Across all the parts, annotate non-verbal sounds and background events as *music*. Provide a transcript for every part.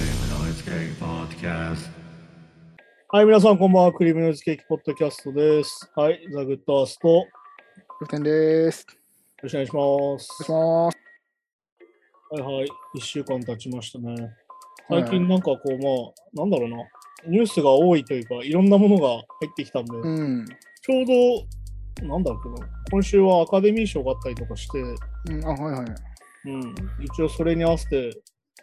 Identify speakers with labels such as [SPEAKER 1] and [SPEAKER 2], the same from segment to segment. [SPEAKER 1] ケーキポッドキャス
[SPEAKER 2] はい、皆さん、こんばんは。クリームノイズケーキポッドキャストです。はい、ザ・グッドアースト、よ
[SPEAKER 3] ルテンです。
[SPEAKER 2] ろしくお願いします。は
[SPEAKER 3] お願い
[SPEAKER 2] い
[SPEAKER 3] し
[SPEAKER 2] はい、1週間経ちましたね。
[SPEAKER 3] はい
[SPEAKER 2] 最近なんかこう、まあ、なんだろうな、ニュースが多いというか、いろんなものが入ってきたんで、
[SPEAKER 3] ます。うん。
[SPEAKER 2] ちょうど、なんだろうけど、今週はアカデミー賞があったりとかして、
[SPEAKER 3] うん、あ、はいはい。
[SPEAKER 2] うん、一応それに合わせて、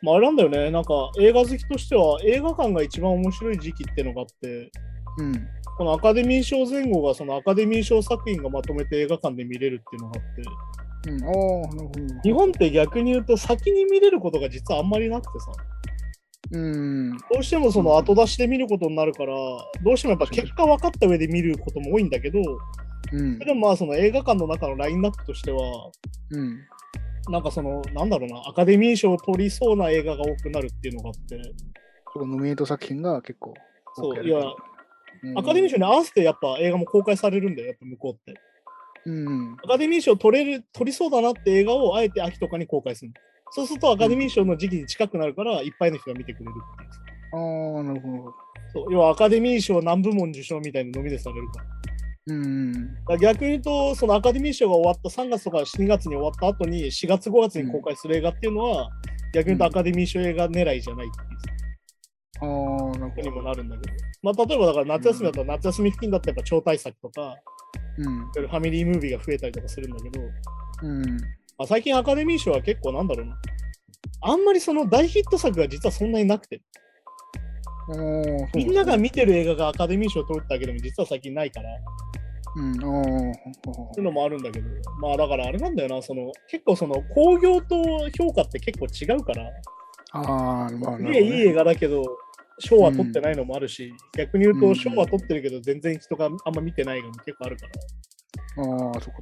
[SPEAKER 2] まあ、あれなんだよね、なんか映画好きとしては、映画館が一番面白い時期ってのがあって、
[SPEAKER 3] うん。
[SPEAKER 2] このアカデミー賞前後がそのアカデミー賞作品がまとめて映画館で見れるっていうのがあって
[SPEAKER 3] うん、ああ、なるほど。
[SPEAKER 2] 日本って逆に言うと先に見れることが実はあんまりなくてさ
[SPEAKER 3] うん。
[SPEAKER 2] どうしてもその後出しで見ることになるからどうしてもやっぱ結果分かった上で見ることも多いんだけど
[SPEAKER 3] うん
[SPEAKER 2] で。もまあその映画館の中のラインナップとしては
[SPEAKER 3] うん。
[SPEAKER 2] なんかそのなんだろうなアカデミー賞を取りそうな映画が多くなるっていうのがあって
[SPEAKER 3] そこノミネート作品が結構
[SPEAKER 2] そ
[SPEAKER 3] 多くや
[SPEAKER 2] う
[SPEAKER 3] る。
[SPEAKER 2] いや
[SPEAKER 3] うん
[SPEAKER 2] アカデミー賞に合わせてやっぱ映画も公開されるんだよやっぱ向こうって
[SPEAKER 3] うん。
[SPEAKER 2] アカデミー賞取れる取りそうだなって映画をあえて秋とかに公開するのそうするとアカデミー賞の時期に近くなるからいっぱいの人が見てくれるっていう
[SPEAKER 3] ああ、なるほど。
[SPEAKER 2] そう要はアカデミー賞何部門受賞みたいなのみでされるから
[SPEAKER 3] うん。
[SPEAKER 2] だから逆に言うとそのアカデミー賞が終わった3月とか4月に終わった後に4月5月に公開する映画っていうのは、逆に言うとアカデミー賞映画狙いじゃないっていう
[SPEAKER 3] ああ、なる
[SPEAKER 2] ことに
[SPEAKER 3] ほ
[SPEAKER 2] も
[SPEAKER 3] ど。
[SPEAKER 2] なるんだけど、まあ、例えばだから夏休みだったら夏休み付近だったらやっぱ超大作とか
[SPEAKER 3] うん。
[SPEAKER 2] いわゆるファミリームービーが増えたりとかするんだけど、
[SPEAKER 3] うん。
[SPEAKER 2] まあ、最近アカデミー賞は結構なんだろうな。あんまりその大ヒット作が実はそんなになくて、
[SPEAKER 3] ああ、そう。
[SPEAKER 2] みんなが見てる映画がアカデミー賞を取ったけども実は最近ないから、っ
[SPEAKER 3] うん。ああ、ほうほ
[SPEAKER 2] ていうのもあるんだけど、まあだからあれなんだよな、その結構その興行と評価って結構違うから、
[SPEAKER 3] うああ、まあ、
[SPEAKER 2] す
[SPEAKER 3] な
[SPEAKER 2] げえいい映
[SPEAKER 3] る
[SPEAKER 2] 画だけど、賞は取ってないのもあるし、逆に言う
[SPEAKER 3] う
[SPEAKER 2] と
[SPEAKER 3] ん
[SPEAKER 2] 賞は取ってるけど全然人があんま見てないのも結構あるから、
[SPEAKER 3] ほどね。ああ、そっかそっか。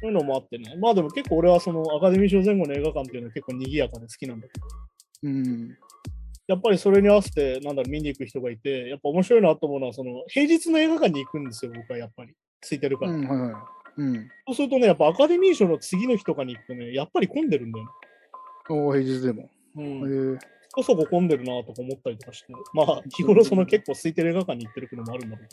[SPEAKER 2] そういうのもあってね。まあでも結構俺はそのアカデミー賞前後の映画館っていうのは結構賑やかで好きなんだけど
[SPEAKER 3] うん。
[SPEAKER 2] やっぱりそれに合わせて、なんだろう、見に行く人がいて、やっぱ面白いなと思うのは、その、平日の映画館に行くんですよ、僕はやっぱり。空いてるか
[SPEAKER 3] う
[SPEAKER 2] ら。
[SPEAKER 3] ん、はいはい。うん。
[SPEAKER 2] そうするとね、やっぱアカデミー賞の次の日とかに行くとね、やっぱり混んでるんだよね。
[SPEAKER 3] おお、平日でも。
[SPEAKER 2] うん、そ
[SPEAKER 3] へえ。
[SPEAKER 2] こそこ混んでるなとか思ったりとかして、まあ、日頃その結構空いてる映画館に行ってるのもあるんだろう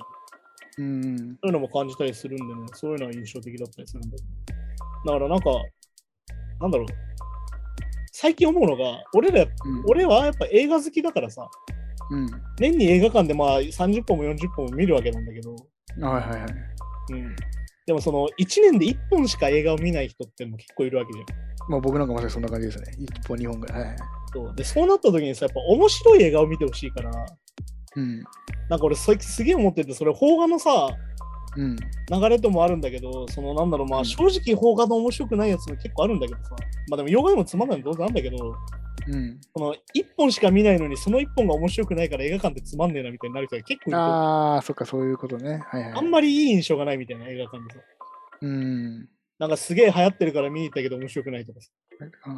[SPEAKER 2] けど、
[SPEAKER 3] うん。
[SPEAKER 2] そういうのも感じたりするんでね、そういうのは印象的だったりするんだけど。だからなんか、なんだろう、最近思うのが、俺ら、
[SPEAKER 3] うん。
[SPEAKER 2] 俺はやっぱ映画好きだからさ、
[SPEAKER 3] うん。
[SPEAKER 2] 年に映画館でまあ30本も40本も見るわけなんだけど、
[SPEAKER 3] はいはいはい。
[SPEAKER 2] うんでもその1年で1本しか映画を見ない人っても結構いるわけじゃん。
[SPEAKER 3] まあ僕なんかまさにそんな感じですね。1本、2本ぐらい。はい
[SPEAKER 2] そうでそうなった時にさやっぱ面白い映画を見てほしいから
[SPEAKER 3] うん。
[SPEAKER 2] なんか俺そすげえ思っててそれ邦画のさ
[SPEAKER 3] うん。
[SPEAKER 2] 流れともあるんだけどそのなんだろうま
[SPEAKER 3] う
[SPEAKER 2] あ
[SPEAKER 3] ん
[SPEAKER 2] 正直邦画の面白くないやつも結構あるんだけどさまあでも洋画でもつまんないの当然なんだけど
[SPEAKER 3] うん。
[SPEAKER 2] この1本しか見ないのにその1本が面白くないから映画館ってつまんねえなみたいになる人が結構いるあ
[SPEAKER 3] ああ、そっか、そういうことね。はいはい。
[SPEAKER 2] んまりいい印象がないみたいな映画館でさ
[SPEAKER 3] うん。
[SPEAKER 2] なんかすげえ流行ってるから見に行ったけど面白くないとかさ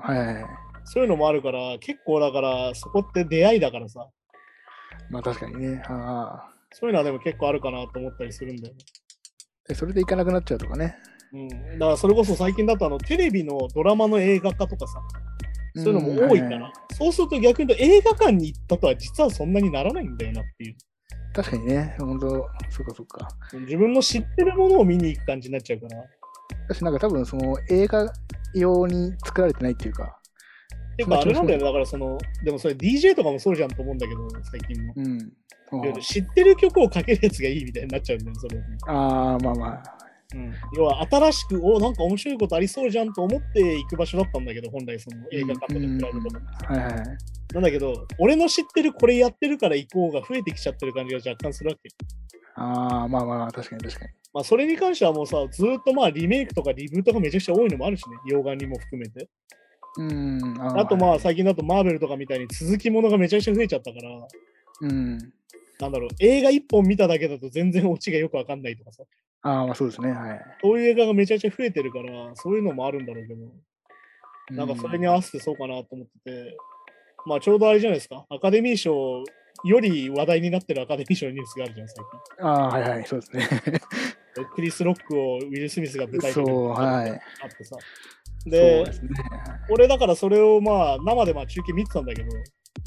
[SPEAKER 3] はいはいはい。
[SPEAKER 2] そういうのもあるから結構だからそこって出会いだからさ
[SPEAKER 3] まあ確かにね。ああ。
[SPEAKER 2] そういうのはでも結構あるかなと思ったりするんだよね。
[SPEAKER 3] でそれで行かなくなっちゃうとかね。
[SPEAKER 2] うん、だからそれこそ最近だとあのテレビのドラマの映画化とかさ、そういうのも多いから、
[SPEAKER 3] んはは
[SPEAKER 2] そうすると逆に言うと映画館に行ったとは実はそんなにならないんだよなっていう。
[SPEAKER 3] 確かにね。本当そっかそっか。
[SPEAKER 2] 自分の知ってるものを見に行く感じになっちゃうから。
[SPEAKER 3] 私なんか多分その映画用に作られてないっていうか。
[SPEAKER 2] てかあれなんだよね、だからその、でもそれ DJ とかもそうじゃんと思うんだけど、最近の。
[SPEAKER 3] うん。
[SPEAKER 2] いわゆる知ってる曲をかけるやつがいいみたいになっちゃうんだよね、それはね。
[SPEAKER 3] ああ、まあまあ。
[SPEAKER 2] うん、要は新しく、おなんか面白いことありそうじゃんと思って行く場所だったんだけど、本来その映画館とか比べ
[SPEAKER 3] うんう
[SPEAKER 2] て
[SPEAKER 3] ん
[SPEAKER 2] も。
[SPEAKER 3] はいはいはい。
[SPEAKER 2] なんだけど、俺の知ってるこれやってるから行こうが増えてきちゃってる感じが若干するわけ。
[SPEAKER 3] ああ、まあまあ、確かに確かに。
[SPEAKER 2] まあ、それに関してはもうさ、ずーっとまあリメイクとかリブートがめちゃくちゃ多いのもあるしね、洋画にも含めて。
[SPEAKER 3] うん。あ
[SPEAKER 2] あとま
[SPEAKER 3] あ。
[SPEAKER 2] あ最近だとマーベルとかみたいに続きものがめちゃくちゃ増えちゃったから、
[SPEAKER 3] うん。
[SPEAKER 2] なんだろう、映画一本見ただけだと全然オチがよくわかんないとかさ、
[SPEAKER 3] ああ、まあそうですね。はい。
[SPEAKER 2] そういう映画がめちゃくちゃ増えてるから、そういうのもあるんだろうけど、
[SPEAKER 3] う
[SPEAKER 2] なんかそれに合わせてそうかなと思ってて、まあちょうどあれじゃないですか、アカデミー賞より話題になってるアカデミー賞のニュースがあるじゃん、最近。
[SPEAKER 3] ああ、はいはい、そうですね。
[SPEAKER 2] クリス・ロックをウィル・スミスが舞台に
[SPEAKER 3] そう、はい。
[SPEAKER 2] あってさ。
[SPEAKER 3] そう
[SPEAKER 2] で
[SPEAKER 3] ですね。
[SPEAKER 2] 俺だからそれをまあ生でまあ中継見てたんだけど、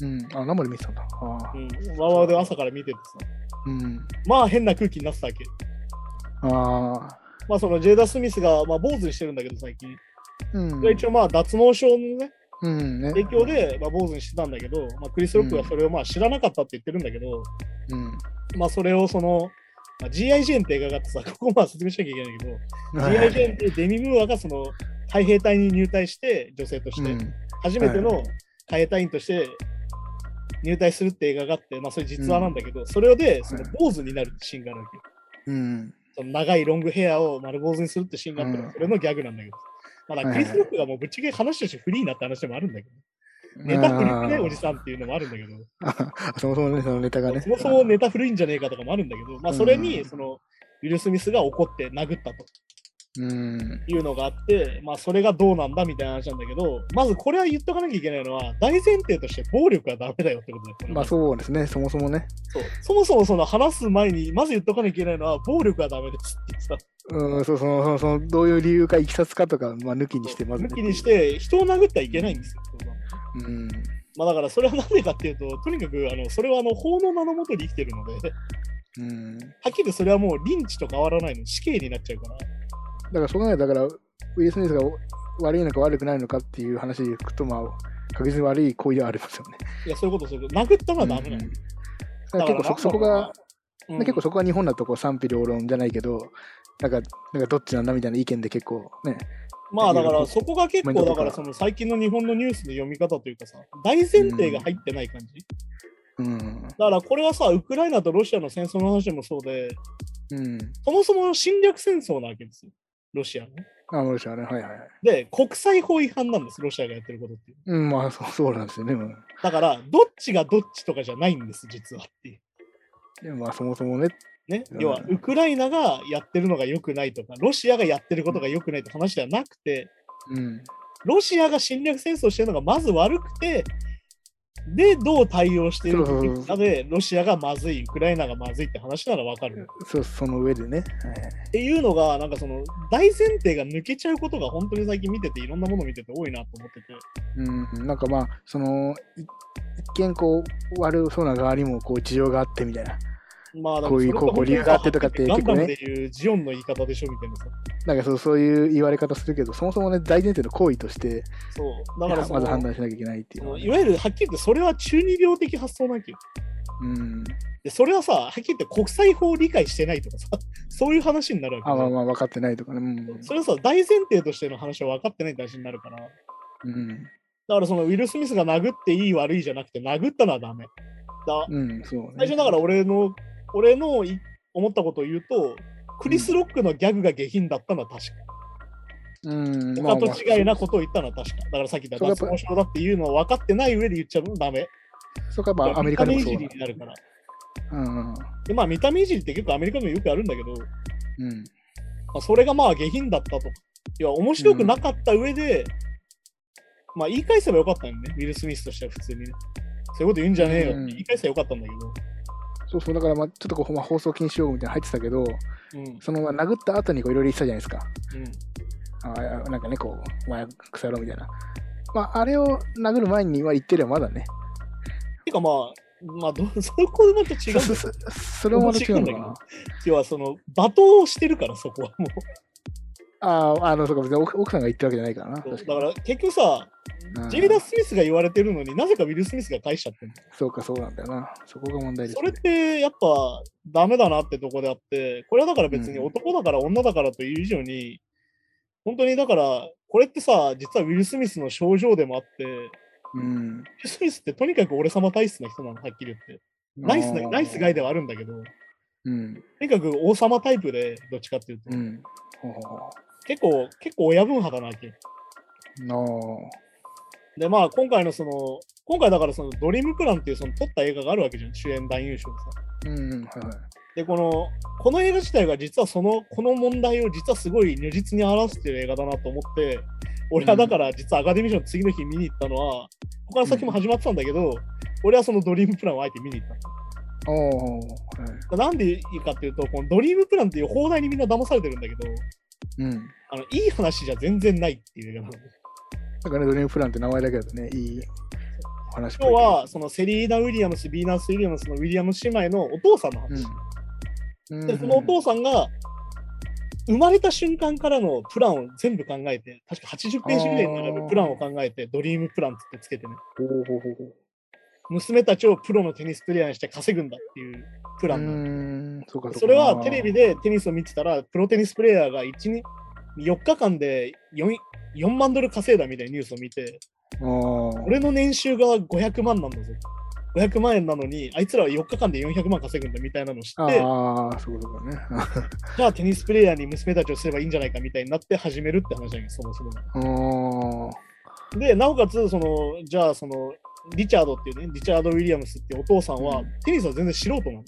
[SPEAKER 3] うん。あ、生で見てたんだ。ああ。
[SPEAKER 2] うん、わわで朝から見ててさ。
[SPEAKER 3] うん。
[SPEAKER 2] まあ変な空気になってたわけ。
[SPEAKER 3] ああ。
[SPEAKER 2] まあそのジェイダ・スミスが、まあ、坊主にしてるんだけど最近。
[SPEAKER 3] うん。
[SPEAKER 2] 一応まあ脱毛症のね、
[SPEAKER 3] うんね。
[SPEAKER 2] 影響で、まあ、坊主にしてたんだけど、まあ、クリス・ロックはそれをまあ知らなかったって言ってるんだけど、
[SPEAKER 3] うん。
[SPEAKER 2] まあそれをその、まあ、G.I. ジェーンって映画があってさ、ここまあ説明しなきゃいけないんだけど、G.I. ジェーンってデミ・ムーアがその海兵隊に入隊して、女性として、
[SPEAKER 3] うん
[SPEAKER 2] 初めての海兵隊員として入隊するって映画があって、まあそれ実話なんだけど、それでその坊主になるってシーンがあるわけよ。
[SPEAKER 3] うん。
[SPEAKER 2] その長いロングヘアを丸坊主にするってシーンがあって、
[SPEAKER 3] うん
[SPEAKER 2] それのギャグなんだけど。まあだから
[SPEAKER 3] は
[SPEAKER 2] ク
[SPEAKER 3] いはい
[SPEAKER 2] リス・ロックがもうぶっちゃけ話としてフリーになった話でもあるんだけど、ネタ古くね、おじさんっていうのもあるんだけど、
[SPEAKER 3] ああ *laughs* そもそもね、そのネタがね。
[SPEAKER 2] そもそもネタ古いんじゃねえかとかもあるんだけど、まあ、それにそのウィル・スミスが怒って殴ったと
[SPEAKER 3] うん。
[SPEAKER 2] いうのがあって、まあ、それがどうなんだみたいな話なんだけど、まずこれは言っとかなきゃいけないのは、大前提として暴力はダメだよってことだよ、ね
[SPEAKER 3] まあそうですね、そもそもね。
[SPEAKER 2] そうそもそもその話す前に、まず言っとかなきゃいけないのは、暴力はダメですって言って
[SPEAKER 3] うん、そうそのそのそのどういう理由か、いきさつかとか、まあ抜きにして、
[SPEAKER 2] た。
[SPEAKER 3] まず、ね。
[SPEAKER 2] 抜きにし。て、人を殴ってはいけないんですよ。
[SPEAKER 3] うん。
[SPEAKER 2] まあ、だからそれはなんでかっていうと、とにかくあのそれはあの法の名のもとに生きてるので、は
[SPEAKER 3] うん。だ
[SPEAKER 2] っきりそれはもうリンチと変わらないの、死刑になっちゃうから。
[SPEAKER 3] から、そこね、だから、ウィル・スミスが悪いのか悪くないのかっていう話でいくと、まあ、確実に悪い行為はありますよね。
[SPEAKER 2] いや、そういうこと、そういうこと。殴ったのはダメなの。
[SPEAKER 3] うん
[SPEAKER 2] だ
[SPEAKER 3] だから
[SPEAKER 2] から
[SPEAKER 3] 結構そそこが、、
[SPEAKER 2] うん
[SPEAKER 3] 結構そこが日本だとこう賛否両論じゃないけど、なんか、なんかどっちなんだみたいな意見で結構ね、
[SPEAKER 2] まあだからそこが結
[SPEAKER 3] コメ
[SPEAKER 2] 構
[SPEAKER 3] ント
[SPEAKER 2] だ
[SPEAKER 3] とか
[SPEAKER 2] からその最近の日本のニュースの読み方というかさ、大前提が入ってない感じ。
[SPEAKER 3] うん。
[SPEAKER 2] だからこれはさ、ウクライナとロシアの戦争の話でもそうで、
[SPEAKER 3] うん。
[SPEAKER 2] そもそも侵略戦争なわけですよ。ロシアのね。
[SPEAKER 3] あ、もうしょね、はいはいはい。
[SPEAKER 2] で、国際法違反なんです、ロシアがやってることっていう。
[SPEAKER 3] うん、まあそうそうなんですよね。うん
[SPEAKER 2] だから、どっちがどっちとかじゃないんです、実はっていう。
[SPEAKER 3] でもまあそもそもね、
[SPEAKER 2] ね、
[SPEAKER 3] うん
[SPEAKER 2] 要は、ウクライナがやってるのが良くないとか、ロシアがやってることが良くないって話ではなくて、
[SPEAKER 3] うん。
[SPEAKER 2] ロシアが侵略戦争してるのがまず悪くて、で、どう対応している
[SPEAKER 3] そうそうそう
[SPEAKER 2] かで、ロシアがまずい、ウクライナがまずいって話ならわかる。
[SPEAKER 3] そうその上でね。はい
[SPEAKER 2] っていうのが、なんかその、大前提が抜けちゃうことが本当に最近見てて、いろんなもの見てて多いなと思ってて。
[SPEAKER 3] うん、なんかまあそのい一見こう悪そうな側にもこう事情があってみたいな
[SPEAKER 2] まあ、だから
[SPEAKER 3] こういう
[SPEAKER 2] それこそ
[SPEAKER 3] こう理由があってとかって
[SPEAKER 2] ガンダムで
[SPEAKER 3] 結
[SPEAKER 2] いうジオンの言い方でしょみたいなさ。
[SPEAKER 3] なんかそうそういう言われ方するけどそもそもね大前提の行為として
[SPEAKER 2] そう。だ
[SPEAKER 3] ま
[SPEAKER 2] から
[SPEAKER 3] ず
[SPEAKER 2] その、
[SPEAKER 3] 判断しなきゃいけないってい
[SPEAKER 2] そう
[SPEAKER 3] の
[SPEAKER 2] の
[SPEAKER 3] はね、
[SPEAKER 2] いわゆるはっきり言って、それは中二病的発想なわけよ。
[SPEAKER 3] うん、
[SPEAKER 2] で、それはさ、はっきり言って国際法を理解してないとかさ、そういう話になるわけ
[SPEAKER 3] あ
[SPEAKER 2] よ
[SPEAKER 3] まあまあ分かってないとかねうん
[SPEAKER 2] それはさ、大前提としての話は分かってないって話になるから、だ
[SPEAKER 3] うん
[SPEAKER 2] からそのウィル・スミスが殴っていい悪いじゃなくて、殴ったのはダメ。だ
[SPEAKER 3] うんそうね
[SPEAKER 2] 最初だから俺の、俺のい思ったことを言うと、クリス・ロックのギャグが下品だったのは確か。
[SPEAKER 3] うんまあ
[SPEAKER 2] 他と違いなことを言ったのは確か。だからさっき言った
[SPEAKER 3] それやっ
[SPEAKER 2] 脱
[SPEAKER 3] ぱ
[SPEAKER 2] 毛症だっていうのを分かってない上で言っちゃうのダメ。
[SPEAKER 3] そうかまあアメリカでも
[SPEAKER 2] 見
[SPEAKER 3] そ
[SPEAKER 2] た
[SPEAKER 3] う
[SPEAKER 2] 目い
[SPEAKER 3] だ
[SPEAKER 2] じりになるから。
[SPEAKER 3] うん
[SPEAKER 2] で、まあ見た目いじりって結構アメリカでもよくあるんだけど、ま
[SPEAKER 3] うん
[SPEAKER 2] あ、それがまあ下品だったと。いや、面白くなかった上で、まあ言い返せばよかったんね、ウィル・スミスとしては普通にね。そういうこと言うんじゃねえよっ
[SPEAKER 3] うん
[SPEAKER 2] て言い返せばよかったんだけど。
[SPEAKER 3] そうそうだからまあちょっとこう、まあ、放送禁止用語みたいなの入ってたけど
[SPEAKER 2] うん。うん
[SPEAKER 3] そのまあ殴った後にこういろいろ言ってたじゃないですかあいやなんかね、こう、お前、腐野郎みたいな。まあ、あれを殴る前には言ってりゃまだね。
[SPEAKER 2] てかまあ、まあどう、そ *laughs* こでまた違うん
[SPEAKER 3] そ
[SPEAKER 2] だ
[SPEAKER 3] そ
[SPEAKER 2] よ
[SPEAKER 3] そそれもまた違うのかな。
[SPEAKER 2] 要はその罵倒してるからそこはも
[SPEAKER 3] ああ、あの、そうか、別に奥奥さんが言ってるわけじゃないからな。
[SPEAKER 2] うだ
[SPEAKER 3] 確か
[SPEAKER 2] か
[SPEAKER 3] に
[SPEAKER 2] ら結局さ、
[SPEAKER 3] うん
[SPEAKER 2] ジェイダ・スミスが言われてるのになぜかウィル・スミスが返しちゃってる
[SPEAKER 3] そうか、そうなんだよな。そこが問題です、
[SPEAKER 2] そ
[SPEAKER 3] ね
[SPEAKER 2] れっ。てやっぱダメだなってとこであってこれはだから別に
[SPEAKER 3] うん
[SPEAKER 2] 男だから女だからという以上に、本当にだからこれってさ実はウィル・スミスの症状でもあってウィ
[SPEAKER 3] うん。
[SPEAKER 2] ル・スミスってとにかく俺様体質な人なのはっきり言ってナイスなナイスガイで
[SPEAKER 3] は。
[SPEAKER 2] はあるんだけどと
[SPEAKER 3] うん。
[SPEAKER 2] にかく王様タイプでどっちかっていうと、
[SPEAKER 3] うん。ほうほうほ
[SPEAKER 2] 結構結構親分派だなって
[SPEAKER 3] うな
[SPEAKER 2] で、まあ、今回のその、今回だからそのドリームプランっていうその撮った映画があるわけじゃん、主演男優賞でさ。
[SPEAKER 3] あ。うんうん。はいはい。
[SPEAKER 2] で、この、この映画自体が実はその、この問題を実はすごい如実に表してる映画だなと思って、俺はだから実はアカデミー賞の次の日見に行ったのは、ここから先も始まってたんだけど、俺はそのドリームプランをあえて見に行った
[SPEAKER 3] おお。はい。
[SPEAKER 2] の。なんでいいかっていうと、このドリームプランっていう放題にみんな騙されてるんだけど、
[SPEAKER 3] うん。
[SPEAKER 2] あのいい話じゃ全然ないっていう映画なの。
[SPEAKER 3] だからね、ドリームプランって名前だけだとね、いい話っぽい
[SPEAKER 2] 要
[SPEAKER 3] けど
[SPEAKER 2] は、そのセリーナ・ウィリアムス、ビーナス・ウィリアムスのウィリアムス姉妹のお父さんの話。
[SPEAKER 3] うん
[SPEAKER 2] で、そのお父さんが、生まれた瞬間からのプランを全部考えて、確か80ページぐらいに並ぶプランを考えて、ドリームプランつってつけてね、
[SPEAKER 3] ほうほうほうほう
[SPEAKER 2] 娘たちをプロのテニスプレイヤーにして稼ぐんだっていうプランなの
[SPEAKER 3] うんそうかそうか
[SPEAKER 2] それはテレビでテニスを見てたら、プロテニスプレイヤーが1日、4日間で 4, 4万ドル稼いだみたいなニュースを見て、
[SPEAKER 3] あー
[SPEAKER 2] 俺の年収が500万なんだぞ。500万円なのに、あいつらは4日間で400万稼ぐんだみたいなのを知って、
[SPEAKER 3] ああそういうことね *laughs*
[SPEAKER 2] じゃあテニスプレイヤーに娘たちをすればいいんじゃないかみたいになって始めるって話だけど、そもそもが。
[SPEAKER 3] あー
[SPEAKER 2] で、なおかつ、その、じゃあその、リチャードっていうね、リチャード・ウィリアムスっていうお父さんは、
[SPEAKER 3] うん
[SPEAKER 2] テニスは全然素人なのね。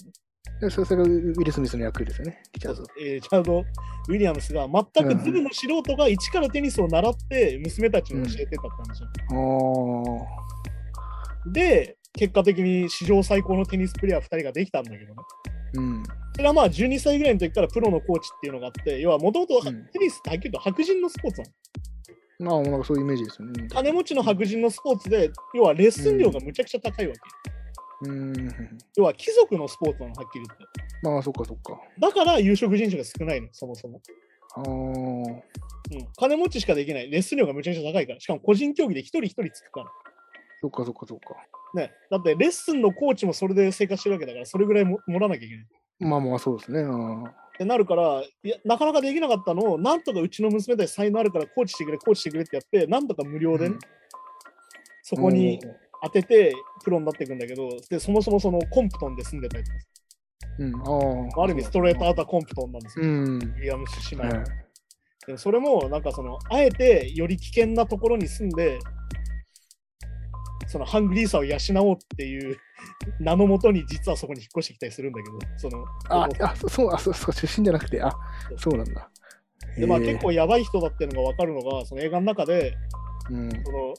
[SPEAKER 3] でそれそれがウィル・スミスの役ですよねリチャード
[SPEAKER 2] えーリチャード・ウィリアムスが全くズブの素人が一からテニスを習って娘たちに教えてたって話なの、
[SPEAKER 3] あ
[SPEAKER 2] で、結果的に史上最高のテニスプレイヤー2人ができたんだけどね。
[SPEAKER 3] あうん
[SPEAKER 2] それはまあ12歳ぐらいの時からプロのコーチっていうのがあって、要はもともと
[SPEAKER 3] うん
[SPEAKER 2] テニスってはっきり言うと白人のスポーツなの。
[SPEAKER 3] まあなんかそういうイメージですよね
[SPEAKER 2] 金持ちの白人のスポーツで、要はレッスン料がむちゃくちゃ高いわけ。
[SPEAKER 3] うん
[SPEAKER 2] 要は貴族のスポーツなの、はっきり言って。
[SPEAKER 3] まあそっかそっか
[SPEAKER 2] だから有色人種が少ないの、そもそも。
[SPEAKER 3] あー
[SPEAKER 2] うん、金持ちしかできない。レッスン料がむちゃくちゃ高いから。しかも個人競技で一人一人つくから。
[SPEAKER 3] そっかそっかそっか
[SPEAKER 2] ね、だってレッスンのコーチもそれで生活してるわけだから、それぐらいも盛らなきゃいけない。
[SPEAKER 3] まあまあそうですねあー
[SPEAKER 2] ってなるからいや、なかなかできなかったのを、なんとかうちの娘たち才能あるからコーチしてくれ、コーチしてくれってやって、なんとか無料でね、
[SPEAKER 3] うん
[SPEAKER 2] そこに当ててプロになっていくんだけど、でそもそもそのコンプトンで住んでたりとか、
[SPEAKER 3] うんああ
[SPEAKER 2] ある意味ストレートアウトはコンプトンなんですよ。
[SPEAKER 3] うん
[SPEAKER 2] ウィリアムス姉妹は
[SPEAKER 3] はい
[SPEAKER 2] でもそれもなんかそのあえてより危険なところに住んでそのハングリーさを養おうっていう *laughs* 名のもとに実はそこに引っ越してきたりするんだけどその
[SPEAKER 3] ああそそうあそうそう出身じゃなくてあそうなんだ
[SPEAKER 2] でまあ
[SPEAKER 3] へー
[SPEAKER 2] 結構やばい人だっていうのが分かるのがその映画の中で
[SPEAKER 3] うん
[SPEAKER 2] その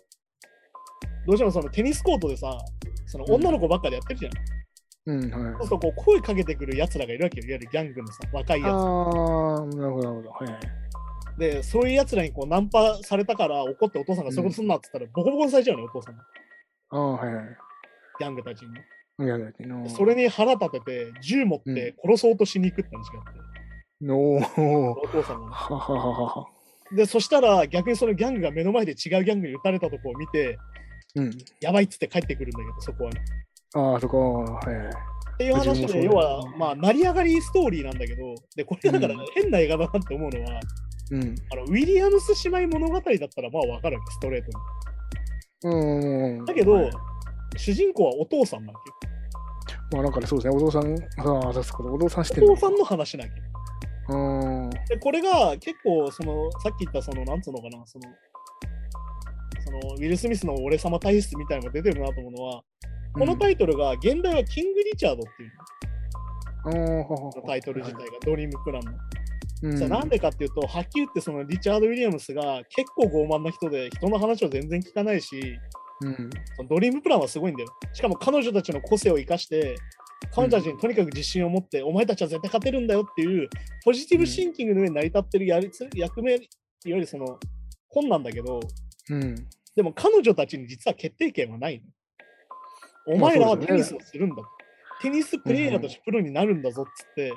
[SPEAKER 2] どうしてもそのテニスコートでさその女の子ばっかでやってるじゃん、
[SPEAKER 3] うんはい
[SPEAKER 2] そうするとこう声かけてくるやつらがいるわけよいわゆるギャングのさ若いやつ
[SPEAKER 3] ああ、なるほど、なるほど。はいはい。
[SPEAKER 2] で、そういうやつらにこうナンパされたから怒ってお父さんがそういうことすんなって言ったら、ボコボコにされちゃうのよ、お父さんが。
[SPEAKER 3] ああ、はいはい。
[SPEAKER 2] ギャングたちにね。
[SPEAKER 3] いやいやの
[SPEAKER 2] でそれに腹立てて、銃持って殺そうとしに行くって話があって、
[SPEAKER 3] のー
[SPEAKER 2] お父さんがね。
[SPEAKER 3] ははははは。
[SPEAKER 2] で、そしたら逆にそのギャングが目の前で違うギャングに撃たれたとこを見て、
[SPEAKER 3] うん。
[SPEAKER 2] やばいっつって帰ってくるんだけど、そこは、ね。
[SPEAKER 3] ああ、そこ、はいはい。
[SPEAKER 2] っていう話
[SPEAKER 3] 自分
[SPEAKER 2] で、
[SPEAKER 3] もそうだ
[SPEAKER 2] 要
[SPEAKER 3] よ
[SPEAKER 2] は、まあ、成り上がりストーリーなんだけど、で、これがだから
[SPEAKER 3] うん
[SPEAKER 2] 変な映画だなって思うのは、
[SPEAKER 3] うん。
[SPEAKER 2] あのウィリアムス姉妹物語だったらまあわかるわけ、ストレートに。
[SPEAKER 3] うんうん。
[SPEAKER 2] だけど
[SPEAKER 3] はい
[SPEAKER 2] 主人公はお父さんなわ
[SPEAKER 3] まあなんかね、そうですね、お父さん、ああ、そうそう、お父さんして
[SPEAKER 2] け
[SPEAKER 3] る
[SPEAKER 2] よ。お父さんの話なわけよ。
[SPEAKER 3] うん。は
[SPEAKER 2] でこれが結構そのさっき言ったそのなんつうのかなそのそのウィル・スミスの俺様体質みたいなのが出てるなと思うのは、このタイトルが現代はキング・リチャードっていう
[SPEAKER 3] うん
[SPEAKER 2] タイトル自体がドリームプランの。
[SPEAKER 3] うん
[SPEAKER 2] じゃあなんでかっていうとはっきり言ってそのリチャード・ウィリアムスが結構傲慢な人で人の話を全然聞かないし
[SPEAKER 3] うん。
[SPEAKER 2] そのドリームプランはすごいんだよ。しかも彼女たちの個性を生かして彼女たちにとにかく自信を持って、お前たちは絶対勝てるんだよっていうポジティブシンキングの上に成り立ってるやりつ役目いわゆるその本なんだけど
[SPEAKER 3] うん。
[SPEAKER 2] でも彼女たちに実は決定権はないの。お前らはテニスをするんだと。テニスプレイヤーとしてプロになるんだぞっつって、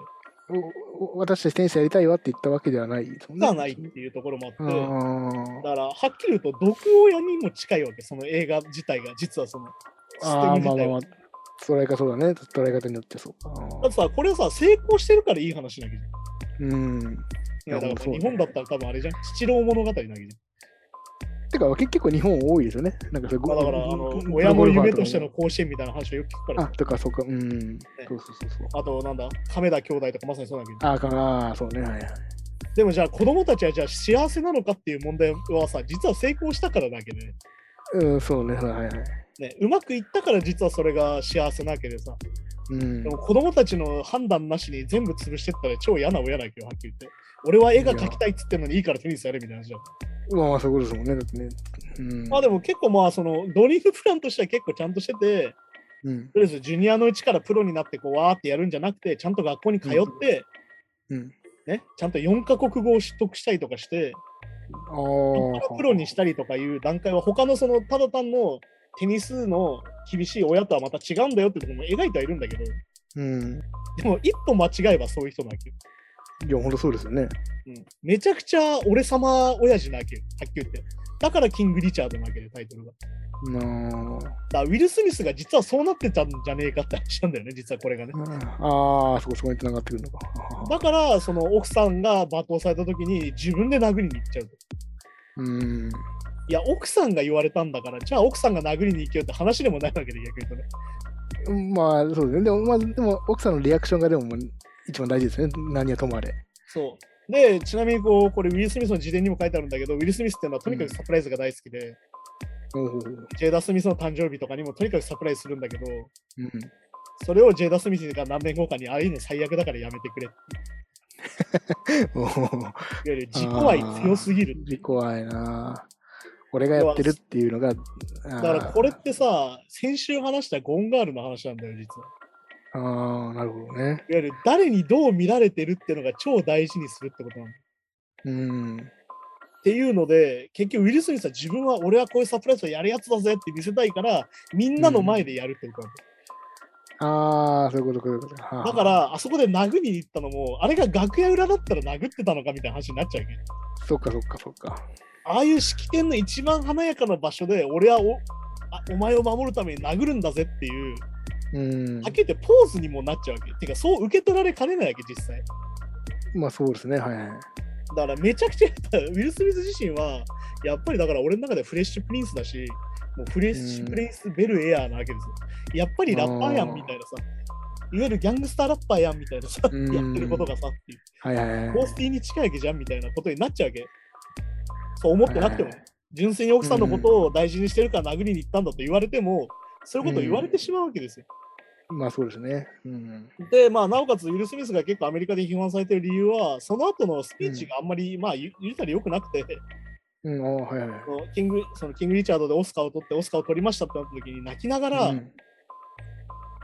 [SPEAKER 3] おお私たちテニスやりたいわって言ったわけではないですもん
[SPEAKER 2] じ
[SPEAKER 3] ね。
[SPEAKER 2] ゃないっていうところもあ
[SPEAKER 3] う
[SPEAKER 2] って、だ
[SPEAKER 3] ん。
[SPEAKER 2] からはっきり言うと毒親にも近いわけ、その映画自体が実はそのシステ
[SPEAKER 3] あ
[SPEAKER 2] ム
[SPEAKER 3] あ、
[SPEAKER 2] 自
[SPEAKER 3] まあま
[SPEAKER 2] 体
[SPEAKER 3] あま
[SPEAKER 2] は
[SPEAKER 3] あ。捉え方そうだね。捉え方によってそう。あ
[SPEAKER 2] だっ
[SPEAKER 3] ー
[SPEAKER 2] てさ、これはさ、成功してるからいい話なわけじゃん。
[SPEAKER 3] うん。
[SPEAKER 2] いやだから
[SPEAKER 3] そうね
[SPEAKER 2] 日本だったら多分あれじゃん。七郎物語なわけじゃん。
[SPEAKER 3] てか結構日本多いですよね。なんかそれ
[SPEAKER 2] まあ、だから、あ
[SPEAKER 3] ゴ
[SPEAKER 2] の
[SPEAKER 3] ル、
[SPEAKER 2] 親の
[SPEAKER 3] ゴルファ
[SPEAKER 2] 夢
[SPEAKER 3] ー
[SPEAKER 2] としての
[SPEAKER 3] か
[SPEAKER 2] 甲子園みたいな話をよく聞くか
[SPEAKER 3] も。あ
[SPEAKER 2] ら。、
[SPEAKER 3] とかそうか、うん。そうそうそうそう。
[SPEAKER 2] あと、なんだ、亀田兄弟とかまさにそうだけど。
[SPEAKER 3] あ、かなあ、そうね。はいはい。
[SPEAKER 2] でもじゃあ、子供たちはじゃあ幸せなのかっていう問題はさ、実は成功したからだけで、
[SPEAKER 3] うん、そうね。はいはい。
[SPEAKER 2] ね、うまくいったから実はそれが幸せなわけでさ、
[SPEAKER 3] うん
[SPEAKER 2] で。も子供たちの判断なしに全部潰してったら超嫌な親だけど、はっきり言って。俺は絵が描きたいっつってんのにいいからテニスやれみたいな話じゃん。
[SPEAKER 3] まあまあ、そういうことですもんね。だってね。うん。
[SPEAKER 2] まあでも結構まあ、その、ドリームプランとしては結構ちゃんとしてて、
[SPEAKER 3] うん。
[SPEAKER 2] とりあえずジュニアのうちからプロになってこうわーってやるんじゃなくてちゃんと学校に通って、
[SPEAKER 3] うん。
[SPEAKER 2] ね、ちゃんと4カ国語を取得したりとかして
[SPEAKER 3] ああ。
[SPEAKER 2] プロにしたりとかいう段階は他のそのただ単のテニスの厳しい親とはまた違うんだよってところも描いてはいるんだけど、
[SPEAKER 3] うん。
[SPEAKER 2] でも一歩間違えばそういう人なわけよ。
[SPEAKER 3] いや、ほんとそうですよね。
[SPEAKER 2] うん、めちゃくちゃ俺様親父なわけよ、はっきり言って。だからキング・リチャードなわけで、タイトルが。だか
[SPEAKER 3] なあ
[SPEAKER 2] らウィル・スミスが実はそうなってたんじゃねえかって話なんだよね、実はこれがね。
[SPEAKER 3] あー、そこそこに繋がってくるのか。
[SPEAKER 2] だから、その奥さんが罵倒された時に自分で殴りに行っちゃうと。
[SPEAKER 3] うん。
[SPEAKER 2] いや、奥さんが言われたんだから、じゃあ奥さんが殴りに行けよって話でもないわけで、逆に言うとね。
[SPEAKER 3] まあ、そうですね。でも、まあ、でも奥さんのリアクションがでも、一番大事ですね。何はともあれ。
[SPEAKER 2] そう。で、ちなみにこう、これ、ウィル・スミスの自伝にも書いてあるんだけど、ウィル・スミスっていうのはとにかくサプライズが大好きで、
[SPEAKER 3] うん。
[SPEAKER 2] ジェイダ・スミスの誕生日とかにもとにかくサプライズするんだけど、
[SPEAKER 3] うん、 *laughs*
[SPEAKER 2] それをジェイダ・スミスが何年後かに、ああいうの最悪だからやめてくれ。いわ
[SPEAKER 3] おー
[SPEAKER 2] ゆる自己愛強すぎるっていう。
[SPEAKER 3] 怖いな俺がやってるっていうのが、
[SPEAKER 2] だ
[SPEAKER 3] だ
[SPEAKER 2] からこれってさ、先週話したゴンガールの話なんだよ、実は。
[SPEAKER 3] あーなるほどね。
[SPEAKER 2] いわゆる誰にどう見られてるっていうのが超大事にするってことなんだ。
[SPEAKER 3] うん。
[SPEAKER 2] っていうので、結局ウィル・スミスは自分は俺はこういうサプライズをやるやつだぜって見せたいから、みんなの前でやるってことなんだよ。
[SPEAKER 3] ああ、そういうこと、こういうこと。はあ
[SPEAKER 2] だか、ら、あそこで殴りに行ったのも、あれが楽屋裏だったら殴ってたのかみたいな話になっちゃうけど、
[SPEAKER 3] そっかそっかそっか。
[SPEAKER 2] ああいう式典の一番華やかな場所で、俺はおあお前を守るために殴るんだぜっていう、
[SPEAKER 3] うん
[SPEAKER 2] は。っきり言ってポーズにもなっちゃうわけ。てか、そう受け取られかねないわけ、実際。
[SPEAKER 3] まあそうですね、はいはい。
[SPEAKER 2] だからめちゃくちゃやっぱウィル・スミス自身はやっぱりだから俺の中でフレッシュプリンスだしもうフレッシュプリンスベルエアーなわけですよやっぱりラッパーやんみたいなさいわゆるギャングスターラッパーやんみたいなさやっ
[SPEAKER 3] うん
[SPEAKER 2] てることがさっていう
[SPEAKER 3] はいはいはい。
[SPEAKER 2] コースティーに近いわけじゃんみたいなことになっちゃうわけそう思ってなくても
[SPEAKER 3] はいはい
[SPEAKER 2] 純粋に奥さんのことを大事にしてるから殴りに行ったんだと言われてもそういうことを言われてしまうわけですよ
[SPEAKER 3] まあそうですね。うん。
[SPEAKER 2] で、まあ、なおかつ、ウィル・スミスが結構アメリカで批判されてる理由は、その後のスピーチがあんまり、まあ、言言ったら良くなくて、
[SPEAKER 3] うん、あーはいはい。
[SPEAKER 2] そのキングそのキング・リチャードでオスカーを取って、オスカーを取りましたってなった時に、泣きながら、
[SPEAKER 3] うん、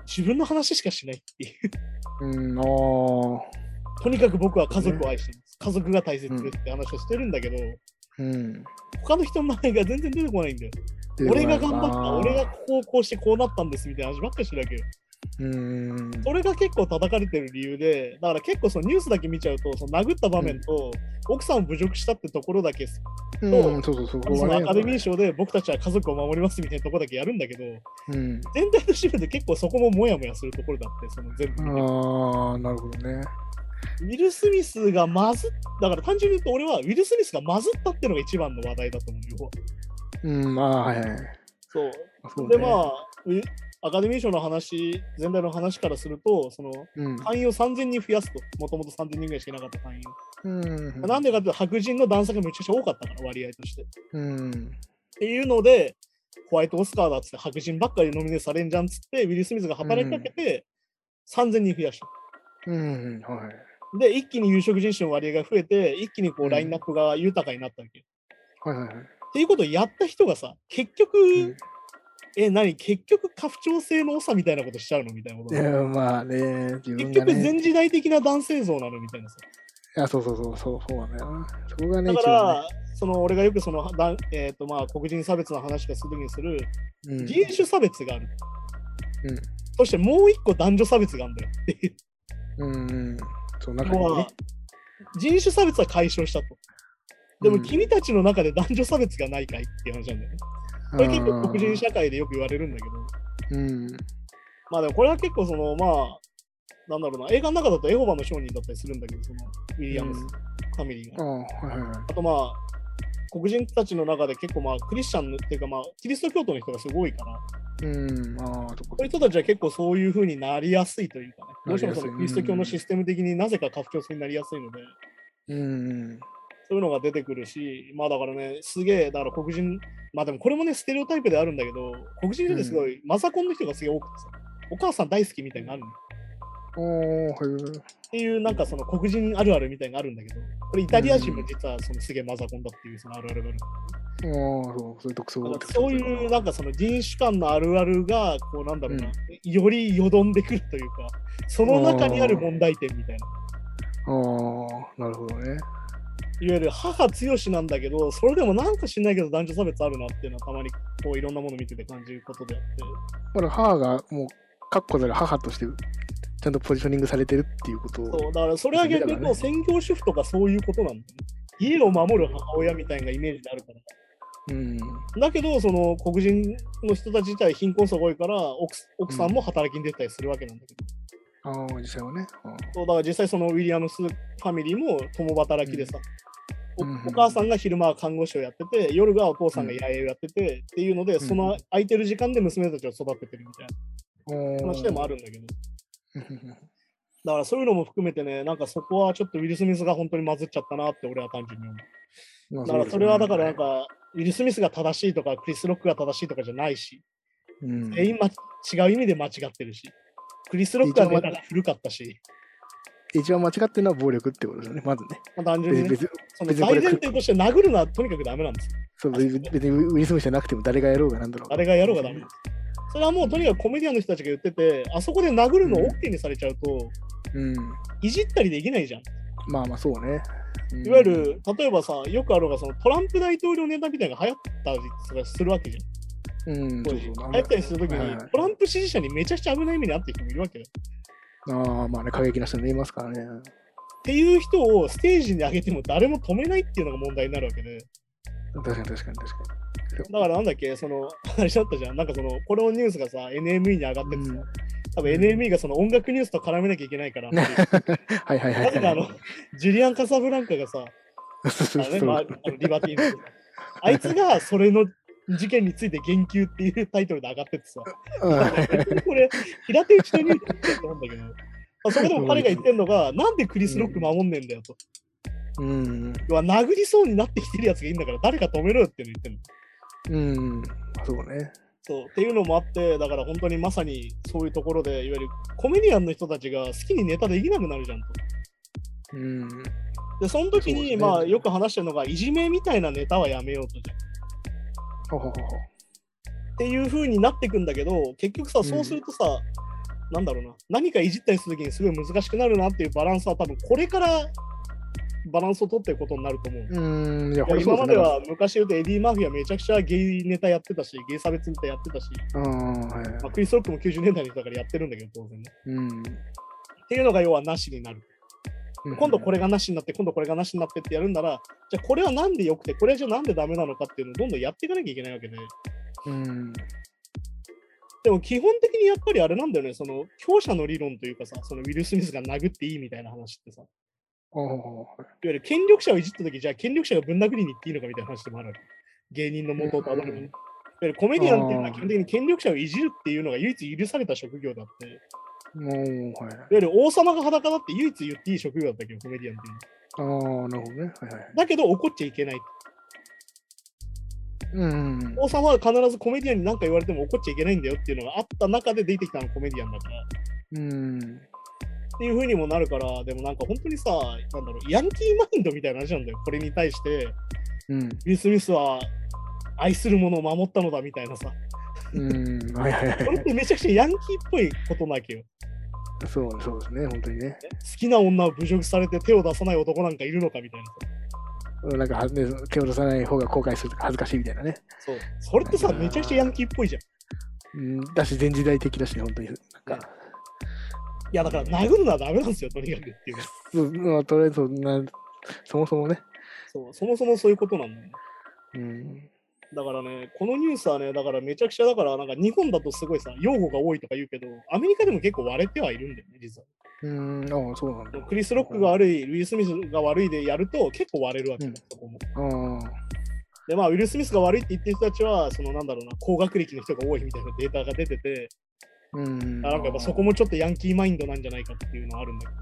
[SPEAKER 2] 自分の話しかしないっていう、
[SPEAKER 3] うん、あー
[SPEAKER 2] とにかく僕は家族を愛してます、家族が大切ですって話をしてるんだけど、
[SPEAKER 3] うん。
[SPEAKER 2] 他の人の前が全然出てこないんだよ。俺が頑張った、俺が。こうこうしてこうなったんですみたいな話ばっかりしてるわけよ。
[SPEAKER 3] うん。
[SPEAKER 2] それが結構叩かれてる理由で、だから結構そのニュースだけ見ちゃうと、その殴った場面と、奥さんを侮辱したってところだけ
[SPEAKER 3] うん、そうそうそう。
[SPEAKER 2] そのアカデミー
[SPEAKER 3] ー
[SPEAKER 2] 賞で僕たちは家族を守りますみたいなとこだけやるんだけど、
[SPEAKER 3] うん。
[SPEAKER 2] 全体のシーンで結構そこもモヤモヤするところだって、その全部。
[SPEAKER 3] ああ、なるほどね。
[SPEAKER 2] ウィル・スミスがまずっ、だから単純に言うと俺はウィル・スミスがまずったっていうのが一番の話題だと思うよ。
[SPEAKER 3] うん、まあ、はいはい。
[SPEAKER 2] そう。
[SPEAKER 3] そう
[SPEAKER 2] で、
[SPEAKER 3] ね
[SPEAKER 2] まあ、ウィアカデミー賞の話、全体の話からすると、その、
[SPEAKER 3] うん。
[SPEAKER 2] 会員を3000人増やすと、もともと3000人ぐらいしかいなかった会員を。
[SPEAKER 3] うん。
[SPEAKER 2] なんでかっていうと、白人の男性がめちゃくちゃ多かったから、割合として。
[SPEAKER 3] う
[SPEAKER 2] っ
[SPEAKER 3] ん。
[SPEAKER 2] ていうので、ホワイトオスカーだっつって白人ばっかりノミネートされんじゃんっつって、ウィル・スミスが働きかけて、3000人増やした。
[SPEAKER 3] うん、はい。
[SPEAKER 2] で、一気に有色人種の割合が増えて、一気にこ
[SPEAKER 3] う
[SPEAKER 2] うんラインナップが豊かになったわけ。
[SPEAKER 3] はいはいはい。
[SPEAKER 2] っていうことをやった人がさ、結局、
[SPEAKER 3] うん
[SPEAKER 2] え、何結局、家父長制の長みたいなことしちゃうのみたいなこ
[SPEAKER 3] い
[SPEAKER 2] と。
[SPEAKER 3] や、まあね、自分
[SPEAKER 2] 結
[SPEAKER 3] が、
[SPEAKER 2] 局、
[SPEAKER 3] ね。
[SPEAKER 2] 全時代的な男性像なのみたいなさ。
[SPEAKER 3] いや、そうそうそう、そうそうなんだよな。そこが
[SPEAKER 2] だ
[SPEAKER 3] ね、一
[SPEAKER 2] か
[SPEAKER 3] 番
[SPEAKER 2] ら、その俺がよくその、だえっ、と、まあ、黒人差別の話がするときにする、
[SPEAKER 3] ね。
[SPEAKER 2] 人種差別がある。
[SPEAKER 3] うん
[SPEAKER 2] そして、もう一個男女差別があるんだよ。
[SPEAKER 3] うん。うんうん。そう、中
[SPEAKER 2] 要
[SPEAKER 3] に
[SPEAKER 2] は
[SPEAKER 3] ね。
[SPEAKER 2] 人種差別は解消したと。で
[SPEAKER 3] う
[SPEAKER 2] も
[SPEAKER 3] ん
[SPEAKER 2] 君たちの中で男女差別がないかいっていう話なんだよね。これ結構黒人社会でよく言われるんだけど、
[SPEAKER 3] うん。
[SPEAKER 2] まあでもこれは結構そのまあ、なんだろうな、映画の中だとエホバの商人だったりするんだけど、そのウィリアムス
[SPEAKER 3] うん
[SPEAKER 2] ファミリー
[SPEAKER 3] あ
[SPEAKER 2] が。
[SPEAKER 3] あ、はいはいはい。
[SPEAKER 2] あとまあ、黒人たちの中で結構まあクリスチャンっていうかまあキリスト教徒の人がすごいから、
[SPEAKER 3] うん、ああ、そこ
[SPEAKER 2] そういう人たちは結構そういうふうになりやすいというかね、どうしてもそ
[SPEAKER 3] なり
[SPEAKER 2] の
[SPEAKER 3] やすい
[SPEAKER 2] キリスト教のシステム的になぜか家父長制になりやすいので、
[SPEAKER 3] うん。
[SPEAKER 2] そういうのが出てくるし、まあだからね、すげえ、だから黒人、まあでもこれもね、ステレオタイプであるんだけど、黒人ってすごい、マザコンの人がすげえ多くてさ、お母さん大好きみたいなのあるのっ
[SPEAKER 3] おお、はい。
[SPEAKER 2] ていう、なんかその黒人あるあるみたいなのがあるんだけど、これイタリア人も実はそのすげえマザコンだっていうそのあるあるがある。
[SPEAKER 3] おお、そう、それ独
[SPEAKER 2] だ
[SPEAKER 3] 創
[SPEAKER 2] からそういう、なんかその人種間のあるあるが、こうなんだろうな、よりよどんでくるというか、その中にある問題点みたいな。
[SPEAKER 3] ああ、なるほどね。
[SPEAKER 2] いわゆる母強しなんだけど、それでもなんか知んないけど男女差別あるなっていうのはたまにこういろんなもの見てて感じることであって。
[SPEAKER 3] ほら、母がもう、かっこざる母として、ちゃんとポジショニングされてるっていうこと
[SPEAKER 2] そ
[SPEAKER 3] を
[SPEAKER 2] う、だからそれは逆にこう専業主婦とかそういうことなんだよね。家を守る母親みたいなイメージであるから。
[SPEAKER 3] うん、
[SPEAKER 2] だけど、その黒人の人たち自体貧困層が多いから奥、奥さんも働きに出てたりするわけなんだけど、
[SPEAKER 3] ああ、実際はね。うん
[SPEAKER 2] そうだから実際そのウィリアムスファミリーも共働きでさ、お
[SPEAKER 3] うんうん
[SPEAKER 2] お母さんが昼間は看護師をやってて、夜がお父さんが依頼をやってて、っていうので、その空いてる時間で娘たちを育ててるみたいな話でもあるんだけど、
[SPEAKER 3] うんうん
[SPEAKER 2] だからそういうのも含めてね、なんかそこはちょっとウィル・スミスが本当に混ぜっちゃったなって俺は単純に思う。
[SPEAKER 3] うんまあ
[SPEAKER 2] だからそれはだからなん、か、ウィル・スミスが正しいとか、クリス・ロックが正しいとかじゃないし、
[SPEAKER 3] うん、
[SPEAKER 2] 全員、ま、違う意味で間違ってるし、クリス・ロックはネタが古かったし、
[SPEAKER 3] 一番間違ってるのは暴力ってことですよね、まずね。
[SPEAKER 2] まあ、単純に、
[SPEAKER 3] 別
[SPEAKER 2] ね、
[SPEAKER 3] 別
[SPEAKER 2] その
[SPEAKER 3] 別にこ
[SPEAKER 2] 大
[SPEAKER 3] れ
[SPEAKER 2] 前提として殴るのはとにかくダメなんですよ。
[SPEAKER 3] そう別に別にウィル・スミスじゃなくても誰がやろうがなんだろうが。
[SPEAKER 2] 誰がやろうがダメです。それはもうとにかくコメディアンの人たちが言ってて、あそこで殴るのを OK にされちゃうと、
[SPEAKER 3] うん。
[SPEAKER 2] いじったりできないじゃん。
[SPEAKER 3] まあまあそうね。うん
[SPEAKER 2] いわゆ、る、例えばさ、よくあるのがそのトランプ大統領ネタみたいなのが流行ったりとかするわけじゃん。
[SPEAKER 3] うん、
[SPEAKER 2] 当
[SPEAKER 3] そう
[SPEAKER 2] 時
[SPEAKER 3] そう
[SPEAKER 2] 流行ったりするとき
[SPEAKER 3] はい
[SPEAKER 2] に
[SPEAKER 3] は、い
[SPEAKER 2] トランプ支持者にめちゃくちゃ危ない目に遭ってる人もいるわけよ。
[SPEAKER 3] ああ、まあね、過激な人もいますからね。
[SPEAKER 2] っていう人をステージに上げても誰も止めないっていうのが問題になるわけで、
[SPEAKER 3] 確かに確かに確か
[SPEAKER 2] だからなんだっけ、その、あれだったじゃん、なんかその、このニュースがさ、NME に上がって
[SPEAKER 3] に。
[SPEAKER 2] て
[SPEAKER 3] う
[SPEAKER 2] さ、
[SPEAKER 3] ん、
[SPEAKER 2] 多分 NME がその音楽ニュースと絡めなきゃいけないから、なぜ
[SPEAKER 3] *laughs* はいはいはい、はい。
[SPEAKER 2] かあの、ジュリアン・カサブランカがさ、あ
[SPEAKER 3] そう
[SPEAKER 2] のね、
[SPEAKER 3] そう
[SPEAKER 2] まあ、あのリバティーのあいつがそれの事件について言及っていうタイトルで上がっててさ、これ、平手打ちのニュースだったと思うんだけど、まあそこでも彼が言ってんのが、なんでクリス・ロック守んねえんだよと。
[SPEAKER 3] うん。
[SPEAKER 2] 要は殴りそうになってきてるやつがいいんだから、誰か止めろよっていうの言ってんの。
[SPEAKER 3] うん。まあそうね。
[SPEAKER 2] そうっていうのもあって、だから本当にまさにそういうところで、いわゆるコメディアンの人たちが好きにネタできなくなるじゃんと。
[SPEAKER 3] うん。
[SPEAKER 2] で、その時
[SPEAKER 3] そう
[SPEAKER 2] に、
[SPEAKER 3] ですね
[SPEAKER 2] まあよく話してるのが、いじめみたいなネタはやめようとじゃん
[SPEAKER 3] ほほほほ。
[SPEAKER 2] っていう風になってくんだけど、結局さ、そうするとさ、なんだろうな、何かいじったりする時にすごい難しくなるなっていうバランスは多分これからバランスを取っていくことになると思う。
[SPEAKER 3] うん。い
[SPEAKER 2] い
[SPEAKER 3] や、ほ
[SPEAKER 2] や今
[SPEAKER 3] ら、そう
[SPEAKER 2] ま
[SPEAKER 3] で
[SPEAKER 2] です
[SPEAKER 3] ね。
[SPEAKER 2] は昔言うとエディ・マーフィーはめちゃくちゃゲイネタやってたし、ゲイ差別ネタやってたし、
[SPEAKER 3] うん。はい。
[SPEAKER 2] まあ、クリス・ロックも90年代の人だからやってるんだけど、当然ね。
[SPEAKER 3] うん。
[SPEAKER 2] っていうのが要はなしになる。今度こ
[SPEAKER 3] れ。
[SPEAKER 2] れがなしになって、今度これがなしになってってやるんなら、じゃあこれはなんでよくて、これじゃなんでダメなのかっていうのをどんどんやっていかなきゃいけないわけで。
[SPEAKER 3] うん。
[SPEAKER 2] でも基本的にやっぱりあれなんだよね、その強者の理論というかさ、そのウィル・スミスが殴っていいみたいな話ってさ、いわ
[SPEAKER 3] ほほほほ。
[SPEAKER 2] ゆる権力者をいじったとき、じゃあ権力者がぶん殴りに行っていいのかみたいな話でもあるわけ。芸人の元をたどるのに。いわゆるコメディアンっていうのは基本的に権力者をいじるっていうのが唯一許された職業だって、いわ
[SPEAKER 3] もう、はい。
[SPEAKER 2] ゆる王様が裸だって唯一言っていい職業だったけど、コメディアンっていうのは。
[SPEAKER 3] ああ、なるほどね。はいはい。
[SPEAKER 2] だけど怒っちゃいけない。
[SPEAKER 3] うん。
[SPEAKER 2] 王様は必ずコメディアンに何か言われても怒っちゃいけないんだよっていうのがあった中で出てきたのコメディアンだから。
[SPEAKER 3] うん。
[SPEAKER 2] っていう風にもなるから、でもなんか本当にさ、なんだろう、ヤンキーマインドみたいな話なんだよ。これに対して、ウ
[SPEAKER 3] うん。
[SPEAKER 2] ィル・スミスは愛するものを守ったのだみたいなさ。
[SPEAKER 3] うん。はいはい
[SPEAKER 2] こ
[SPEAKER 3] は
[SPEAKER 2] れってめちゃくちゃヤンキーっぽいことなわけよ。
[SPEAKER 3] い。そう、そうですね。本当にね。
[SPEAKER 2] 好きな女を侮辱されて手を出さない男なんかいるのかみたいな
[SPEAKER 3] なんか、はね、手を出さない方が後悔するとか恥ずかしいみたいなね。
[SPEAKER 2] さ。そう。それってさ、
[SPEAKER 3] あー
[SPEAKER 2] めちゃくちゃヤンキーっぽいじゃん。い
[SPEAKER 3] うん。だし、全時代的だしね、本当に。なんか。
[SPEAKER 2] や、だから殴るのはダメなんですよ、とにかくっていうか。
[SPEAKER 3] そうまあとりあえずそんな、そもそもね。
[SPEAKER 2] そう。そもそもそういうことなんだよね。
[SPEAKER 3] うん。
[SPEAKER 2] だからね、このニュースはね、だからめちゃくちゃだから、なんか日本だとすごいさ、用語が多いとか言うけど、アメリカでも結構割れてはいるんだよね、実は。
[SPEAKER 3] うん、ああ、そうなんだ。
[SPEAKER 2] クリス・ロックが悪い、ウィル・スミスが悪いでやると結構割れるわけだ、
[SPEAKER 3] うん
[SPEAKER 2] そこも
[SPEAKER 3] ああ。
[SPEAKER 2] で、まあ、ウィル・スミスが悪いって言ってる人たちは、そのなんだろうな、高学歴の人が多いみたいなデータが出てて、
[SPEAKER 3] うん。
[SPEAKER 2] あなんかやっぱそこもちょっとヤンキーマインドなんじゃないかっていうのはあるんだけ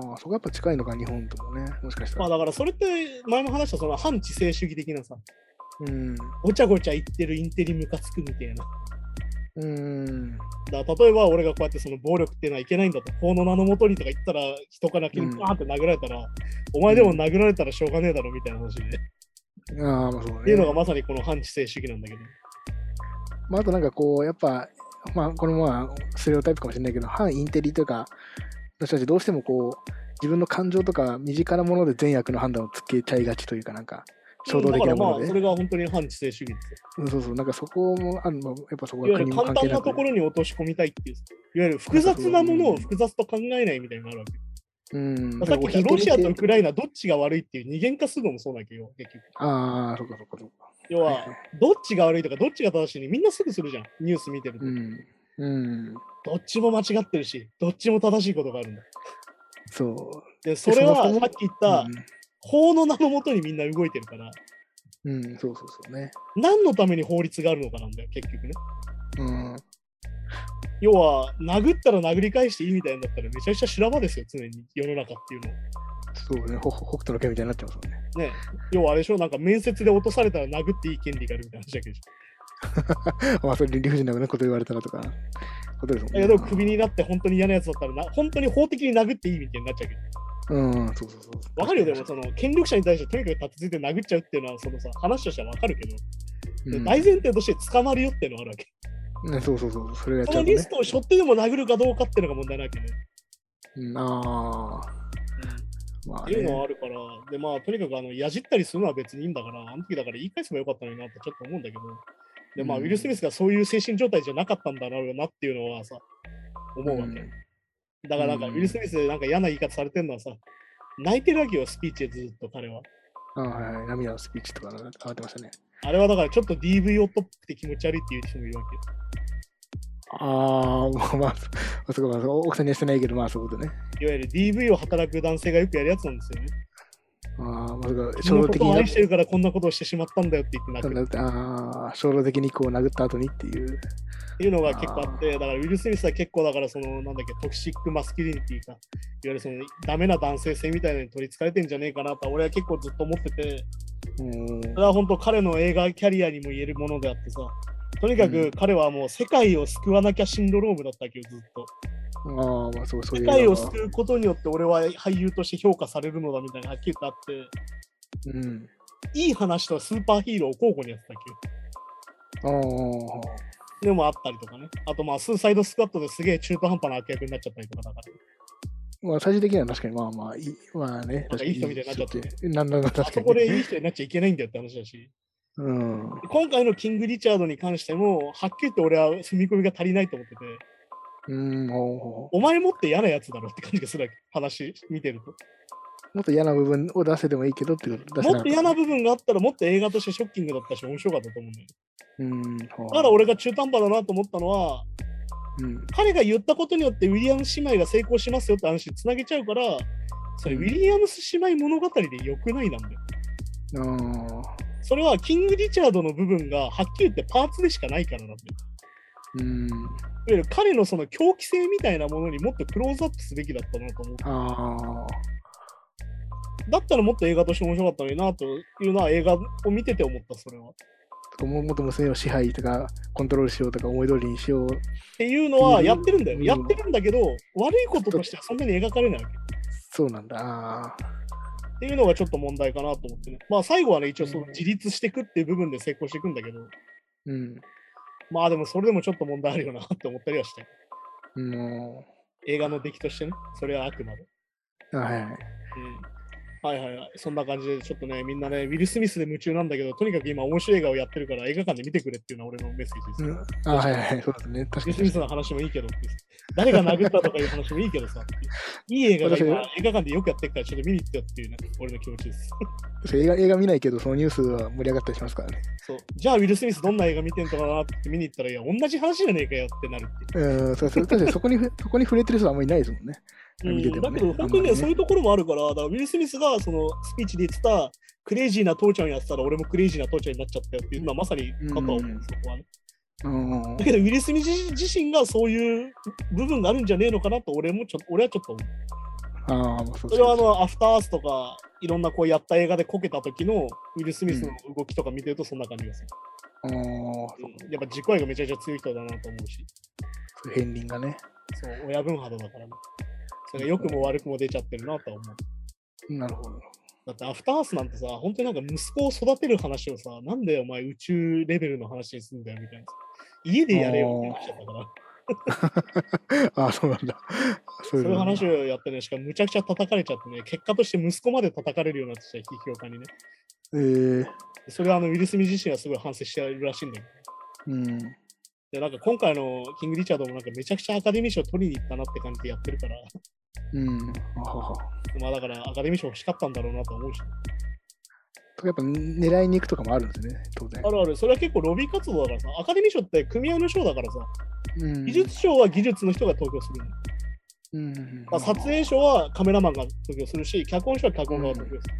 [SPEAKER 2] ど、
[SPEAKER 3] ああ、そこやっぱ近いのか、日本ともね。もしかした
[SPEAKER 2] まあだ
[SPEAKER 3] ら。
[SPEAKER 2] からそれって前も話したその反知性主義的なさ、
[SPEAKER 3] うん。
[SPEAKER 2] ごちゃごちゃ言ってるインテリムカつくみたいな。
[SPEAKER 3] うん。
[SPEAKER 2] だから例えば俺がこうやってその暴力っていうのはいけないんだと、法の名のもとにとか言ったら、人から急にバーンって殴られたら、お前でも殴られたらしょうがねえだろみたいな話で、っ
[SPEAKER 3] ああ、まあそうね。
[SPEAKER 2] ていうのがまさにこの反知性主義なんだけど。
[SPEAKER 3] まあ、あとなんかこう、やっぱ、まあ、これもまあ、ステレオタイプかもしれないけど、反インテリというか、私たちどうしてもこう、自分の感情とか身近なもので善悪の判断をつけちゃいがちというかなんか衝動的
[SPEAKER 2] う
[SPEAKER 3] なもの
[SPEAKER 2] んだからまあ
[SPEAKER 3] で、
[SPEAKER 2] それが本当に反知性主義ですよ
[SPEAKER 3] うんそうそうなんかそこもあるのやっぱそこ
[SPEAKER 2] い
[SPEAKER 3] が
[SPEAKER 2] わゆ
[SPEAKER 3] 国
[SPEAKER 2] る
[SPEAKER 3] も
[SPEAKER 2] 簡
[SPEAKER 3] 関
[SPEAKER 2] 単
[SPEAKER 3] 係
[SPEAKER 2] な
[SPEAKER 3] な
[SPEAKER 2] と
[SPEAKER 3] く
[SPEAKER 2] ころに落とし込みたいっていう。いわゆる複雑なものを複雑と考えないみたいになるわけ。
[SPEAKER 3] うん
[SPEAKER 2] さっき言ったロシアとウク
[SPEAKER 3] い
[SPEAKER 2] ライナどっちが悪いっていう二元化するのもそうだけど、結局。
[SPEAKER 3] ああそっかそっかそっか
[SPEAKER 2] 要
[SPEAKER 3] はいは
[SPEAKER 2] は、どっちが悪いとかどっちが正しいにみんなすぐするじゃん、ニュース見てると。
[SPEAKER 3] うんうん
[SPEAKER 2] どっちも間違ってるし、どっちも正しいことがあるんだ。
[SPEAKER 3] そ
[SPEAKER 2] で、それは
[SPEAKER 3] そ
[SPEAKER 2] さ
[SPEAKER 3] もそも
[SPEAKER 2] っき言った、法の名のもとにみんな動いてるから、
[SPEAKER 3] う、うん、うん、そうそうそうね
[SPEAKER 2] 何のために法律があるのかなんだよ、結局ね。
[SPEAKER 3] うん
[SPEAKER 2] 要は、殴ったら殴り返していいみたいになったら、めちゃくちゃ修羅場ですよ、常に世の中っていうのは。
[SPEAKER 3] そうねほ北斗の拳みたいになってますもんね
[SPEAKER 2] ね、要はあれでしょ、なんか面接で落とされたら殴っていい権利があるみたいな話だけど、
[SPEAKER 3] まあそれ理不尽なこと言われたらとかことですもん
[SPEAKER 2] だけど、クビになって本当に嫌なやつだったらな、本当に法的に殴っていいみたいになっちゃうけど、
[SPEAKER 3] うんそうそうそう
[SPEAKER 2] わかるよ、でも、その権力者に対してとにかく立てついて殴っちゃうっていうのは、そのさ、話としてはわかるけど、
[SPEAKER 3] うん
[SPEAKER 2] 大前提として捕まるよっていうのはあるわけ。
[SPEAKER 3] ね、そうそうそう、それが
[SPEAKER 2] そ
[SPEAKER 3] ちゃ
[SPEAKER 2] の
[SPEAKER 3] んと
[SPEAKER 2] リ
[SPEAKER 3] ね
[SPEAKER 2] ス。トを背負ってでも殴るかどうかっていうのが問題なわけね。
[SPEAKER 3] うん、ああ、まあ
[SPEAKER 2] っていうのは
[SPEAKER 3] ね。
[SPEAKER 2] あるから、で、まあ、とにかく、あの、やじったりするのは別にいいんだから、あの時だから言い返せばよかったのになってちょっと思うんだけど、で、まあ、
[SPEAKER 3] う
[SPEAKER 2] ウ
[SPEAKER 3] ん
[SPEAKER 2] ィル・スミスがそういう精神状態じゃなかったんだろうなっていうのはさ、思うわけ。だからなんか、
[SPEAKER 3] う
[SPEAKER 2] ウ
[SPEAKER 3] ん
[SPEAKER 2] ィル・スミスでなんか嫌な言い方されてるのはさ、泣いてるわけよ、スピーチでずっと彼は。
[SPEAKER 3] あはいはい、涙のスピーチとか上がってましたね。
[SPEAKER 2] あれはだからちょっと DV 男っぽくて気持ち悪いっていう人もいるわけよ。
[SPEAKER 3] ああ、まあ、まあ、そそこまあ、奥さんにはしてないけど、まあ、そういうことね。
[SPEAKER 2] いわゆる DV を働く男性がよくやるやつなんですよね。
[SPEAKER 3] ああ、まあ、そこ
[SPEAKER 2] そ
[SPEAKER 3] 衝
[SPEAKER 2] の
[SPEAKER 3] 動
[SPEAKER 2] こ
[SPEAKER 3] 的
[SPEAKER 2] と
[SPEAKER 3] に
[SPEAKER 2] を
[SPEAKER 3] な
[SPEAKER 2] 愛してるからこんなことをしてしまったんだよって言って泣くっ
[SPEAKER 3] ああ、衝動的にこう殴った後にっていう。
[SPEAKER 2] ていうのが結構あって、だからウィル・スミスは結構だからそのなんだっけ、トキシックマスキュリニティか、いわゆるそのダメな男性性みたいなのに取り憑かれてんじゃねえかなと俺は結構ずっと思ってて、
[SPEAKER 3] うん。
[SPEAKER 2] それは本当彼の映画キャリアにも言えるものであってさ、とにか
[SPEAKER 3] う
[SPEAKER 2] く
[SPEAKER 3] ん
[SPEAKER 2] 彼はもう世界を救わなきゃシンドロームだったわけどずっと。
[SPEAKER 3] ああ、まあ、そう、そうい
[SPEAKER 2] 世
[SPEAKER 3] う。
[SPEAKER 2] 界を救うことによって俺は俳優として評価されるのだみたいなはっきりとあって、
[SPEAKER 3] うん。
[SPEAKER 2] いい話とスーパーヒーローを交互にやってたっけど
[SPEAKER 3] ああ、
[SPEAKER 2] でもあったりとかね。あとまあ、スーサイドスクワットですげえ中途半端な悪役になっちゃったりとかだから。
[SPEAKER 3] まあ、最終的には確かに、まあまあ、いい、まあね。
[SPEAKER 2] なんかいい人みたいになっちゃって
[SPEAKER 3] て。なんだか
[SPEAKER 2] あ
[SPEAKER 3] 確か
[SPEAKER 2] そ
[SPEAKER 3] に
[SPEAKER 2] こ
[SPEAKER 3] ね。
[SPEAKER 2] でいい人になっちゃいけないんだよって話だし。
[SPEAKER 3] うん。
[SPEAKER 2] 今回のキング・リチャードに関しても、はっきり言って俺は踏み込みが足りないと思ってて、
[SPEAKER 3] うん、ほうほう。
[SPEAKER 2] お前もって嫌なやつだろって感じがするわけ。話見てると。
[SPEAKER 3] もっと嫌な部分を出せてもいいけどってこと出せ
[SPEAKER 2] も
[SPEAKER 3] な
[SPEAKER 2] っと
[SPEAKER 3] か
[SPEAKER 2] 嫌な部分があったらもっと映画としてショッキングだったし面白かったと思うんだよ。
[SPEAKER 3] うん。
[SPEAKER 2] だから俺が中途半端だなと思ったのは、
[SPEAKER 3] うん。
[SPEAKER 2] 彼が言ったことによってウィリアムス姉妹が成功しますよって話につなげちゃうから、それ
[SPEAKER 3] う
[SPEAKER 2] ウ
[SPEAKER 3] ん
[SPEAKER 2] ィリアムス姉妹物語で良くないなんだよ。
[SPEAKER 3] あー
[SPEAKER 2] それはキング・リチャードの部分がはっきり言ってパーツでしかないからなんだよ。
[SPEAKER 3] う
[SPEAKER 2] い
[SPEAKER 3] ん。
[SPEAKER 2] わゆる彼のその狂気性みたいなものにもっとクローズアップすべきだったなと思う。
[SPEAKER 3] あ
[SPEAKER 2] だったらもっと映画として面白かったのになというのは映画を見てて思った、それは。っ
[SPEAKER 3] あ。ももっと娘を支配とかコントロールしようとか思い通りにしよう。
[SPEAKER 2] ていうのは
[SPEAKER 3] うん
[SPEAKER 2] やってるんだよ。
[SPEAKER 3] うん
[SPEAKER 2] やってるんだけど、悪いこととしてはそんなに描かれないわけ。
[SPEAKER 3] そうなんだ。あー
[SPEAKER 2] っていうのがちょっと問題かなと思ってね。まあ最後はね、一応その
[SPEAKER 3] うん
[SPEAKER 2] 自立していくっていう部分で成功していくんだけど、
[SPEAKER 3] うん。
[SPEAKER 2] まあでもそれでもちょっと問題あるよなって思ったりはして。
[SPEAKER 3] も
[SPEAKER 2] 映画の出来としてね、それはあくまで。
[SPEAKER 3] う。はいはい。
[SPEAKER 2] うん、はいはいはい。そんな感じで、ちょっとね、みんなね、ウィル・スミスで夢中なんだけど、とにかく今面白い映画をやってるから映画館で見てくれっていうのは俺のメッセージです。
[SPEAKER 3] う
[SPEAKER 2] ウ
[SPEAKER 3] ん、あはいはい。そうですね。
[SPEAKER 2] ィル・
[SPEAKER 3] 確
[SPEAKER 2] ス
[SPEAKER 3] か
[SPEAKER 2] ミ
[SPEAKER 3] に
[SPEAKER 2] ス。の話もいいけどっていう、誰が殴ったとかいう話もいいけどさ、いい映画が今映
[SPEAKER 3] 私
[SPEAKER 2] 画館でよくやってるからちょっと見に行ってよっていうね、俺の気持ちです。
[SPEAKER 3] そう映画映画見ないけど、そのニュースは盛り上がったりしますからね。
[SPEAKER 2] そうじゃあ、ウィル・スミスどんな映画見てんのかなって見に行ったら、いや、同じ話じゃねえかよってなるっていう。
[SPEAKER 3] うん。そうそう確かにそこにふそこに触れてる人はあんまりいないですもんね。
[SPEAKER 2] うん
[SPEAKER 3] 見てても
[SPEAKER 2] だ
[SPEAKER 3] ね
[SPEAKER 2] けど、本当にね
[SPEAKER 3] あんまりね
[SPEAKER 2] そういうところもあるから、だからウィル・スミスがそのスピーチで言ってた、クレイジーな父ちゃんやってたら、俺もクレイジーな父ちゃんになっちゃったよっていうのは、まさにだとは思う、
[SPEAKER 3] うん
[SPEAKER 2] そこはね。
[SPEAKER 3] うん
[SPEAKER 2] だ。けど、ウィル・スミス自自身がそういう部分があるんじゃねえのかなと、俺もちょっと、俺はちょっと思う。
[SPEAKER 3] ああ、まあそうそう
[SPEAKER 2] それは、あの、アフターアースとか、いろんなこうやった映画でこけた時のウィル・スミスの動きとか見てると、そんな感じがする。
[SPEAKER 3] あーそう
[SPEAKER 2] うんやっぱ自己愛がめちゃくちゃ強い人だなと思うし、
[SPEAKER 3] そう片鱗がね。
[SPEAKER 2] そう、親分肌だからね。それが良くも悪くも出ちゃってるなとは思う。
[SPEAKER 3] なるほど。
[SPEAKER 2] だってアフターアースなんてさ、本当になんか息子を育てる話をさ、なんでお前宇宙レベルの話にするんだよみたいな。家でやれよみたいな話だったから。
[SPEAKER 3] ああ、そうなんだ。そ
[SPEAKER 2] そういう話
[SPEAKER 3] を。
[SPEAKER 2] をやってね、しかもむちゃくちゃ叩かれちゃってね、結果として息子まで叩かれるようになってきた、批評家にね。
[SPEAKER 3] えー、
[SPEAKER 2] それはあのウィル・スミス自身はすごい反省してるらしいんだけど。
[SPEAKER 3] うん。
[SPEAKER 2] で、なんか今回のキング・リチャードもなんかめちゃくちゃアカデミー賞取りに行ったなって感じでやってるから、 *laughs*
[SPEAKER 3] うん。あはは。
[SPEAKER 2] まあだからアカデミー賞欲しかったんだろうなとは思うし、
[SPEAKER 3] やっぱ狙いに行くとかもあるんですね、当然
[SPEAKER 2] あ。るある、それは結構ロビー活動だからさ、アカデミー賞って組合の賞だからさ、
[SPEAKER 3] うん
[SPEAKER 2] 技術賞は技術の人が投票するの。
[SPEAKER 3] うん。
[SPEAKER 2] まあ、撮影賞はカメラマンが投票するし、脚本賞は脚本家が投票する。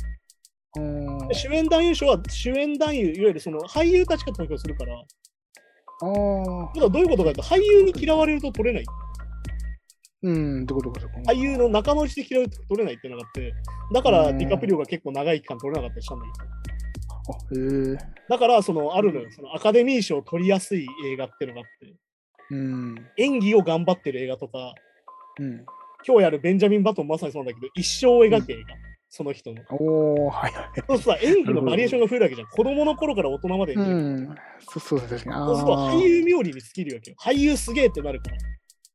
[SPEAKER 3] うん
[SPEAKER 2] で主演男優賞は主演男優、いわゆるその俳優たちが投票するから、
[SPEAKER 3] ああ。
[SPEAKER 2] ただどういうことかというと、俳優に嫌われると取れない。
[SPEAKER 3] うん、どこどこどこ。
[SPEAKER 2] 俳優の仲間内で嫌われると取れないっていうのがあって、だからディカプリオが結構長い期間取れなかったりしたんだけど、
[SPEAKER 3] あへえ。
[SPEAKER 2] だからそのあるのよ、そのアカデミー賞を取りやすい映画っていうのがあって、
[SPEAKER 3] うん。
[SPEAKER 2] 演技を頑張ってる映画とか、
[SPEAKER 3] うん。
[SPEAKER 2] 今日やるベンジャミン・バトンまさにそうなんだけど、一生を描け映画、その人の。
[SPEAKER 3] おおはいはい。
[SPEAKER 2] そうするとさ、演技のバリエーションが増えるわけじゃん。子供の頃から大人まで。
[SPEAKER 3] うん。そそうです確かに。あ
[SPEAKER 2] そうすると
[SPEAKER 3] あ
[SPEAKER 2] 俳。優冥利に尽きるわけよ。俳優すげえってなるから。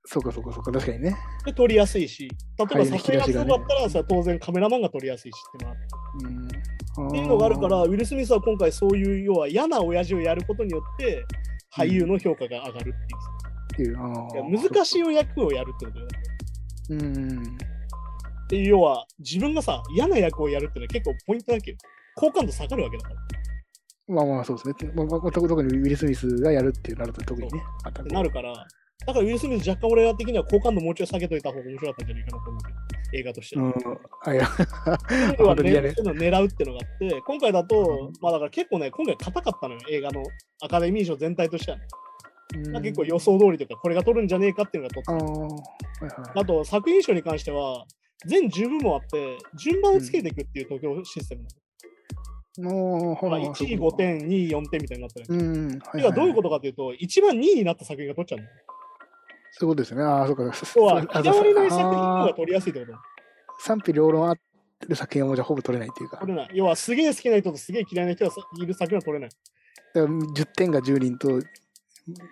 [SPEAKER 3] そうかそうかそうか、確かにね。
[SPEAKER 2] で、撮りやすいし、例えば
[SPEAKER 3] 俳優の引
[SPEAKER 2] 撮
[SPEAKER 3] き
[SPEAKER 2] 影
[SPEAKER 3] 出
[SPEAKER 2] が
[SPEAKER 3] し
[SPEAKER 2] す
[SPEAKER 3] がね
[SPEAKER 2] ごかったらさ、当然カメラマンが撮りやすいしってなる。
[SPEAKER 3] う
[SPEAKER 2] っ
[SPEAKER 3] ん。って
[SPEAKER 2] いうのがあるか。ら、ウィル・スミスは今回そういう、要は嫌な親父をやることによって、俳優の評価が上がるっていう
[SPEAKER 3] っていう。ああ。
[SPEAKER 2] いや。難しい役をやるってことだよね。
[SPEAKER 3] うん。
[SPEAKER 2] っていう、要は自分がさ、嫌な役をやるっていうのは結構ポイントだけど、好感度下がるわけだから。
[SPEAKER 3] まあまあそうですね。まあ、まあ、特にウィル・スミスがやるってなると特にね。あった
[SPEAKER 2] ってなるから、だからウィル・スミス若干俺ら的には好感度もうちょい下げといた方が面白かったんじゃないかなと思うけど、映画として。
[SPEAKER 3] うん。あ、いや。
[SPEAKER 2] っていうのは
[SPEAKER 3] 本当にやれ
[SPEAKER 2] ねそういうのを狙うっていうのがあって、今回だと、まあだから結構ね、今回硬かったのよ、映画のアカデミー賞全体としてはね。だから結構予想通りというか、これが取るんじゃねえかっていうのが取
[SPEAKER 3] ああ。
[SPEAKER 2] っ
[SPEAKER 3] はいはい。
[SPEAKER 2] た。あと、作品賞に関しては、全10部門あって、順番をつけていくっていう東京システムな
[SPEAKER 3] もう、
[SPEAKER 2] の。まあ、1位5。点、2位4点みたいになってる。
[SPEAKER 3] うん。は
[SPEAKER 2] て
[SPEAKER 3] い
[SPEAKER 2] か
[SPEAKER 3] は
[SPEAKER 2] どういうこととかというと、一番2位になった作品が取っちゃうの。
[SPEAKER 3] そういうことですね。ああ、そうか。
[SPEAKER 2] 要
[SPEAKER 3] そう
[SPEAKER 2] は、嫌われない作品の方が
[SPEAKER 3] あ
[SPEAKER 2] 取りやすいってこと。
[SPEAKER 3] 賛否両論あってる作品はもうじゃあほぼ取れないっていうか。
[SPEAKER 2] 取れない。要は、すげえ好きな人とすげえ嫌いな人がいる作品は取れない。
[SPEAKER 3] だから10点が10人と、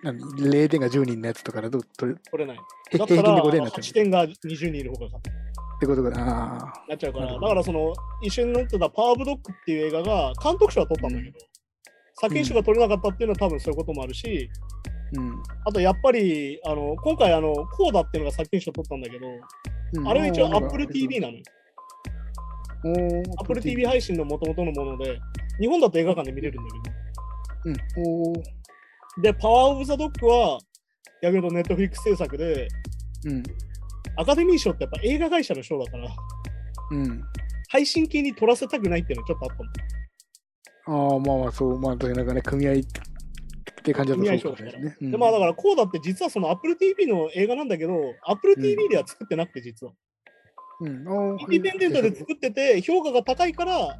[SPEAKER 3] 何0点が10人のやつとかだと取れ
[SPEAKER 2] 取れない。
[SPEAKER 3] へ
[SPEAKER 2] だっ
[SPEAKER 3] 平
[SPEAKER 2] た
[SPEAKER 3] 均で
[SPEAKER 2] ら、
[SPEAKER 3] 5点になっ
[SPEAKER 2] 8
[SPEAKER 3] ちゃう
[SPEAKER 2] 点が20人いる方が勝つ
[SPEAKER 3] ってことかな。あ
[SPEAKER 2] なっちゃうか
[SPEAKER 3] な
[SPEAKER 2] ら、だ
[SPEAKER 3] るほど
[SPEAKER 2] からその、一緒になってたパワーオブドッグっていう映画が、監督賞は取ったんだけど、作品賞が取れなかったっていうのは多分そういうこともあるし、
[SPEAKER 3] ーうん
[SPEAKER 2] あとやっぱり、あの、今回、あの、コーダっていうのが作品賞取ったんだけど、
[SPEAKER 3] うん。
[SPEAKER 2] あれは一応 Apple TV なのよ。
[SPEAKER 3] おー
[SPEAKER 2] Apple TV 配信の元々のもので、日本だと映画館で見れるんだけ
[SPEAKER 3] うん。おー
[SPEAKER 2] ど、で、パワーオブザドッグは、逆に言うとネットフリックス制作で、
[SPEAKER 3] うん。
[SPEAKER 2] アカデミー賞ってやっぱ映画会社の賞だから、
[SPEAKER 3] うん。
[SPEAKER 2] 配信系に取らせたくないっていうのはちょっとあったの。
[SPEAKER 3] ああ、まあまあ、そう、まあ、確かになんかね、組合って感じだとそうかもしれないですね。うん
[SPEAKER 2] でまあだからこうだって実はその Apple TV の映画なんだけど、Apple
[SPEAKER 3] うん
[SPEAKER 2] TV では作ってなくて実は。
[SPEAKER 3] うん、あー
[SPEAKER 2] インディペンデントで作ってて評価が高いから、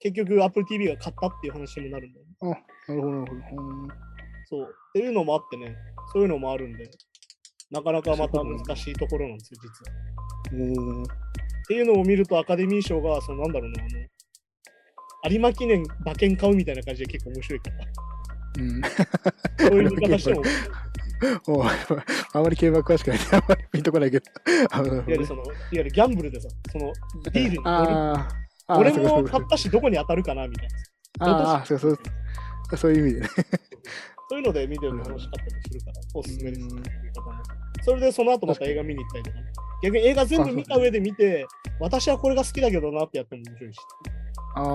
[SPEAKER 2] 結局 Apple TV が買ったっていう話になるんだよね。
[SPEAKER 3] なるほど、なるほど。うん
[SPEAKER 2] そう。っていうのもあってね、そういうのもあるんで、なかなかまた難しいところなんですよ、実は。
[SPEAKER 3] おー
[SPEAKER 2] っていうのを見るとアカデミー賞が、そのなんだろうな、あの、有馬記念馬券買うみたいな感じで結構面白いから、
[SPEAKER 3] *laughs* うん。
[SPEAKER 2] そういう見方
[SPEAKER 3] *laughs*
[SPEAKER 2] しても、
[SPEAKER 3] おーあまり競馬詳しくないんであんまりピンとこないけど。あなるほ
[SPEAKER 2] いわゆ
[SPEAKER 3] ど
[SPEAKER 2] る
[SPEAKER 3] ね
[SPEAKER 2] その、いわゆるギャンブルでさ、その、ビールに乗る。
[SPEAKER 3] あーあー、
[SPEAKER 2] 俺
[SPEAKER 3] そうかそう
[SPEAKER 2] も
[SPEAKER 3] か
[SPEAKER 2] 買ったし、どこに当たるかなみたいな。
[SPEAKER 3] ああ、そうそう。そういう意味でね。
[SPEAKER 2] そういうので見てるの楽しかったりするから、おすすめです、
[SPEAKER 3] うん
[SPEAKER 2] それでその後また映画見に行ったりとかね、逆に映画全部見た上で見て、私はこれが好きだけどなってやっても面白いし。
[SPEAKER 3] ああ、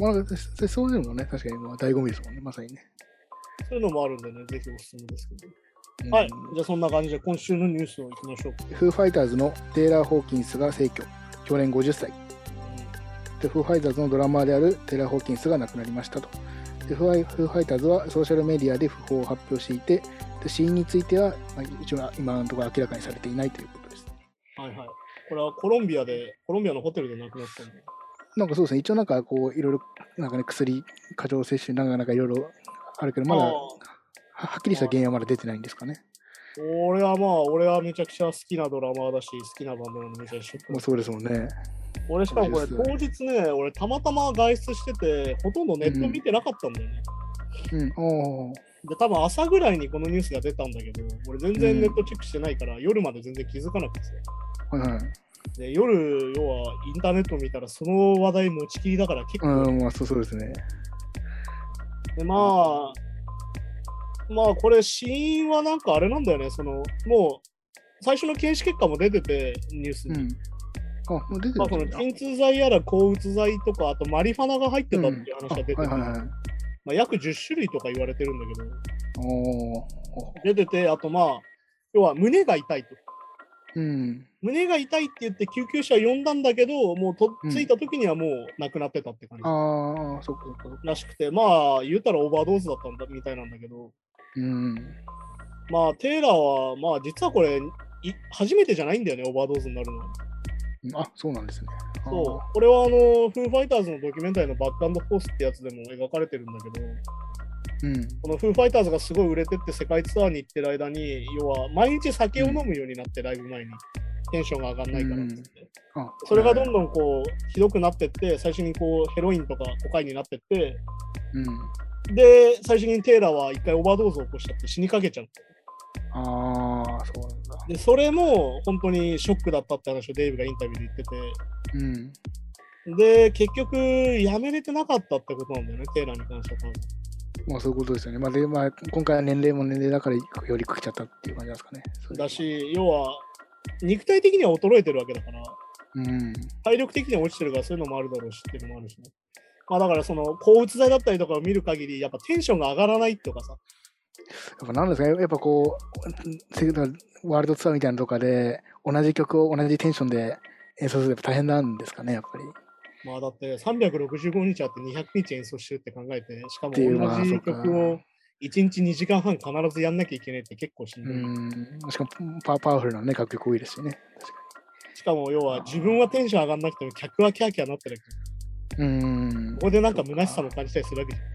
[SPEAKER 3] まあ、なんかそそういうのもね、確かに、まあ、醍醐味ですもんね、まさにね。
[SPEAKER 2] そういうのもあるんでね、ぜひおすすめですけど。
[SPEAKER 3] うん
[SPEAKER 2] はい、じゃあそんな感じで今週のニュースをいきましょうか。
[SPEAKER 3] フーファイターズのテイラー・ホーキンスが逝去、去年50歳。でフーファイターズのドラマーであるテイラー・ホーキンスが亡くなりましたと。でフーファイフーファイターズはソーシャルメディアで訃報を発表していて、で死因については、まあ、一応今のところ明らかにされていないということです。
[SPEAKER 2] はいはい。これはコロンビアで、コロンビアのホテルで亡くなったんで。
[SPEAKER 3] なんかそうですね、一応なんかこう、いろいろ、なんかね、薬、過剰摂取、なんかなんかいろいろあるけど、まだ、
[SPEAKER 2] あー
[SPEAKER 3] ははっきりした原因はまだ出てないんですかね。
[SPEAKER 2] 俺はまあ、俺はめちゃくちゃ好きなドラマーだし、好きなバンドなのでめちゃくちゃショック
[SPEAKER 3] もうそうですもんね。
[SPEAKER 2] 俺しかもこれ
[SPEAKER 3] そう
[SPEAKER 2] 当
[SPEAKER 3] で
[SPEAKER 2] 日ね、俺たまたま外出してて、ほとんどネット見てなかったんだよね。
[SPEAKER 3] うん、おー
[SPEAKER 2] で多分朝ぐらいにこのニュースが出たんだけど、俺全然ネットチェックしてないから、夜まで全然気づかなくてさ
[SPEAKER 3] はいはい。
[SPEAKER 2] で夜、要はインターネット見たらその話題持ちきりだから結構、
[SPEAKER 3] うん、まあそうそうですね。
[SPEAKER 2] でまあ、まあこれ死因はなんかあれなんだよね、そのもう最初の検視結果も出てて、ニュース
[SPEAKER 3] う
[SPEAKER 2] に。
[SPEAKER 3] ん。あ、もう出て
[SPEAKER 2] まあ、そ
[SPEAKER 3] る
[SPEAKER 2] の
[SPEAKER 3] んだ。
[SPEAKER 2] 鎮痛剤やら抗うつ剤とか、あとマリファナが入ってたっていう話が出てて、
[SPEAKER 3] うんあはいはいはい。
[SPEAKER 2] まあ、約10種類とか言われてるんだけど、
[SPEAKER 3] おー
[SPEAKER 2] 出てて、あとまあ、要は胸が痛いと。
[SPEAKER 3] うん。
[SPEAKER 2] 胸が痛いって言って救急車呼んだんだけど、もうと
[SPEAKER 3] うん
[SPEAKER 2] 着いた時にはもう亡くなってたって感じ、
[SPEAKER 3] ああ、そっかそっかそっか。
[SPEAKER 2] らしくて、まあ言うたらオーバードーズだったんだみたいなんだけど、
[SPEAKER 3] うん。
[SPEAKER 2] まあテイラーは、まあ実はこれ、い初めてじゃないんだよね、オーバードーズになるのは。
[SPEAKER 3] あ、そうなんですね。あー
[SPEAKER 2] そう。これはあの、フーファイターズのドキュメンタリーのバックアンドフォースってやつでも描かれてるんだけど、
[SPEAKER 3] うん。
[SPEAKER 2] このフーファイターズがすごい売れてって世界ツアーに行ってる間に、要は毎日酒を飲むようになって、ライブ前に。テンションが上がんないからっつって。
[SPEAKER 3] あ
[SPEAKER 2] それがどんどんこうひどくなってって最初にこうヘロインとかコカインになってって
[SPEAKER 3] うん。
[SPEAKER 2] で最終的にテイラーは一回オーバードーズを起こしちゃって死にかけちゃう
[SPEAKER 3] ああ、そうなんだ。
[SPEAKER 2] でそれも本当にショックだったって話をデイブがインタビューで言って
[SPEAKER 3] うん。
[SPEAKER 2] てで結局やめれてなかったってことなんだよねテイラーに関しては多分
[SPEAKER 3] まあそういうことですよね。まあ、でまあ、今回は年齢も年齢だからより食っちゃったっていう感じなんですかね。それ
[SPEAKER 2] だ、し要は肉体的には衰えてるわけだから
[SPEAKER 3] うん。
[SPEAKER 2] 体力的には落ちてるからそういうのもあるだろうしっていうのもあるしねまあだからその抗うつ剤だったりとかを見る限りやっぱテンションが上がらないとかさ
[SPEAKER 3] やっぱなんですかね、やっぱこう、せだからワールドツアーみたいなとかで、同じ曲を同じテンションで演奏するとやっぱ大変なんですかね、やっぱり。
[SPEAKER 2] まあだって365日あって200日演奏してるって考えて、しかも
[SPEAKER 3] っていうまあ
[SPEAKER 2] 同じ
[SPEAKER 3] そっか
[SPEAKER 2] 曲を1日2時間半必ずやんなきゃいけないって結構しんどい。
[SPEAKER 3] うん。しかもパパワフルなね、楽曲多いですしね。
[SPEAKER 2] しかも要は自分はテンション上がんなくても客はキャーキャーなってるわけ。
[SPEAKER 3] うん
[SPEAKER 2] こ。こでなんか虚しさも感じたりするわけじゃん。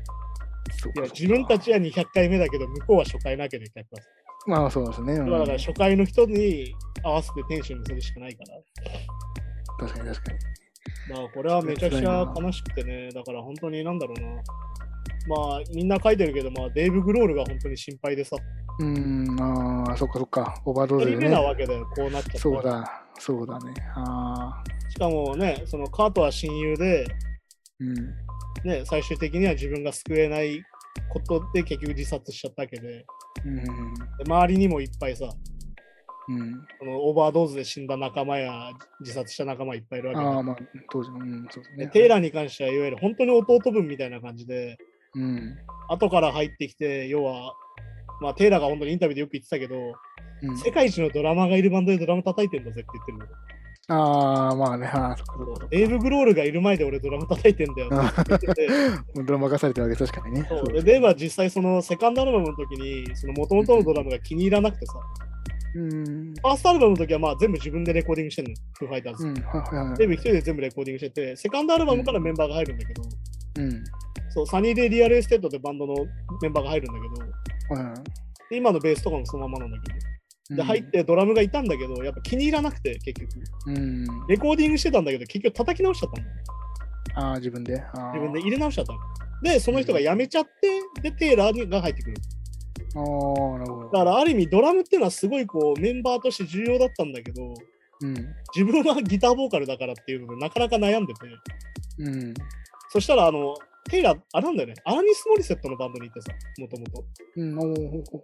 [SPEAKER 3] そう
[SPEAKER 2] い
[SPEAKER 3] か
[SPEAKER 2] や
[SPEAKER 3] そうか
[SPEAKER 2] 自分たちは200回目だけど、向こうは初回なきゃで客は。
[SPEAKER 3] まあそうですね。う
[SPEAKER 2] だ
[SPEAKER 3] ん
[SPEAKER 2] から初回の人に合わせてテンションにするしかないから。
[SPEAKER 3] 確かに確かに。
[SPEAKER 2] だからこれはめちゃくちゃ悲しくてね、だから本当になんだろうな。まあみんな書いてるけど、まあデイブ・グロールが本当に心配でさ、
[SPEAKER 3] うん、ああ、そっかそっか。オーバードー
[SPEAKER 2] 一
[SPEAKER 3] ズで
[SPEAKER 2] 人
[SPEAKER 3] ね
[SPEAKER 2] 目な。わけだよ、こうなっちゃったら。
[SPEAKER 3] そうだ、そうだね。ああ、
[SPEAKER 2] しかもね、そのカートは親友で、
[SPEAKER 3] うん。
[SPEAKER 2] ね、最終的には自分が救えないことで結局自殺しちゃったわけで、
[SPEAKER 3] うん。
[SPEAKER 2] で周りにもいっぱいさ、
[SPEAKER 3] うん。
[SPEAKER 2] そのオーバードーズで死んだ仲間や自殺した仲間いっぱいいる
[SPEAKER 3] ああ、
[SPEAKER 2] わ
[SPEAKER 3] まあ、当時の、うん、そ
[SPEAKER 2] け
[SPEAKER 3] うです
[SPEAKER 2] で、
[SPEAKER 3] ね。
[SPEAKER 2] でテイラーに関してはいわゆる本当に弟分みたいな感じで、
[SPEAKER 3] うん。
[SPEAKER 2] 後から入ってきて、要は、まあ、テイラーが本当にインタビューでよく言ってたけど、
[SPEAKER 3] うん、
[SPEAKER 2] 世界一のドラマーがいるバンドでドラム叩いてるんだぜって言ってるの。
[SPEAKER 3] ああ、まあね、ああ、そっかそっかそっか。
[SPEAKER 2] デーブ・グロールがいる前で俺ドラム叩いてんだよって言
[SPEAKER 3] *laughs*
[SPEAKER 2] ってて。
[SPEAKER 3] もうドラマ化されてるわけ確かにね。
[SPEAKER 2] そうでデイブは実際そのセカンドアルバムの時にその元々のドラムが気に入らなくてさ、
[SPEAKER 3] うん。
[SPEAKER 2] ファーストアルバムの時はまあ全部自分でレコーディングしてんのよ、フーファイターズ。
[SPEAKER 3] うん。はいはいは
[SPEAKER 2] デイ
[SPEAKER 3] い。
[SPEAKER 2] ブ一人で全部レコーディングしてて、セカンドアルバムからメンバーが入るんだけど、
[SPEAKER 3] うん。
[SPEAKER 2] そうサニーデイ・リアルエステートでバンドのメンバーが入るんだけど、
[SPEAKER 3] はいは
[SPEAKER 2] で今のベースとかもそのままなんだけど、
[SPEAKER 3] い。
[SPEAKER 2] で入ってドラムがいたんだけど、やっぱ気に入らなくて結局、
[SPEAKER 3] うん。
[SPEAKER 2] レコーディングしてたんだけど、結局叩き直しちゃったの。
[SPEAKER 3] ああ、自分で。ああ。
[SPEAKER 2] 自分で入れ直しちゃったの。で、その人が辞めちゃって、で、テイラーが入ってくる。
[SPEAKER 3] ああ、なるほど。
[SPEAKER 2] だからある意味ドラムっていうのはすごいこうメンバーとして重要だったんだけど
[SPEAKER 3] うん。
[SPEAKER 2] 自分はギターボーカルだからっていうのでなかなか悩んでて
[SPEAKER 3] うん。
[SPEAKER 2] そしたらあのテイラーあれなんだよねアラニス・モリセットのバンドにいてさもともと
[SPEAKER 3] うん。おーほうほう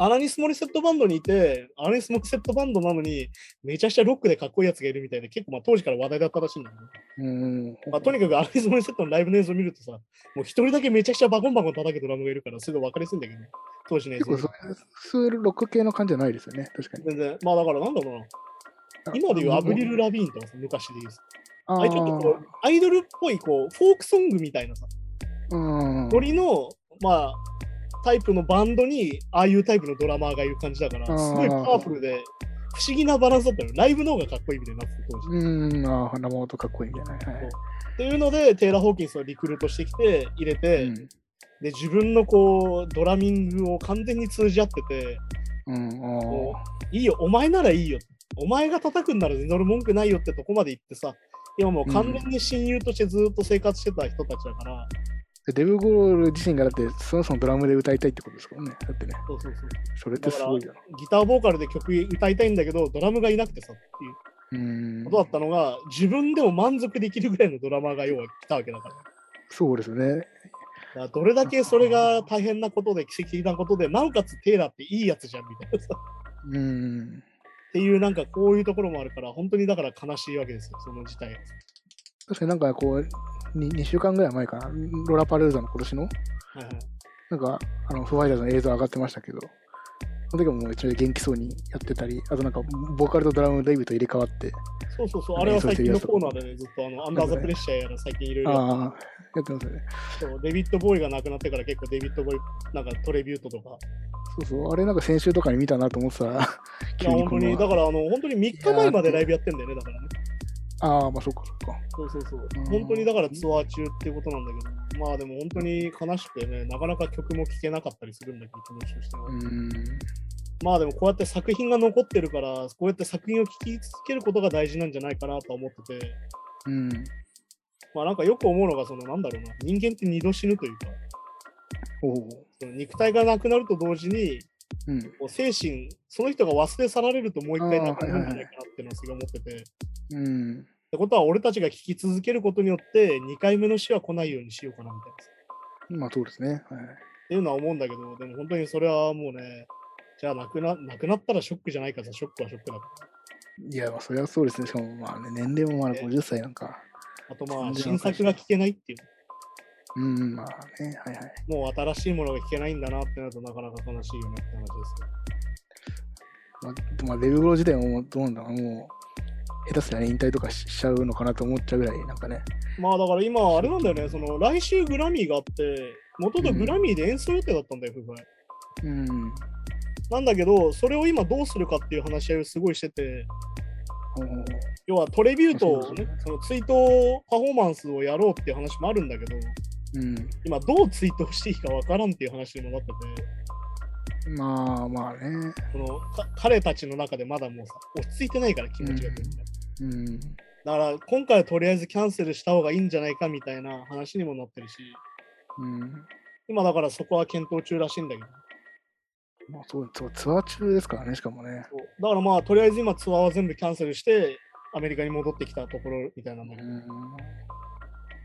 [SPEAKER 2] アラニス・モリセットバンドにいてアラニス・モリセットバンドなのにめちゃくちゃロックでかっこいいやつがいるみたいで結構まあ当時から話題だったらしいんだけど、
[SPEAKER 3] うん。
[SPEAKER 2] まあ、とにかくアラニス・モリセットのライブの映像を見るとさもう一人だけめちゃくちゃバコンバコン叩くドラムがいるからすごい分かりやすいんだけど当時の映
[SPEAKER 3] 結
[SPEAKER 2] 像
[SPEAKER 3] 構そう、そういうロック系の感じじゃないですよね。確かに。
[SPEAKER 2] 全然まあだからなんだろうな今でいうアブリル・ラビーンとかさ昔で言うさ
[SPEAKER 3] あ
[SPEAKER 2] あれちょっとこうアイドルっぽいこうフォークソングみたいなさ
[SPEAKER 3] う、うん。
[SPEAKER 2] ノリの、まあ、タイプのバンドにああいうタイプのドラマーがいる感じだから
[SPEAKER 3] あー
[SPEAKER 2] すごいパワフルで不思議なバランスだったのよライブの方がかっこいいみたいになってた当時
[SPEAKER 3] うん、ああ、花本かっこいいみたいな。はい
[SPEAKER 2] っていうのでテイラー・ホーキンスをリクルートしてきて入れて、
[SPEAKER 3] う
[SPEAKER 2] で
[SPEAKER 3] ん
[SPEAKER 2] 自分のこうドラミングを完全に通じ合ってて
[SPEAKER 3] うん、
[SPEAKER 2] こ
[SPEAKER 3] ああ
[SPEAKER 2] ういいよお前ならいいよお前が叩くんなら全然俺文句ないよってとこまで行ってさ今もう完全に親友としてずっと生活してた人たちだから、
[SPEAKER 3] デブ・ゴール自身がだってそもそもドラムで歌いたいってことですからね。だってね、
[SPEAKER 2] そうそうそう。
[SPEAKER 3] それってすごいよな。
[SPEAKER 2] ギターボーカルで曲歌いたいんだけど、ドラムがいなくてさっていう
[SPEAKER 3] うーん
[SPEAKER 2] ことだったのが、自分でも満足できるぐらいのドラマーが要は来たわけだから。だか
[SPEAKER 3] そうですね。
[SPEAKER 2] らどれだけそれが大変なことで、奇跡的なことで、なおかつテイラーっていいやつじゃんみたいなさ。っ
[SPEAKER 3] うーん。
[SPEAKER 2] ていう、なんかこういうところもあるから、本当にだから悲しいわけですよ、その事態が。
[SPEAKER 3] 確かになんかこう、に2週間ぐらい前かな、ロラパルーザの今年の、
[SPEAKER 2] はいはい
[SPEAKER 3] なんか、あの、ファイターズの映像上がってましたけど、その時ももう一応元気そうにやってたり、あとなんか、ボーカルとドラムのデイビと入れ替わって、
[SPEAKER 2] そうそうそう、
[SPEAKER 3] あ
[SPEAKER 2] あれは最近の
[SPEAKER 3] そうそ
[SPEAKER 2] コ
[SPEAKER 3] う
[SPEAKER 2] ーナーでね、ずっとあのアンダーザプレッシャーやら最近いろい
[SPEAKER 3] ああ
[SPEAKER 2] ろ、
[SPEAKER 3] やってますよね。
[SPEAKER 2] そうデビッド・ボーイが亡くなってから結構デビッド・ボーイ、なんかトレビュートとか、
[SPEAKER 3] そうそう、あれなんか先週とかに見たなと思ってた
[SPEAKER 2] *laughs*
[SPEAKER 3] ら、
[SPEAKER 2] い
[SPEAKER 3] 急
[SPEAKER 2] や
[SPEAKER 3] に
[SPEAKER 2] 本当
[SPEAKER 3] この
[SPEAKER 2] に、だからあの本当に3日前までライブやってんだよね、だからね。
[SPEAKER 3] ああ、まあそっかそっか。
[SPEAKER 2] そうそうそう
[SPEAKER 3] うん。
[SPEAKER 2] 本当にだからツアー中っていうことなんだけど、まあでも本当に悲しくてね、なかなか曲も聴けなかったりするんだけど、気持ちとしては
[SPEAKER 3] う。ーん。
[SPEAKER 2] まあでもこうやって作品が残ってるから、こうやって作品を聴き続けることが大事なんじゃないかなとは思ってて、
[SPEAKER 3] うん。
[SPEAKER 2] まあなんかよく思うのが、そのなんだろうな、人間って二度死ぬというか、
[SPEAKER 3] おお。
[SPEAKER 2] その肉体がなくなると同時に、
[SPEAKER 3] うん。
[SPEAKER 2] こう精神、その人が忘れ去られるともう一回なくなるんじゃ
[SPEAKER 3] あーはいはい
[SPEAKER 2] ないかなっていうのはすごい思ってて。っ
[SPEAKER 3] うん。
[SPEAKER 2] てことは、俺たちが聴き続けることによって、2回目の死は来ないようにしようかなみたいな。
[SPEAKER 3] まあそうですね。はい。
[SPEAKER 2] っていうのは思うんだけど、でも本当にそれはもうね、じゃあなくななくなったらショックじゃないからさ、ショックはショックだから。
[SPEAKER 3] いや、まあそれはそうですね。しかもまあね、年齢もまだ
[SPEAKER 2] ね
[SPEAKER 3] 50歳なんか。
[SPEAKER 2] あとま
[SPEAKER 3] 全
[SPEAKER 2] あ、
[SPEAKER 3] 然
[SPEAKER 2] 新作が聴けないっていう、
[SPEAKER 3] うん、まあね、はいはい。
[SPEAKER 2] もう新しいものが聴けないんだなってなるとなかなか悲しいよねって話ですよ。
[SPEAKER 3] まあ、まあ、レベルゴロ自体もどうなんだろうもう、下手すりゃね、引退とかししちゃうのかなと思っちゃうぐらい、なんかね。
[SPEAKER 2] まあだから今、あれなんだよね、その来週グラミーがあって、元々グラミーで演奏予定だったんだよ、不具合。
[SPEAKER 3] うん。
[SPEAKER 2] なんだけど、それを今どうするかっていう話し合いをすごいしてて、
[SPEAKER 3] おー
[SPEAKER 2] 要はトレビュートをね
[SPEAKER 3] そうそう、
[SPEAKER 2] その追悼パフォーマンスをやろうっていう話もあるんだけど、
[SPEAKER 3] うん。
[SPEAKER 2] 今どう追悼していいかわからんっていう話にもなってて。
[SPEAKER 3] まあまあね。
[SPEAKER 2] このか彼たちの中でまだもうさ落ち着いてないから気持ちが、全然
[SPEAKER 3] うん。
[SPEAKER 2] だから今回はとりあえずキャンセルした方がいいんじゃないかみたいな話にもなってるし
[SPEAKER 3] うん。
[SPEAKER 2] 今だからそこは検討中らしいんだけど
[SPEAKER 3] まあそう、ツアーツアー中ですからね、しかもね。
[SPEAKER 2] そうだからまあとりあえず今ツアーは全部キャンセルしてアメリカに戻ってきたところみたいなの
[SPEAKER 3] う
[SPEAKER 2] も、
[SPEAKER 3] ん。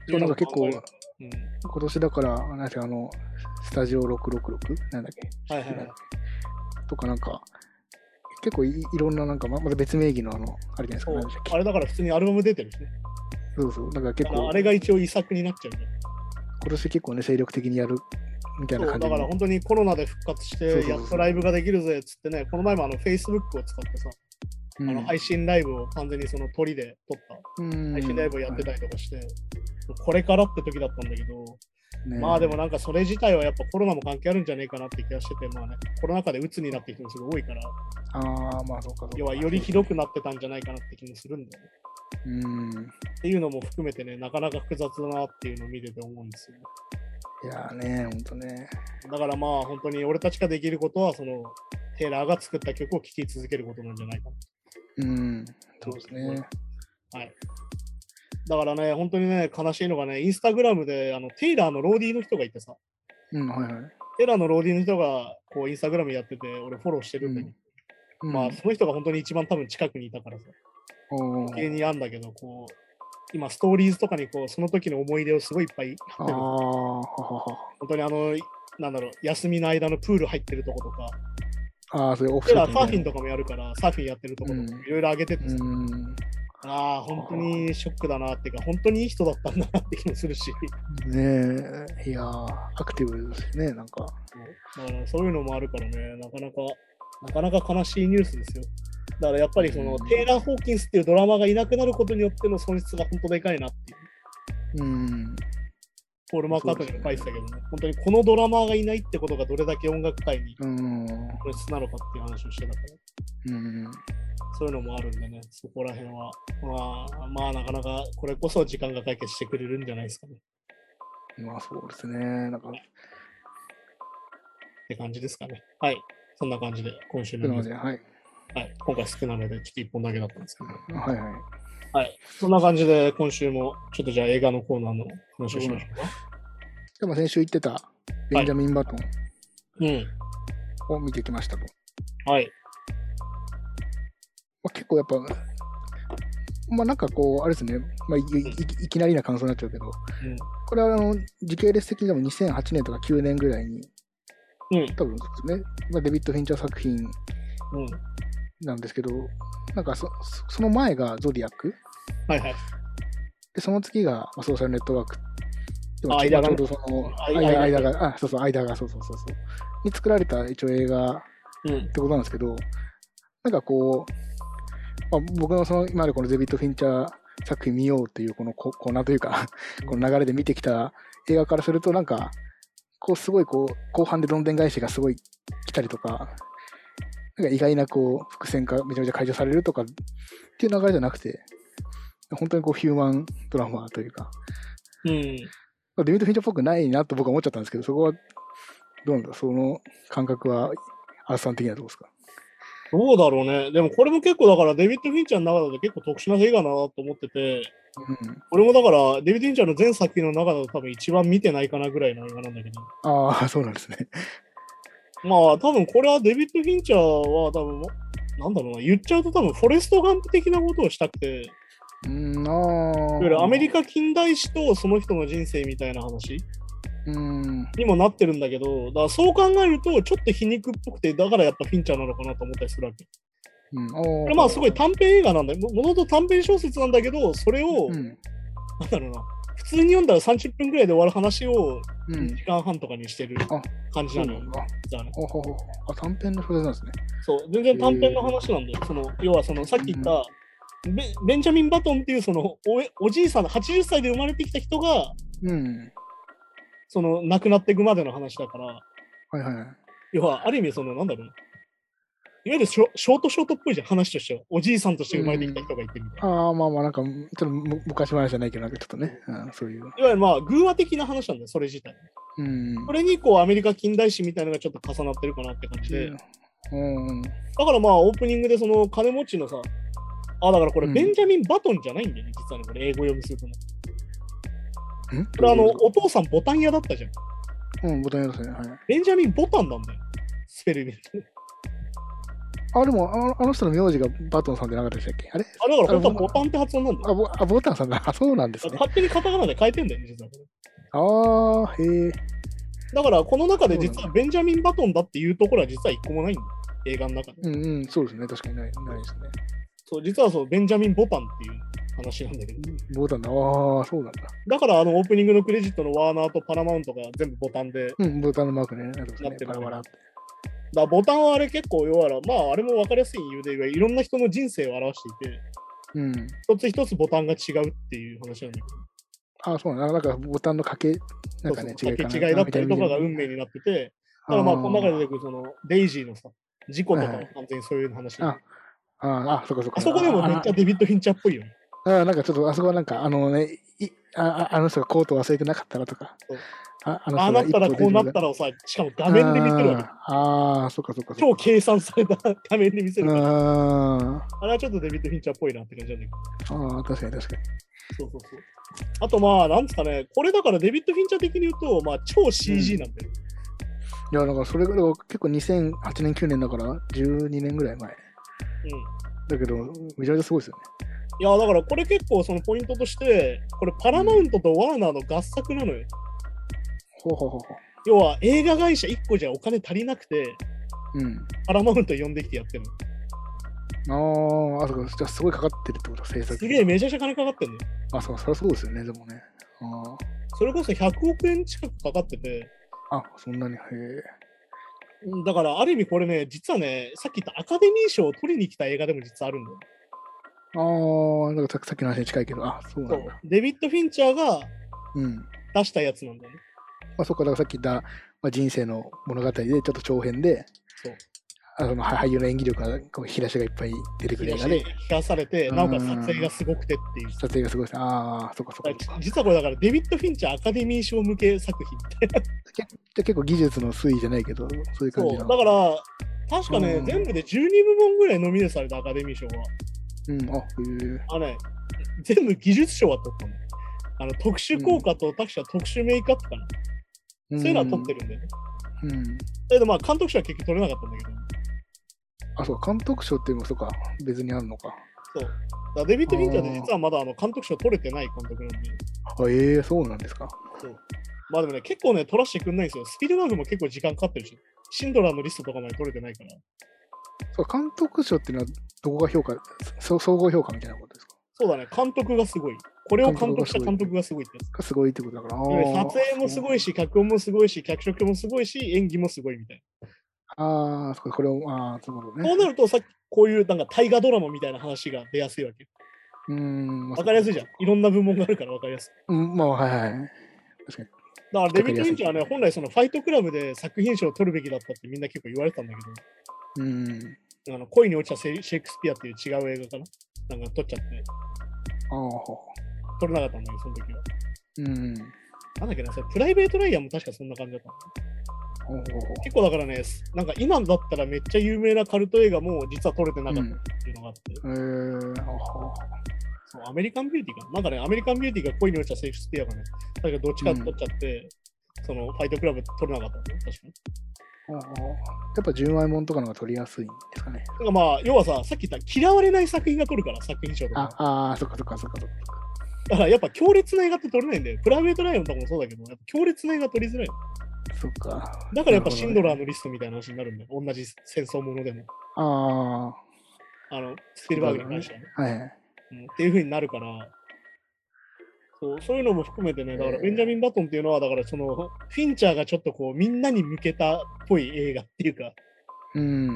[SPEAKER 3] そうなんか結構、
[SPEAKER 2] うん、
[SPEAKER 3] 今年だから、なんだっけあの、スタジオ666なんだっけ
[SPEAKER 2] はいはいはい
[SPEAKER 3] とかなんか、結構いいろんななんか、ままた別名義のあの、あれじゃないです
[SPEAKER 2] そ
[SPEAKER 3] か、
[SPEAKER 2] う
[SPEAKER 3] なんだっけ
[SPEAKER 2] あれだから普通にアルバム出てるしね
[SPEAKER 3] そうそう、なんか結
[SPEAKER 2] だから
[SPEAKER 3] 構、
[SPEAKER 2] あれが一応遺作になっちゃうから
[SPEAKER 3] 今年結構ね、精力的にやるみたいな
[SPEAKER 2] そう
[SPEAKER 3] 感じ
[SPEAKER 2] だから本当にコロナで復活し
[SPEAKER 3] そうそ
[SPEAKER 2] て
[SPEAKER 3] うそう
[SPEAKER 2] やっとライブができるぜっつってねこの前もあの Facebook を使ってさ
[SPEAKER 3] うん
[SPEAKER 2] あの配信ライブを完全にその鳥で撮った
[SPEAKER 3] うん
[SPEAKER 2] 配信ライブをやって
[SPEAKER 3] は
[SPEAKER 2] たりとかして、これからって時だったんだけど、
[SPEAKER 3] いね
[SPEAKER 2] まあでもなんかそれ自体はやっぱコロナも関係あるんじゃねえかなって気がしてて、まあね、コロナ禍で鬱になってる人もすごい多いから、
[SPEAKER 3] ああ、まあそうかそうか。
[SPEAKER 2] 要はよりひどくなってたんじゃないかなって気もするんだよね。
[SPEAKER 3] うん。
[SPEAKER 2] っていうのも含めてね、なかなか複雑だなっていうのを見てて思うんですよね。
[SPEAKER 3] いやーね、ほんとね。
[SPEAKER 2] だからまあ本当に俺たちができることは、そのテイラーが作った曲を聴き続けることなんじゃないかな
[SPEAKER 3] うん。そうですね。
[SPEAKER 2] だからね、本当にね、悲しいのがね、インスタグラムであのテイラーのローディーの人がいてさ、
[SPEAKER 3] うん、はいはい。
[SPEAKER 2] テイラーのローディーの人がこうインスタグラムやってて、俺フォローしてるんだけど、
[SPEAKER 3] うん
[SPEAKER 2] まあその人が本当に一番多分近くにいたからさ、
[SPEAKER 3] おー
[SPEAKER 2] 芸人なんだけど、こう、今ストーリーズとかにこうその時の思い出をすごいいっぱい貼
[SPEAKER 3] あ
[SPEAKER 2] っ
[SPEAKER 3] あ、
[SPEAKER 2] てる。
[SPEAKER 3] ははは。
[SPEAKER 2] 本当にあの、なんだろう、休みの間のプール入ってるとことか、
[SPEAKER 3] ああ、それオフ
[SPEAKER 2] テイ
[SPEAKER 3] シ
[SPEAKER 2] ラ
[SPEAKER 3] ョッ
[SPEAKER 2] ー
[SPEAKER 3] ト
[SPEAKER 2] サーフィン
[SPEAKER 3] み
[SPEAKER 2] とかもやるから、サーフィンやってるとこと
[SPEAKER 3] うん
[SPEAKER 2] か、いろいろ上げてて
[SPEAKER 3] た
[SPEAKER 2] さ
[SPEAKER 3] いなうん。
[SPEAKER 2] ああ、本当にショックだなっていうか、本当にいい人だったんだなって気もするし。
[SPEAKER 3] ねえ、いやーアクティブですしね、なんか。
[SPEAKER 2] そうだからそういうのもあるからね、なかなか、なかなか悲しいニュースですよ。だからやっぱりその、
[SPEAKER 3] うん
[SPEAKER 2] テイラー・ホーキンスっていうドラマがいなくなることによっての損失が本当でかいなっていう。
[SPEAKER 3] うん。
[SPEAKER 2] ポール・マーカートニーが書いてたけどね、本当にこのドラマーがいないってことがどれだけ音楽界に
[SPEAKER 3] うん。
[SPEAKER 2] 損失なのかっていう話をしてたから、
[SPEAKER 3] うん。
[SPEAKER 2] そういうのもあるんでね、そこら辺は、まあ、まあなかなかこれこそ時間が解決してくれるんじゃないですかね。
[SPEAKER 3] まあそうですね。なんか、
[SPEAKER 2] って感じですかね。はい。そんな感じで今週の
[SPEAKER 3] な
[SPEAKER 2] ニュ
[SPEAKER 3] の
[SPEAKER 2] ース、
[SPEAKER 3] で、はい。
[SPEAKER 2] はい、今回少なめでちょっと1本だけだったんですけど。
[SPEAKER 3] はいはい。
[SPEAKER 2] はい。そんな感じで、今週も、ちょっとじゃあ映画のコーナーの話をしましょうか。
[SPEAKER 3] でも先週言ってたベンジャミン・バトン
[SPEAKER 2] うん。
[SPEAKER 3] を見てきましたと。
[SPEAKER 2] はい。
[SPEAKER 3] まあ、結構やっぱ、まあなんかこう、あれですね、まあ、いいいいきなりな感想になっちゃうけど、
[SPEAKER 2] うん
[SPEAKER 3] これはあの時系列的にでも2008年とか9年ぐらいに、
[SPEAKER 2] うん
[SPEAKER 3] 多分ですね、まあ、デビッド・フィンチャー作品
[SPEAKER 2] うん。
[SPEAKER 3] なんですけど、なんかそそその前がゾディアック、
[SPEAKER 2] はいはい。
[SPEAKER 3] でその次がまあソーシャルネットワーク。でも
[SPEAKER 2] あ
[SPEAKER 3] ちょ
[SPEAKER 2] 間が
[SPEAKER 3] ちょうどその
[SPEAKER 2] 間間
[SPEAKER 3] 間間が、あ、そうそう、間が、そうそうそうそう。に作られた一応映画
[SPEAKER 2] うん
[SPEAKER 3] っ。てことなんですけど、なんかこう、まあ、僕のその今までこのデビッド・フィンチャー作品見ようっていうこのこコーナーというか、 *laughs* この流れで見てきた映画からすると、なんか、こうすごいこう、後半でどんでん返しがすごい来たりとか、なんか意外なこう、伏線がめちゃめちゃ解除されるとかっていう流れじゃなくて、本当にこうヒューマンドラマというか、
[SPEAKER 2] うん。
[SPEAKER 3] まあデビッド・フィンチャーっぽくないなと僕は思っちゃったんですけど、そこはどうなんだ、その感覚は、アースさん的にはどうですか
[SPEAKER 2] どうだろうね。でもこれも結構だからデビッド・フィンチャーの中だと結構特殊な映画だなと思ってて、
[SPEAKER 3] うん
[SPEAKER 2] 俺もだからデビッド・フィンチャーの全作品の中だと多分一番見てないかなぐらいの映画なんだけど。
[SPEAKER 3] ああ、そうなんですね。
[SPEAKER 2] まあ多分これはデビッド・フィンチャーは多分、なんだろうな、言っちゃうと多分フォレスト・ガンプ的なことをしたくて、
[SPEAKER 3] *laughs* うん、
[SPEAKER 2] い
[SPEAKER 3] あ
[SPEAKER 2] わゆるアメリ
[SPEAKER 3] カ。
[SPEAKER 2] カ近代史とその人の人生みたいな話
[SPEAKER 3] うん。
[SPEAKER 2] にもなってるんだけど、だからそう考えるとちょっと皮肉っぽくて、だからやっぱフィンチャーなのかなと思ったりするわけ。
[SPEAKER 3] うん、
[SPEAKER 2] こ
[SPEAKER 3] こ
[SPEAKER 2] れまあすごい短編映画なんだよ。ももともと短編小説なんだけど、それを、
[SPEAKER 3] うん。
[SPEAKER 2] なんだろうな、普通に読んだら30分ぐらいで終わる話を
[SPEAKER 3] う
[SPEAKER 2] 2
[SPEAKER 3] ん。
[SPEAKER 2] 時間半とかにしてる
[SPEAKER 3] あ
[SPEAKER 2] 感じ
[SPEAKER 3] そ
[SPEAKER 2] な
[SPEAKER 3] う
[SPEAKER 2] の
[SPEAKER 3] な
[SPEAKER 2] よ、
[SPEAKER 3] んだ。
[SPEAKER 2] 実はね。
[SPEAKER 3] ほほほあ、短編の小説なんですね。
[SPEAKER 2] そう、全然短編の話なんだよ。その要はそのさっき言った、ベベンジャミン・バトンっていうそのおおじいさん、80歳で生まれてきた人が、
[SPEAKER 3] うん。
[SPEAKER 2] その亡くなっていくまでの話だから、
[SPEAKER 3] はいはいはい。
[SPEAKER 2] 要はある意味そのなんだろうな。いわゆるショショートショートっぽいじゃん、話としては。おじいさんとして生まれてきた人がいてみたいな。
[SPEAKER 3] ああ、まあまあ、なんか、ちょっとむ昔話じゃないけど、なんかちょっとね、うん、そういう。
[SPEAKER 2] いわゆるまあ、偶話的な話なんだよ、それ自体。
[SPEAKER 3] うん。
[SPEAKER 2] これにこうアメリカ近代史みたいなのがちょっと重なってるかなって感じで、だ
[SPEAKER 3] うん。
[SPEAKER 2] からまあオープニングでその金持ちのさ、あ、だからこれ
[SPEAKER 3] うん
[SPEAKER 2] ベンジャミン・バトンじゃないんだよね、実はね、これ英語読みするとね。
[SPEAKER 3] うん
[SPEAKER 2] これあの、お父さんボタン屋だったじゃん。
[SPEAKER 3] うん、ボタンやですね。はい。
[SPEAKER 2] ベンジャミン・ボタンなんだよ、スペル見ると。
[SPEAKER 3] あ、でも、あのあの人の名字がバトンさんじゃなかったでしたっけあれ
[SPEAKER 2] あ、だから本当は
[SPEAKER 3] あボ
[SPEAKER 2] ボタンって発音なんだ
[SPEAKER 3] あ
[SPEAKER 2] よ。
[SPEAKER 3] ボあ、ボタンさんだ。あ、そうなんですね。
[SPEAKER 2] 勝手にカタカナで変えてんだよね、実はこれ。
[SPEAKER 3] ああ、へえ。
[SPEAKER 2] だからこの中で
[SPEAKER 3] そう
[SPEAKER 2] 実
[SPEAKER 3] な
[SPEAKER 2] はベンジャミン・バトンだっていうところは実は一個もないんだよ、映画の中で。
[SPEAKER 3] うんうん、そうですね。確かにない、ないですね。
[SPEAKER 2] そう、実はそう、ベンジャミン・ボタンっていう話なんだけど。
[SPEAKER 3] ボタンだ。ああ、そうなんだ。
[SPEAKER 2] だからあのオープニングのクレジットのワーナーとパラマウントが全部ボタンで、だか
[SPEAKER 3] うん、ボタンのマークね。なるほど
[SPEAKER 2] な
[SPEAKER 3] ね
[SPEAKER 2] っ。てる
[SPEAKER 3] バラバラって。
[SPEAKER 2] らボタンはあれ結構弱ら、まああれも分かりやすい理由で言えば、いろんな人の人生を表していて、
[SPEAKER 3] うん。
[SPEAKER 2] 一つ一つボタンが違うっていう話なんだけ
[SPEAKER 3] あ、そうなんだ。なんかボタンの掛け、
[SPEAKER 2] ど、
[SPEAKER 3] なんかね、
[SPEAKER 2] そうそう
[SPEAKER 3] 違いか
[SPEAKER 2] か
[SPEAKER 3] な。
[SPEAKER 2] け違いだったりとかが運命
[SPEAKER 3] に。
[SPEAKER 2] になってて、だからまあこの中で出てくるそのデイジーのさ、事故とか
[SPEAKER 3] はい
[SPEAKER 2] も
[SPEAKER 3] は
[SPEAKER 2] 完全にそういう話。
[SPEAKER 3] ああーあ、そこそこ。
[SPEAKER 2] あそこでもめっちゃデビッド・フィンチャーっぽいよね。
[SPEAKER 3] あー、なんかちょっと、あそこはなんか、あのね、いあああの人がコート忘れてなかったらとか
[SPEAKER 2] そう。
[SPEAKER 3] ああ
[SPEAKER 2] ああなったらこうなった
[SPEAKER 3] ら
[SPEAKER 2] らをさ、しかも画面で見てるわけ。
[SPEAKER 3] あーあー、そっかそっかそっ
[SPEAKER 2] 超
[SPEAKER 3] か。
[SPEAKER 2] 計算された画面で見せるから、
[SPEAKER 3] あー
[SPEAKER 2] あれはちょっとデビッド・フィンチャーっぽいなって感じなんだけど。
[SPEAKER 3] あー、確かに確かに。
[SPEAKER 2] そうそうそう。あとまあ、なんですかね、これだからデビッド・フィンチャー的に言うと、まあ、超 CG なんだよ。
[SPEAKER 3] いや、なんかそれが結構2008年、9年だから、12年ぐらい前。
[SPEAKER 2] うん。
[SPEAKER 3] だけど、めちゃめちゃすごいですよね。
[SPEAKER 2] いや、だからこれ結構そのポイントとして、これパラマウントとワーナーの合作なのよ。
[SPEAKER 3] ほうほうほうほ
[SPEAKER 2] 要は映画会社1個じゃお金足りなくて、
[SPEAKER 3] う。うん。
[SPEAKER 2] パラマウント呼んできてやってるの。
[SPEAKER 3] ああ、あそうか、じゃあすごいかかってるってこと、制作。
[SPEAKER 2] すげえめちゃくちゃ金かかってるのよ。
[SPEAKER 3] あ、そう、そりゃそうですよね、でもね。あ
[SPEAKER 2] それこそ100億円近くかかってて、
[SPEAKER 3] あ、あそんなに、へえ。
[SPEAKER 2] うんだからある意味これね、実はね、さっき言ったアカデミー賞を取りに来た映画でも実はあるんだよ。
[SPEAKER 3] ああ、なんかささっきの話に近いけど、あそう
[SPEAKER 2] そ
[SPEAKER 3] なん
[SPEAKER 2] う
[SPEAKER 3] だ。
[SPEAKER 2] デビッド・フィンチャーが
[SPEAKER 3] うん。ま
[SPEAKER 2] 出したやつなんだよね。
[SPEAKER 3] あ、そっか、だからさっき言った、まあ、人生の物語で、ちょっと長編で、
[SPEAKER 2] そう
[SPEAKER 3] あそのは俳優の演技力が、こう、引き出しがいっぱい出てくる映画
[SPEAKER 2] 聞
[SPEAKER 3] で、
[SPEAKER 2] かされて、なおかつ
[SPEAKER 3] うん
[SPEAKER 2] 撮影がすごくてっていう。
[SPEAKER 3] 撮影がすごいですね。ああ、そっかそっかそっか。
[SPEAKER 2] 実はこれだからデビッド・フィンチャーアカデミー賞向け作品みたいな。
[SPEAKER 3] じゃあ結構技術の推移じゃないけど、そういう感
[SPEAKER 2] そ
[SPEAKER 3] じ
[SPEAKER 2] う
[SPEAKER 3] な
[SPEAKER 2] だ
[SPEAKER 3] の。
[SPEAKER 2] から確かね、
[SPEAKER 3] うん
[SPEAKER 2] 全部で12部門ぐらいノミネートされたアカデミー賞は、
[SPEAKER 3] うん、あ、へえ。
[SPEAKER 2] あのね、全部技術賞は取ったの。あの特殊効果と、確か特殊メイクアップかな。
[SPEAKER 3] うん
[SPEAKER 2] そういうのは撮ってるんでね。
[SPEAKER 3] うん。
[SPEAKER 2] だけどまあ監督賞は結局取れなかったんだけど、
[SPEAKER 3] あ、そう、監督賞っていうのもそうか、別にあるのか。
[SPEAKER 2] そう。だからデビッド・フィンチャーって実はまだあの監督賞取れてない監督なんで、
[SPEAKER 3] あええそうなんですか。
[SPEAKER 2] そう。まあでもね、結構ね、取らせてくんないんですよ。スピルバーグも結構時間かかってるし、シンドラーのリストとかまで取れてないから。
[SPEAKER 3] そう監督賞っていうのは、どこが評価、そ総合評価みたいなことですか
[SPEAKER 2] そうだね、監督がすごい。これを監督した監
[SPEAKER 3] 監
[SPEAKER 2] 督がすごいってやつ。
[SPEAKER 3] がすごいってことだから。あ
[SPEAKER 2] で
[SPEAKER 3] ー
[SPEAKER 2] 撮影もすごいし、脚本もすごいし、脚色もすごいし、演技もすごいみたい
[SPEAKER 3] ああ、そっか、これを、ああ、そういうこと
[SPEAKER 2] な。そう
[SPEAKER 3] ね。
[SPEAKER 2] なると、さっきこういうなんか大河ドラマみたいな話が出やすいわけ。
[SPEAKER 3] うーん。まあ
[SPEAKER 2] わかりやすいじゃん。いろんな部門があるからわかりやすい。
[SPEAKER 3] うん、まあ、はいはい。確かに。
[SPEAKER 2] だからデビッド・フィンチャーはね、本来そのファイトクラブで作品賞を取るべきだったってみんな結構言われてたんだけど、
[SPEAKER 3] うーん。
[SPEAKER 2] あの恋に落ちたシェイシェイクスピアっていう違う映画かななんか撮っちゃって、
[SPEAKER 3] ああ、
[SPEAKER 2] 撮れなかったんだけど、その時は。
[SPEAKER 3] うん。
[SPEAKER 2] なんだっけな、それプライベート・ライアンも確かそんな感じだったの。
[SPEAKER 3] ほうほうほ
[SPEAKER 2] 結構だからね、なんか今だったらめっちゃ有名なカルト映画も実は撮れてな
[SPEAKER 3] う。
[SPEAKER 2] か
[SPEAKER 3] う
[SPEAKER 2] った
[SPEAKER 3] ん。
[SPEAKER 2] っていうのがあって、
[SPEAKER 3] えー、ああ。
[SPEAKER 2] そうアメリカンビューティーかな。なんかね、アメリカンビューティーが恋に落ちたシェイクスピアがね、だからどっちか取っちゃって、そのファイトクラブ撮れなかったんだよ、確かに。
[SPEAKER 3] ああやっぱ純愛もんとかのが取りやすいんですかね。
[SPEAKER 2] だからまあ、要はさ、さっき言った嫌われない作品が撮るから、作品賞と
[SPEAKER 3] あ
[SPEAKER 2] か。
[SPEAKER 3] あー、そっかそっかそっかそっか。
[SPEAKER 2] だからやっぱ強烈な映画って撮れないんだよ。プライベートライオンとかもそうだけど、やっぱ強烈な映画撮りづらい。
[SPEAKER 3] そっか。
[SPEAKER 2] だからやっぱシンドラー
[SPEAKER 3] ー。
[SPEAKER 2] のリストみたいな話になるんだよ。同じ戦争ものでも。
[SPEAKER 3] あ
[SPEAKER 2] あの、スピルバーグに関してはね。
[SPEAKER 3] あ、はい。
[SPEAKER 2] うんっていう風になるから、そうそういうのも含めてね、だから
[SPEAKER 3] えー
[SPEAKER 2] ベンジャミン・バトンっていうのは、だからその、フィンチャーがちょっとこう、みんなに向けたっぽい映画っていうか、
[SPEAKER 3] うん。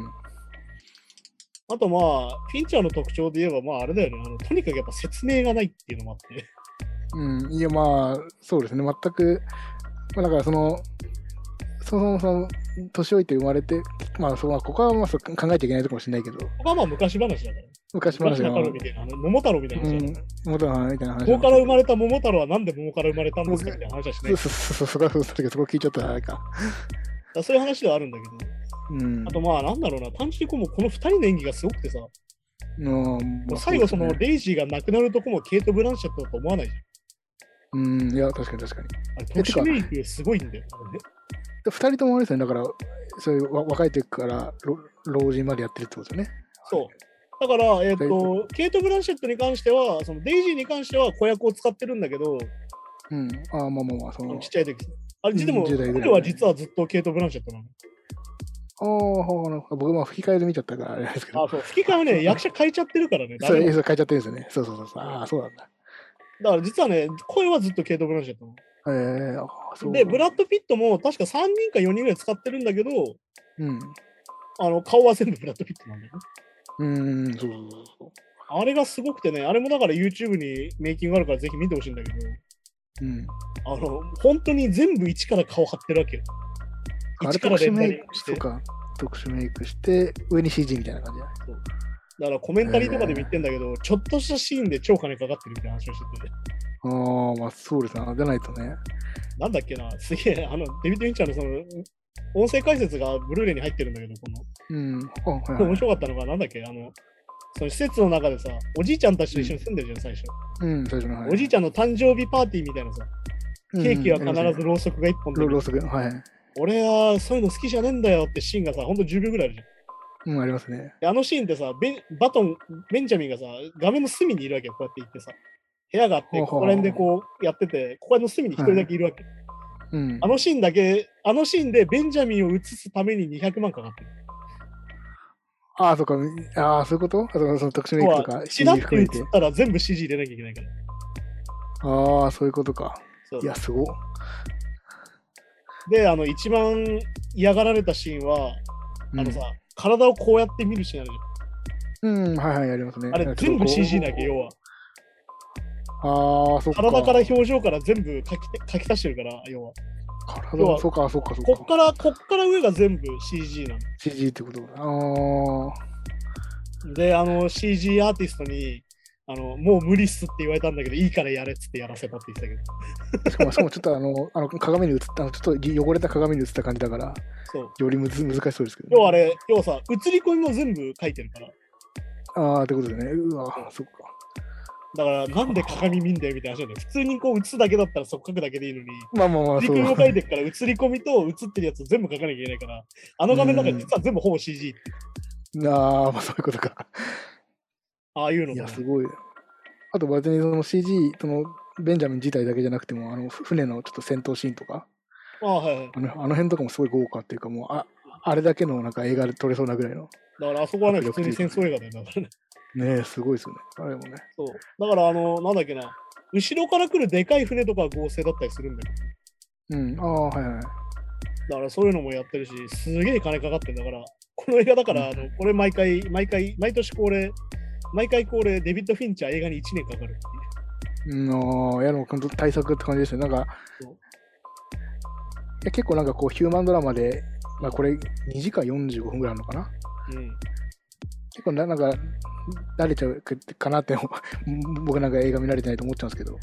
[SPEAKER 2] あとまあ、フィンチャーの特徴で言えば、まああれだよね、あのとにかくやっぱ説明がないっていうのもあって、
[SPEAKER 3] うん。いや、まあ、そうですね。全く、まあ、だからその、そもそも、年老いて生まれて、まあ、そうまあここはまあそう考えちゃいけないとこかもしれないけど、
[SPEAKER 2] ここはまあ昔話だから。
[SPEAKER 3] 昔
[SPEAKER 2] 昔
[SPEAKER 3] 話が、
[SPEAKER 2] 中野
[SPEAKER 3] う
[SPEAKER 2] みたいな、あの桃太郎みたいな話だから
[SPEAKER 3] ん、元の話みたいな話。
[SPEAKER 2] 桃から生まれた桃太郎はなんで桃から生まれたんですかみたいな話はしない。
[SPEAKER 3] そう
[SPEAKER 2] だか
[SPEAKER 3] そうそう、そうそう、それがそこ聞いちゃったらあれか。
[SPEAKER 2] らそういう話ではあるんだけど。
[SPEAKER 3] うん
[SPEAKER 2] あ。とまあなんだろうな、単純にこうもうこの2人の演技がすごくてさ、も
[SPEAKER 3] うん
[SPEAKER 2] う最後その
[SPEAKER 3] うですね
[SPEAKER 2] レイジーが亡くなるとこもケイト・ブランシェットだと思わないじ
[SPEAKER 3] うん、いや、確かに確かに。
[SPEAKER 2] ゃん。あれ、
[SPEAKER 3] え
[SPEAKER 2] 特殊メイクすごいんだよ。あれね
[SPEAKER 3] で二人ともあれですね、だから、そういうわ若い時からろ老人までやってるってことね。
[SPEAKER 2] そう。だから、えっ、
[SPEAKER 3] だい
[SPEAKER 2] と、ケイト・ブランシェットに関しては、そのデイジーに関しては子役を使ってるんだけど、
[SPEAKER 3] うん。ああ、まあまあまあ、その。あ
[SPEAKER 2] ちっちゃい時あれ、
[SPEAKER 3] うん
[SPEAKER 2] でも、
[SPEAKER 3] 10代ぐらい
[SPEAKER 2] 彼は実はずっとケイト・ブランシェットなの。
[SPEAKER 3] あ、ほうほう僕、まあ、吹き替えで見ちゃったから、あれですけ
[SPEAKER 2] あ
[SPEAKER 3] ど。、
[SPEAKER 2] そう、吹き替えはね、役者変えちゃってるからね、
[SPEAKER 3] そ
[SPEAKER 2] 誰
[SPEAKER 3] れ、
[SPEAKER 2] も
[SPEAKER 3] それ変えちゃってるんですよね。そうそうそうそう。ああ、そうなんだ。
[SPEAKER 2] だから実はね、声はずっとケイト・ブランシェットなの。
[SPEAKER 3] ええああ、そう。
[SPEAKER 2] で、ブラッド・ピットも確か3人か4人ぐらい使ってるんだけど、
[SPEAKER 3] うん。
[SPEAKER 2] あの顔は全部ブラッド・ピットなんだよね。
[SPEAKER 3] うん、そうそうそうそ
[SPEAKER 2] あれがすごくてね、あれもだから YouTube にメイキングあるからぜひ見てほしいんだけど、
[SPEAKER 3] う。うん。
[SPEAKER 2] あの、本当に全部一から顔張ってるわけよ。
[SPEAKER 3] あれ
[SPEAKER 2] 一から
[SPEAKER 3] 特
[SPEAKER 2] レ
[SPEAKER 3] 殊
[SPEAKER 2] ン
[SPEAKER 3] メ
[SPEAKER 2] タ
[SPEAKER 3] イ
[SPEAKER 2] リン
[SPEAKER 3] ク
[SPEAKER 2] グし
[SPEAKER 3] そ
[SPEAKER 2] て。
[SPEAKER 3] う
[SPEAKER 2] だか
[SPEAKER 3] か。特殊メイクして、上に CG みたいな感じだね
[SPEAKER 2] らコメンタリーとかでも言ってんだけど、ちょっとしたシーンで超金かかってるみたいな話をしてて、
[SPEAKER 3] ああ、まあそうですね。じゃないとね。
[SPEAKER 2] なんだっけな、すげえ、あの、デビッド・ウィンチャーのその、音声解説がブルーレイに入ってるんだけど、この、
[SPEAKER 3] うん。あはいはい
[SPEAKER 2] 面白かったのが、なんだっけ、あの、その施設の中でさ、おじいちゃんたちと一緒に住んでるじゃん、最初。
[SPEAKER 3] うん、最初の。
[SPEAKER 2] おじい
[SPEAKER 3] ち
[SPEAKER 2] ちゃんの誕生日パーティーみたいなさ、
[SPEAKER 3] ゃ
[SPEAKER 2] ケーキは必ずろうそくが1本で、
[SPEAKER 3] ロロスが、はい。
[SPEAKER 2] 俺はそういうの好きじゃねえんだよってシーンがさ、ほんと10秒ぐらいあるじゃん。
[SPEAKER 3] うん、ありますね。
[SPEAKER 2] であのシーンってさ、ベンバトン、ベンジャミンがさ、画面の隅にいるわけよ、こうやって行ってさ。部屋があって、
[SPEAKER 3] ほうほう
[SPEAKER 2] ここら辺でこうやってて、ここら辺の隅に一人だけいるわけ。
[SPEAKER 3] うん
[SPEAKER 2] あ。のシーンだけ、あのシーンでベンジャミンを映すために200万かかってる。
[SPEAKER 3] ああ、そっか。ああ、そういうことあとその特殊メイクとか、
[SPEAKER 2] チラ
[SPEAKER 3] CG
[SPEAKER 2] ッて
[SPEAKER 3] 含
[SPEAKER 2] 映
[SPEAKER 3] め。
[SPEAKER 2] ってたら全部 CG 入れなきゃいけないから。
[SPEAKER 3] ああ、そういうことか。
[SPEAKER 2] そう
[SPEAKER 3] いや、すごっ。
[SPEAKER 2] で、あの、一番嫌がられたシーンは、
[SPEAKER 3] うん
[SPEAKER 2] あのさ、体をこうやって見るシーンあるじ
[SPEAKER 3] うん、はいはい、やりますね。
[SPEAKER 2] ゃん。あれ全部 CG なきゃ、
[SPEAKER 3] よ。
[SPEAKER 2] 要は。
[SPEAKER 3] ああ、そっか。
[SPEAKER 2] 体から表情から全部書き書き足してるから、要は。
[SPEAKER 3] 体は、そうか、そうか、そ
[SPEAKER 2] こ
[SPEAKER 3] う
[SPEAKER 2] っ
[SPEAKER 3] か。
[SPEAKER 2] から、こっから上が全部 CG な
[SPEAKER 3] CG ってことだ。ああ
[SPEAKER 2] の。で、あの CG アーティストに、あの、もう無理っすって言われたんだけど、いいからやれっつってやらせたって言ってたけど。
[SPEAKER 3] ー。しかも、しかもちょっとあの、あの鏡に映った、あのちょっと汚れた鏡に映った感じだから、
[SPEAKER 2] そう。
[SPEAKER 3] よりむず難しそうですけど、
[SPEAKER 2] 要はあ。れ、要はさ、映り込みも全部書いてるから。
[SPEAKER 3] ああ、ってことでね。うわ、そっか。
[SPEAKER 2] だから、なんで鏡見んだよみたいな話なんだよ。普通にこう映すだけだったらそこ書くだけでいいのに、
[SPEAKER 3] まあまあまあ、
[SPEAKER 2] 映り
[SPEAKER 3] そう。
[SPEAKER 2] 込みを書いてるから、映り込みと映ってるやつを全部書かなきゃいけないから、あの画面の中に実は全部ほぼ CG って、
[SPEAKER 3] *laughs* なあ、まあそういうことか。
[SPEAKER 2] ああいうの
[SPEAKER 3] い
[SPEAKER 2] も
[SPEAKER 3] や、すごい。あと別にその CG、そのベンジャミン自体だけじゃなくても、あの船のちょっと戦闘シーンとか、
[SPEAKER 2] ああはいはい。
[SPEAKER 3] あのあの辺とかもすごい豪華っていうか、もうああれだけのなんか映画で撮れそうなぐらいの。
[SPEAKER 2] だからあそこはね、普通に戦争映画だよだからね。
[SPEAKER 3] ねえ、すごいですよね。あれもね。
[SPEAKER 2] そう。だから、あの、なんだっけな、後ろから来るでかい船とかは合成だったりするんだけど、
[SPEAKER 3] うん、ああ、はいはい。
[SPEAKER 2] だからそういうのもやってるし、すげえ金かかってんだから、この映画だから、あのこれ毎回、毎回、毎年恒例、毎回恒例、デビッド・フィンチャー映画に1年かかるっていう。
[SPEAKER 3] うん、ああ、いや、でも本当対策って感じですね。なんか、い
[SPEAKER 2] そう
[SPEAKER 3] や結構なんかこう、ヒューマンドラマで、まあこれ2時間45分ぐらいあるのかな。
[SPEAKER 2] うん、
[SPEAKER 3] 結構ななんか、慣れちゃうかなって、 *laughs* 僕なんか映画見られてないと思っちゃうんですけど、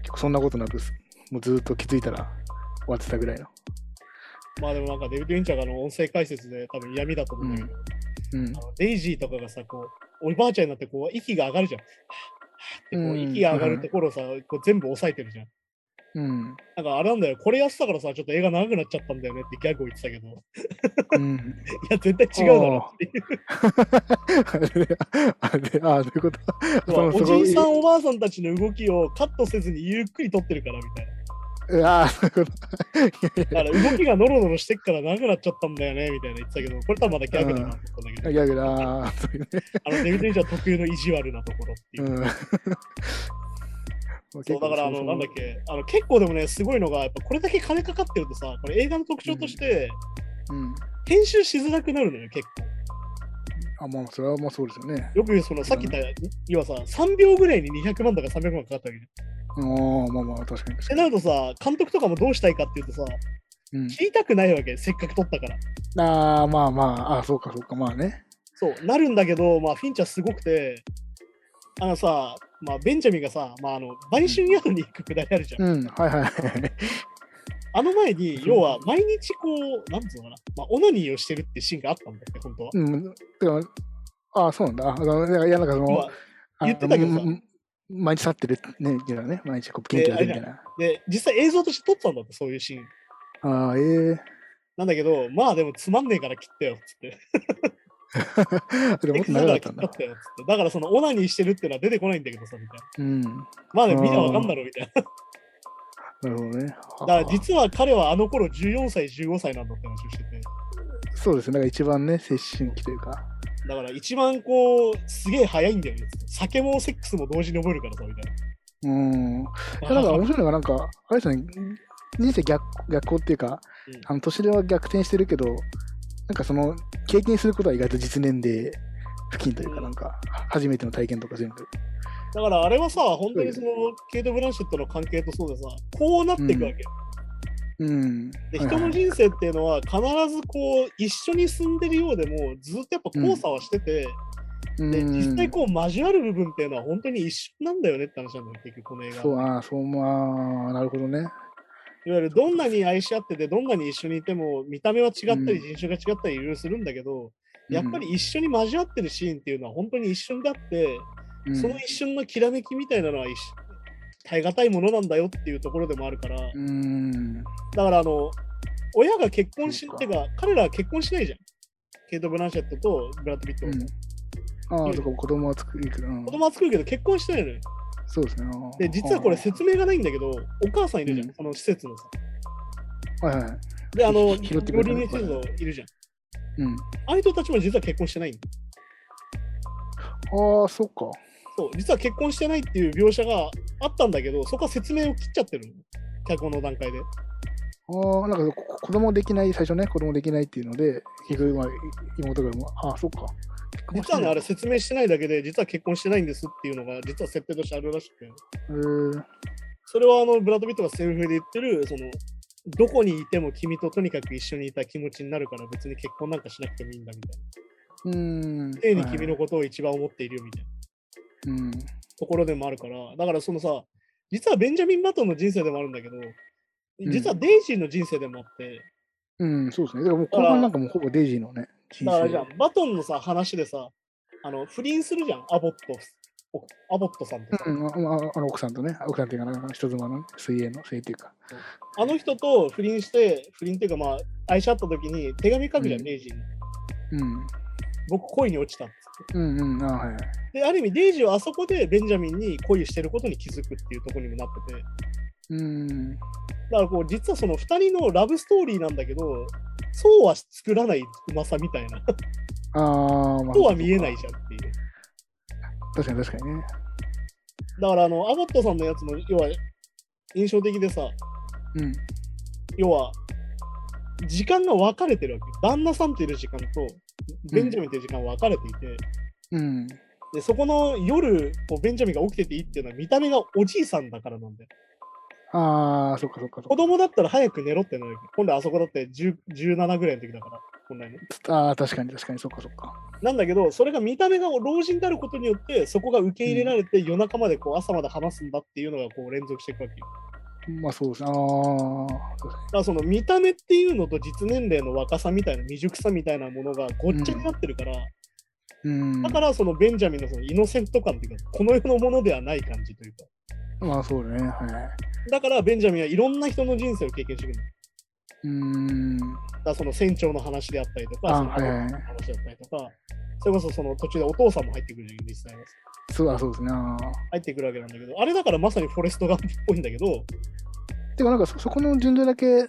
[SPEAKER 3] 結構そんなことなく、もうずっと気づいたら終わってたぐらいの。
[SPEAKER 2] まあでもなんかデビッド・フィンチャーがあの音声解説で多分闇だと思うんだけど、
[SPEAKER 3] うん
[SPEAKER 2] あ。のデイジーとかがさ、こう、おばあちゃんになってこう息が上がるじゃん。はぁはぁってこ
[SPEAKER 3] うん
[SPEAKER 2] う息が上がるところをさ、こう全部抑えてるじゃん。
[SPEAKER 3] うん。
[SPEAKER 2] なんかあれなんだよ、これやってたからさ、ちょっと映画長くなっちゃったんだよねってギャグを言ってたけど、い
[SPEAKER 3] うん、
[SPEAKER 2] や、絶対 *laughs* 違うだろっていう。
[SPEAKER 3] *laughs* あれで、あれで、ああ、そういうこと。その
[SPEAKER 2] おじいさ
[SPEAKER 3] そこ
[SPEAKER 2] ん、おばあさんたちの動きをカットせずにゆっくり撮ってるからみたいな。
[SPEAKER 3] うわあ、そういうこと。いやい
[SPEAKER 2] だから動きがノロノロしてっから長くなっちゃったんだよねみたいな言ってたけど、これ多分まだギャグだなと思ったんだけど、
[SPEAKER 3] や、ギャグだ。ああそういうね。
[SPEAKER 2] あのデビッド・フィンチャー特有の意地悪なところ *laughs* っていう。
[SPEAKER 3] うん。
[SPEAKER 2] そうだからあのなんだっけあの結構でもねすごいのがやっぱこれだけ金かかってるとさこれ映画の特徴として
[SPEAKER 3] うん。
[SPEAKER 2] 編集しづらくなるのよ結構
[SPEAKER 3] あ、まあ、それはまあそうですよね。
[SPEAKER 2] よくそのさっき言った要はさ3秒ぐらいに200万とか300万かかったわけで
[SPEAKER 3] ああ、まあまあ、確かに確
[SPEAKER 2] て
[SPEAKER 3] か
[SPEAKER 2] な
[SPEAKER 3] に。
[SPEAKER 2] るとさ監督とかもどうしたいかっていうとさ
[SPEAKER 3] う
[SPEAKER 2] 切りたくないわけせっかく撮ったから
[SPEAKER 3] ん、ああ、まあまあ、ああ、そうかそうか、まあね。
[SPEAKER 2] そうなるんだけどまあフィンチャーすごくてあのさまあベンジャミンがさまああの売春宿に行くくだりあるじゃん、
[SPEAKER 3] うん、はいはいはい。
[SPEAKER 2] あの前に要は毎日こうなんつうのかなまあオナニーをしてるっていうシーンがあったんだよね本当は、
[SPEAKER 3] うん、てか、ああ、そうなんだ。ああのいやいや、なんかそ
[SPEAKER 2] 要
[SPEAKER 3] の
[SPEAKER 2] は、言ってたけどさ
[SPEAKER 3] あのうん毎日立ってるね、みたいなね、毎日こう、元気が出るみたいな。
[SPEAKER 2] で、実際映像として撮ったんだって、そういうシーン。
[SPEAKER 3] ああ、え
[SPEAKER 2] なんだけど、まあでもつまんねえから切ったよ、つって。
[SPEAKER 3] えでももっと長かったん
[SPEAKER 2] 切
[SPEAKER 3] だ
[SPEAKER 2] っ。たよ、つって。だからそのオナニーしてるってのは出てこないんだけどさ、みたいな。
[SPEAKER 3] うん。な
[SPEAKER 2] まあでもみんなわかんだろ、みたいな。
[SPEAKER 3] るほどね。
[SPEAKER 2] だから実は彼はあの頃14歳、15歳なんだって話をしてて。
[SPEAKER 3] そうですね、なんか一番ね、青春期というか。
[SPEAKER 2] だから一番こう、すげえ早いんだよね。つって酒もセックスも同時に覚えるからさ、みたい
[SPEAKER 3] うん。いや
[SPEAKER 2] *laughs* な。
[SPEAKER 3] なんか面白いのが、なんか、あれですね、人生逆逆行っていうか、
[SPEAKER 2] うん
[SPEAKER 3] あの年では逆転してるけど、なんかその、経験することは意外と実年齢付近というか、
[SPEAKER 2] うん
[SPEAKER 3] なんか、初めての体験とか全部。
[SPEAKER 2] だからあれはさ、本当にその、ケイト・ブランシェットの関係とそうでさ、こうなっていくわけ。
[SPEAKER 3] うん。
[SPEAKER 2] で
[SPEAKER 3] はい
[SPEAKER 2] 人
[SPEAKER 3] は
[SPEAKER 2] の
[SPEAKER 3] い
[SPEAKER 2] 人生っていうのは必ずこう一緒に住んでるようでもずっとやっぱ交差はしてて、で
[SPEAKER 3] うん
[SPEAKER 2] 実際こう交わる部分っていうのは本当に一緒なんだよねって話なんだよ結局この映画
[SPEAKER 3] そう、ああ、そう、まあ、なるほどね。
[SPEAKER 2] いわゆるどんなに愛し合っててどんなに一緒にいても見た目は違ったり人種が違ったりいろいろするんだけど、やっぱり一緒に交わってるシーンっていうのは本当に一瞬であって、
[SPEAKER 3] うん、
[SPEAKER 2] その一瞬のきらめきみたいなのは一緒耐え難いものなんだよっていうところでもあるから、だ
[SPEAKER 3] うん。
[SPEAKER 2] からあの親が結婚し
[SPEAKER 3] そう
[SPEAKER 2] て
[SPEAKER 3] か
[SPEAKER 2] か彼らは結婚しないじゃんケイト・ブランシェットとブラッド・ピット
[SPEAKER 3] う
[SPEAKER 2] は、
[SPEAKER 3] ん。ああ、とか子供は作るけど、うん
[SPEAKER 2] 子供は作るけど結婚してないのよ
[SPEAKER 3] そうですね。ああ
[SPEAKER 2] で実はこれ説明がないんだけどお母さんいるじゃん、
[SPEAKER 3] うん
[SPEAKER 2] その施設のさ
[SPEAKER 3] はいはい。
[SPEAKER 2] であの
[SPEAKER 3] 拾ってく
[SPEAKER 2] 料
[SPEAKER 3] れた
[SPEAKER 2] 理
[SPEAKER 3] ね
[SPEAKER 2] 人制度いるじゃん
[SPEAKER 3] うん。
[SPEAKER 2] あの人たちも実は結婚してないんだ
[SPEAKER 3] ああ、そっか。
[SPEAKER 2] そう実は結婚してないっていう描写があったんだけどそこは説明を切っちゃってるの脚本の段階で
[SPEAKER 3] ああ、なんかこ子供できない、最初ね、子供できないっていうので、結局、まあ、妹が、ああ、そっか。
[SPEAKER 2] 実はねあれ
[SPEAKER 3] へ
[SPEAKER 2] 説明してないだけで実は結婚してないんですっていうのが実は設定としてあるらしくて
[SPEAKER 3] えー、
[SPEAKER 2] それはあのブラッド・ピットがセルフで言ってるそのどこにいても君ととにかく一緒にいた気持ちになるから別に結婚なんかしなくてもいいんだみたいな
[SPEAKER 3] うーん。
[SPEAKER 2] 常に君の
[SPEAKER 3] は。
[SPEAKER 2] ことを一番思っているよみたいない
[SPEAKER 3] うん。
[SPEAKER 2] ところでもあるから、だからそのさ、実はベンジャミン・バトンの人生でもあるんだけど、実はデイジーの人生でもあって、
[SPEAKER 3] うん、そうですね。だからもう後半なんかもうほぼデイジーのね、人
[SPEAKER 2] だからじゃあ
[SPEAKER 3] 生。
[SPEAKER 2] バトンのさ、話でさ、あの不倫するじゃん、アボットおアボットさんですか、
[SPEAKER 3] うん、あまああの奥さんとね、奥さんっていうかな、人妻のね水泳の、水泳っていうか。
[SPEAKER 2] あの人と不倫して、不倫っていうかまあ、愛し合った時に手紙書くじゃん、
[SPEAKER 3] うん
[SPEAKER 2] レイジに。
[SPEAKER 3] うん、
[SPEAKER 2] 僕、恋に落ちたっつっ
[SPEAKER 3] うん、うん、あはいはい。
[SPEAKER 2] て。で、ある意味、レイジはあそこでベンジャミンに恋してることに気づくっていうところにもなってて、
[SPEAKER 3] うん、
[SPEAKER 2] だからこう、実はその2人のラブストーリーなんだけど、そうは作らないうまさみたいな、
[SPEAKER 3] ああ、まあ。
[SPEAKER 2] そうは見えないじゃんっていう。
[SPEAKER 3] 確かに確かにね。
[SPEAKER 2] だからあの、アボットさんのやつも、要は、印象的でさ、
[SPEAKER 3] うん、
[SPEAKER 2] 要は、時間が分かれてるわけよ。旦那さんといる時間と、ベンジャミンという時間は分かれていて、
[SPEAKER 3] うん、
[SPEAKER 2] で、そこの夜、こうベンジャミンが起きてていいっていうのは、見た目がおじいさんだからなんだよ。
[SPEAKER 3] ああ、そっかそっかそ
[SPEAKER 2] 子
[SPEAKER 3] っか。
[SPEAKER 2] 供だったら早く寝ろってなるわけ。今度あそこだって10 17ぐらいの時だから、本来ね。
[SPEAKER 3] ああ、確かに確かにそっかそっか。
[SPEAKER 2] なんだけど、それが見た目が老人であることによって、そこが受け入れられて、夜中までこう朝まで話すんだっていうのがこう連続していくわけよ。
[SPEAKER 3] まあそうですね。ああ、そうですね
[SPEAKER 2] だからその見た目っていうのと実年齢の若さみたいな未熟さみたいなものがごっちゃになってるから、
[SPEAKER 3] うん。
[SPEAKER 2] だからそのベンジャミンのそのイノセント感っていうかこの世のものではない感じというか
[SPEAKER 3] まあそうだね。は
[SPEAKER 2] だからベンジャミンはいろんな人の人生を経験してくるのだ
[SPEAKER 3] い。うん。
[SPEAKER 2] からその船長の話であったりとか
[SPEAKER 3] あ
[SPEAKER 2] そ
[SPEAKER 3] あ、
[SPEAKER 2] の
[SPEAKER 3] はいはいは
[SPEAKER 2] 話
[SPEAKER 3] い。
[SPEAKER 2] だったりとかそれこそその途中でお父さんも入ってくるじゃん実際は
[SPEAKER 3] そうあそうですね。ああ。
[SPEAKER 2] 入ってくるわけなんだけどあれだからまさにフォレストガンプっぽいんだけど
[SPEAKER 3] てかなんかそそこの順序だけや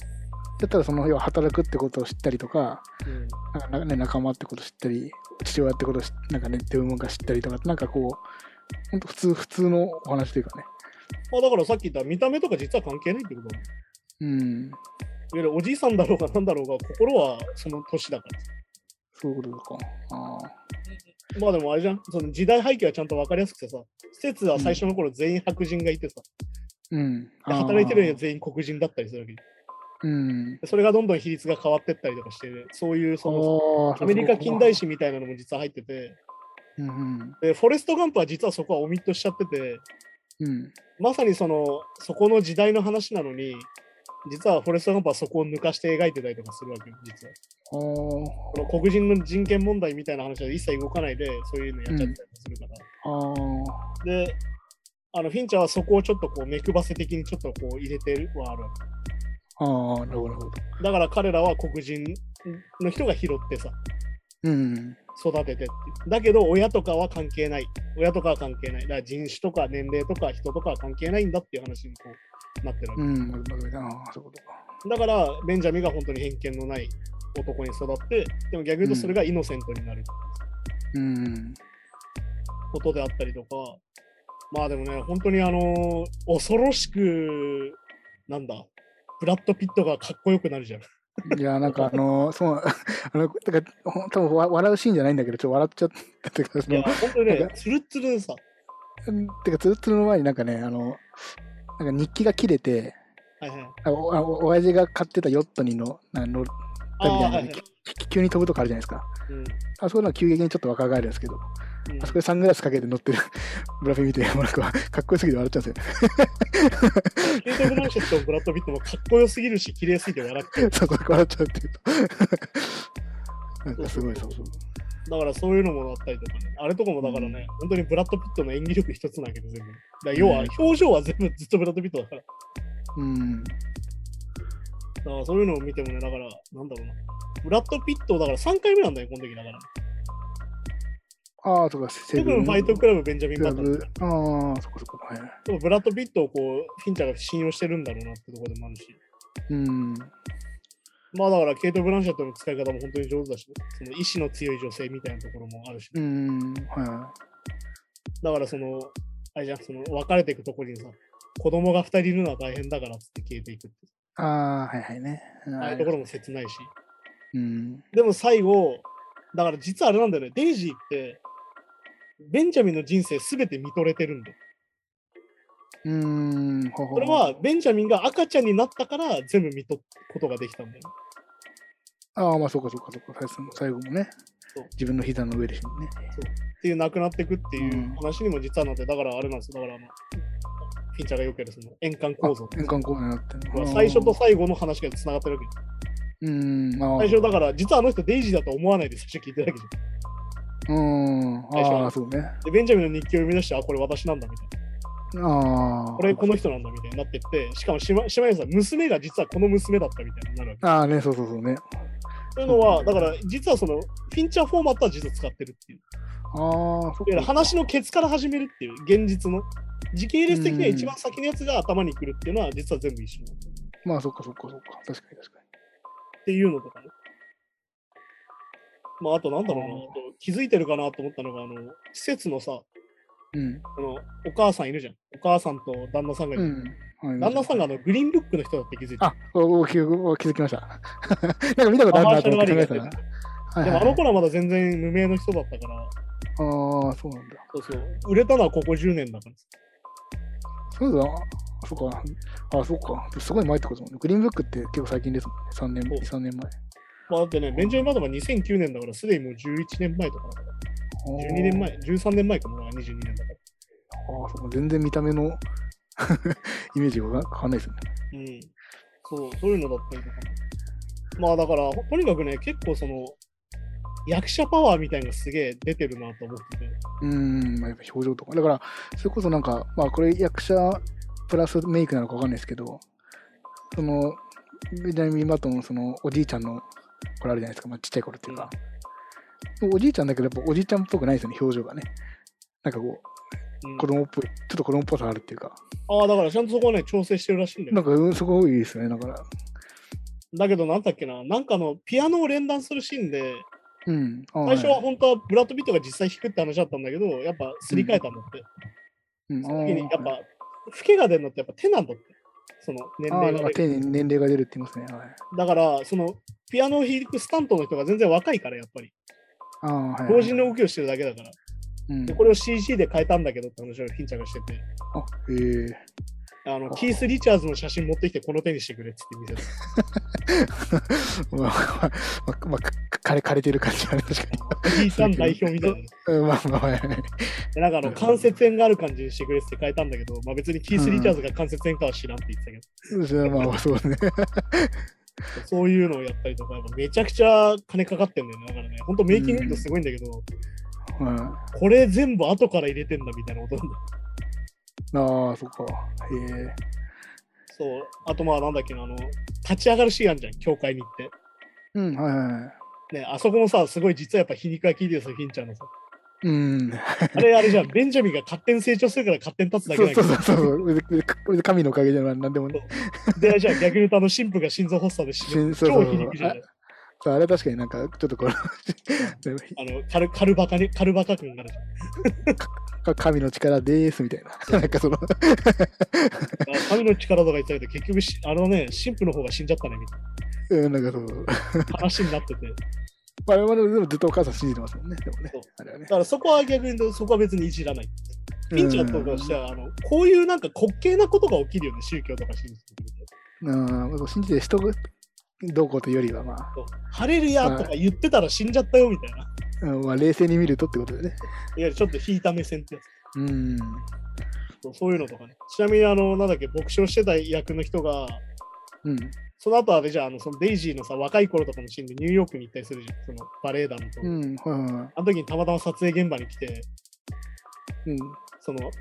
[SPEAKER 3] ったらその要は働くってことを知ったりとか
[SPEAKER 2] うん
[SPEAKER 3] なんかな、ね、仲間ってことを知ったり父親ってことを知なんかね自分が知ったりとかなんかこう本当普通普通のお話というかね
[SPEAKER 2] まあ、だからさっき言った見た目とか実は関係ないってことだもんいわ
[SPEAKER 3] うん
[SPEAKER 2] ゆるおじいさんだろうがなんだろうが心はその年だから
[SPEAKER 3] そういうことかああ
[SPEAKER 2] まあでもあれじゃん、その時代背景はちゃんと分かりやすくてさ、施設は最初の頃全員白人がいてさ、
[SPEAKER 3] うん
[SPEAKER 2] で働いてるのは全員黒人だったりするわけで
[SPEAKER 3] うん
[SPEAKER 2] それがどんどん比率が変わってったりとかして、そういうその
[SPEAKER 3] ああ
[SPEAKER 2] アメリカ近代
[SPEAKER 3] 史
[SPEAKER 2] 史みたいなのも実は入ってて、
[SPEAKER 3] うんうん
[SPEAKER 2] でフォレスト・ガンプは実はそこはオミットしちゃってて、
[SPEAKER 3] うん
[SPEAKER 2] まさにそのそこの時代の話なのに、実はフォレスト・ガンプはそこを抜かして描いてたりとかするわけよ、実は。
[SPEAKER 3] あー
[SPEAKER 2] この黒人の人権問題みたいな話は一切動かないで、そういうのやっちゃったりとかするから。
[SPEAKER 3] あー
[SPEAKER 2] で、あのフィンチャーはそこをちょっとこう目くばせ的にちょっとこう入れてるはあるわけ
[SPEAKER 3] あーなるほどなるほど
[SPEAKER 2] だから彼らは黒人の人が拾ってさ、
[SPEAKER 3] うん
[SPEAKER 2] 育ててっていうだけど親とかは関係ない。親とかは関係ない。だから人種とか年齢とか人とかは関係ないんだっていう話にこうなってるわけ。
[SPEAKER 3] うんなるほどああそういうことか
[SPEAKER 2] だからベンジャミンが本当に偏見のない男に育って、でも逆に言うとそれがイノセントになる
[SPEAKER 3] うん
[SPEAKER 2] ことであったりとか、まあでもね、本当にあの恐ろしく、なんだ、ブラッド・ピットがかっこよくなるじゃん。
[SPEAKER 3] いや、なんかあのー、そう、 *laughs* あの、だから、ほん多分わ笑うシーンじゃないんだけど、ちょっと笑っちゃったっていうか、そ
[SPEAKER 2] いや、
[SPEAKER 3] の、
[SPEAKER 2] 本当に
[SPEAKER 3] な
[SPEAKER 2] ね
[SPEAKER 3] ん、か
[SPEAKER 2] ツルッツルでさ。
[SPEAKER 3] てか、つるつるの前になんかね、あの、なんか日記が切れて、
[SPEAKER 2] はいはい。
[SPEAKER 3] あおあお親父が買ってたヨットにの、な乗った
[SPEAKER 2] あ
[SPEAKER 3] みたい
[SPEAKER 2] ーは
[SPEAKER 3] ないね、
[SPEAKER 2] はい
[SPEAKER 3] きき急に飛ぶとかあるじゃないですか。
[SPEAKER 2] うんうん
[SPEAKER 3] あそこなんか急激にちょっと若返るんですけど、あそこでサングラスかけて乗ってる *laughs* ブラフィ見て、もうなんか、かっこよすぎて笑っちゃうんですよね。
[SPEAKER 2] ケイト・ブランシェットもブラッド・ピットもかっこよすぎるし、綺麗すぎて笑って。
[SPEAKER 3] そうそう、笑っちゃうっていうと。 *laughs* なんかすごい、そうそう。
[SPEAKER 2] だからそういうのもあったりとかね。あれとかもだからね、本当にブラッド・ピットの演技力一つなんだけど、全部。だから要は
[SPEAKER 3] うん、
[SPEAKER 2] 表情は全部ずっとブラッド・ピットだから。
[SPEAKER 3] うん。
[SPEAKER 2] だからそういうのを見てもね、だから、なんだろうな。ブラッド・ピット、だから3回目なんだよ、この時だから。
[SPEAKER 3] ああ、とか、セ
[SPEAKER 2] セブン・ファイト・クラブ、ベンジャミン・
[SPEAKER 3] ク
[SPEAKER 2] バ
[SPEAKER 3] ラ
[SPEAKER 2] ットン
[SPEAKER 3] ブ。ああ、そこそこ。はいはい。
[SPEAKER 2] でもブラッド・ピットをこう、フィンチャーが信用してるんだろうなってところでもあるし。
[SPEAKER 3] うん。
[SPEAKER 2] まあだから、ケイト・ブランシェットの使い方も本当に上手だし、ね、その意志の強い女性みたいなところもあるし、
[SPEAKER 3] うーん、は
[SPEAKER 2] だからその、あれじゃん、その別れていくところにさ、子供が2人いるのは大変だからっつって消えていくって、
[SPEAKER 3] い。ああー、はいはいね。
[SPEAKER 2] ああいうところも切ないし、
[SPEAKER 3] うん。
[SPEAKER 2] でも最後、だから実はあれなんだよね、デイジーって、ベンジャミンの人生すべて見とれてるんだよ。
[SPEAKER 3] うーん、ほほ
[SPEAKER 2] これは、ベンジャミンが赤ちゃんになったから全部見とくことができたんだよね。
[SPEAKER 3] ああ、まあそうかそうかそうか。最初最後もね
[SPEAKER 2] そう。
[SPEAKER 3] 自分の膝の上でしね。
[SPEAKER 2] っていう、なくなっていくっていうんう話にも実はなって、だからあれなんですよ、だからあの、フィンチャーがよくやるその円環構造。
[SPEAKER 3] 年間公演になってるの
[SPEAKER 2] 最初と。最後の話がつながってるわけ
[SPEAKER 3] うーん、まあ。
[SPEAKER 2] 最初だから、実はあの人デイジーだと思わないで最初聞いてるわけじ
[SPEAKER 3] うん。ああ、そうね。
[SPEAKER 2] で、ベンジャミンの日記を読み出して、あ、これ私なんだみたいな。
[SPEAKER 3] ああ。
[SPEAKER 2] これこの人なんだみたいになってって、しかも島島根さん、娘が実はこの娘だったみたいになるわけ。
[SPEAKER 3] ああね、そうそうそうね。
[SPEAKER 2] というのは、だから実はそのフィンチャーフォーマットは実は使ってるっていう。
[SPEAKER 3] ああ、そっ
[SPEAKER 2] だか
[SPEAKER 3] から
[SPEAKER 2] 話のケツから始めるっていう、現実の。時系列的には一番先のやつが頭に来るっていうのは実は全部一緒
[SPEAKER 3] まあ、そっかそっかそっか。確かに確か
[SPEAKER 2] っていうのとかね。まあ、あとなんだろうな、
[SPEAKER 3] うん
[SPEAKER 2] あと気づいてるかなと思ったのが、あの、施設のさ、
[SPEAKER 3] に。うん。
[SPEAKER 2] あのお母さんいるじゃん。お母さんと旦那さんがいる。
[SPEAKER 3] うん。はい
[SPEAKER 2] 旦那さんがあのグリーンブックの人だって気づいた。
[SPEAKER 3] あ、おお気づ気づきました。 *laughs* なんか見たことあるなと思って考えてたな。はい
[SPEAKER 2] でもあ
[SPEAKER 3] はいは
[SPEAKER 2] の
[SPEAKER 3] い、
[SPEAKER 2] 頃はまだ全然無名の人だったから、
[SPEAKER 3] ああ、そうなんだ。
[SPEAKER 2] そうそう。売れたのはここ10年だからさ。
[SPEAKER 3] そうだ。あそっか。あ、そっか。すごい前ってことだもんね。グリーンブックって結構最近ですもんね。3年
[SPEAKER 2] そう
[SPEAKER 3] 2 3年
[SPEAKER 2] まあだってね、ベンジャミン・バトマン2009年だから、すでにもう11年前とかだから、
[SPEAKER 3] 前。
[SPEAKER 2] 12年前、。13年前かもな、22年だから。
[SPEAKER 3] ああ、そうか。全然見た目の *laughs* イメージが変わんないですよね。
[SPEAKER 2] うん。そう、そういうのだったりとかも。まあだから、とにかくね、結構その、役者パワーみたいなのがすげえ出てるなと思ってて。
[SPEAKER 3] うーん、まあ、やっぱ表情とか。だから、それこそなんか、まあ、これ役者プラスメイクなのかわかんないですけど、その、ベンジャミン・バトン、その、おじいちゃんの、これあるじゃないですか、まあ、ちっちゃい頃っていうか、おじいちゃんだけど、やっぱおじいちゃんっぽくないですよね、表情がね。なんかこ
[SPEAKER 2] う
[SPEAKER 3] う、
[SPEAKER 2] ん
[SPEAKER 3] 子供っぽい、ちょっと子供っぽさあるっていうか、
[SPEAKER 2] ああ、だからちゃんとそこはね、調整してるらしいんだよ
[SPEAKER 3] な。んか、うん、すごいいいですよね、だから。
[SPEAKER 2] だけど、なんだっけな、なんかあの、ピアノを連弾するシーンで、
[SPEAKER 3] うん。あ
[SPEAKER 2] 最初は、本当はブラッド・ピットが実際弾くって話だったんだけど、やっぱすり替えたんだって。
[SPEAKER 3] いうん、
[SPEAKER 2] その時に、やっ
[SPEAKER 3] あ
[SPEAKER 2] ぱ、老けが出るのってやっぱ手なんだって。その年
[SPEAKER 3] ーあー、
[SPEAKER 2] 齢
[SPEAKER 3] なん
[SPEAKER 2] が
[SPEAKER 3] か
[SPEAKER 2] 出る。
[SPEAKER 3] 手に年齢が出るって言いますね。はい、
[SPEAKER 2] だから、その、ピアノを弾くスタントの人が全然若いから、やっぱり。
[SPEAKER 3] ああ、はい、はい。
[SPEAKER 2] 老人の動きをしてるだけだから。
[SPEAKER 3] うん
[SPEAKER 2] で、これを CG で変えたんだけどって話をフィンちゃんがしてて、
[SPEAKER 3] あ、へえ。
[SPEAKER 2] あの、キース・リチャーズの写真持ってきてこの手にしてくれっつって見せた。
[SPEAKER 3] まあ、まあ、まあ、枯れ、枯れてる感じは確か
[SPEAKER 2] キー
[SPEAKER 3] に。
[SPEAKER 2] さん代表みたいな。
[SPEAKER 3] うんまあまあまあ、はい
[SPEAKER 2] でなんかあの、関節炎がある感じにしてくれっつって変えたんだけど、まあ別にキース・リチャーズが関節炎かは知らんって言ってたけど、
[SPEAKER 3] それはまあそうですね。
[SPEAKER 2] そういうのをやったりとか、やっぱめちゃくちゃ金かかってんだよね。だからね、ほんとメイキング見るとすごいんだけど、
[SPEAKER 3] うん、あ
[SPEAKER 2] これ全部後から入れてんだみたいなことなんだよ。
[SPEAKER 3] あ、そっか。へえ。
[SPEAKER 2] そう。あとまあなんだっけな、あの、立ち上がるシーンあるじゃん、教会に行って。
[SPEAKER 3] うん、はいはいはい。
[SPEAKER 2] ね、あそこもさ、すごい実はやっぱ皮肉が効いてるさ、フィンちゃんのさ。
[SPEAKER 3] うん。
[SPEAKER 2] あれあれじゃん、ベンジャミンが勝手に成長するから勝手に立つだけ
[SPEAKER 3] そ
[SPEAKER 2] だ
[SPEAKER 3] う
[SPEAKER 2] け
[SPEAKER 3] そ
[SPEAKER 2] ど
[SPEAKER 3] う、そうそう。別に別に神のおかげじゃななんでもね。
[SPEAKER 2] で、じゃあ逆に言うとあの神父が心臓発作で死ぬ。
[SPEAKER 3] そうそ
[SPEAKER 2] 超
[SPEAKER 3] う
[SPEAKER 2] 皮肉じゃない。
[SPEAKER 3] そうあれ確かになんか、ちょっとこの *laughs*
[SPEAKER 2] あの、カルカルバカに、カルバカ君になるじゃん。
[SPEAKER 3] か神の力でーすみたいな。なんかその、 *laughs*
[SPEAKER 2] あ神の力とか言ってたけど、結局し、あのね、神父の方が死んじゃったね、みたい
[SPEAKER 3] うん、なんかそう。
[SPEAKER 2] な話になってて。
[SPEAKER 3] 我々でもずっとお母さん信じてますもんね。でもね
[SPEAKER 2] そう。
[SPEAKER 3] あれはね
[SPEAKER 2] だ。からそこは逆に言うと、そこは別にいじらない。フィンチャーとかして
[SPEAKER 3] ゃ
[SPEAKER 2] は、あの、こういうなんか滑稽なことが起きるよね、宗教とか信じてると。
[SPEAKER 3] うん、そう信じてる人がどうこうというよりは、まあ、
[SPEAKER 2] そうハレルヤとか言ってたら死んじゃったよ、みたいな。
[SPEAKER 3] うんまあ、冷静に見るとってことでね。
[SPEAKER 2] いや、ちょっと引いた目線ってやつ。
[SPEAKER 3] うん。
[SPEAKER 2] そうそういうのとかね。ちなみに、あの、なんだっけ、牧師をしてた役の人が、
[SPEAKER 3] うん。
[SPEAKER 2] その後あれじゃんあのそのデイジーのさ若い頃とかのシーンでニューヨークに行ったりするじゃん、そのバレエ団と。
[SPEAKER 3] うん、はいはいはい。
[SPEAKER 2] あの時にたまたま撮影現場に来て、
[SPEAKER 3] うん、
[SPEAKER 2] その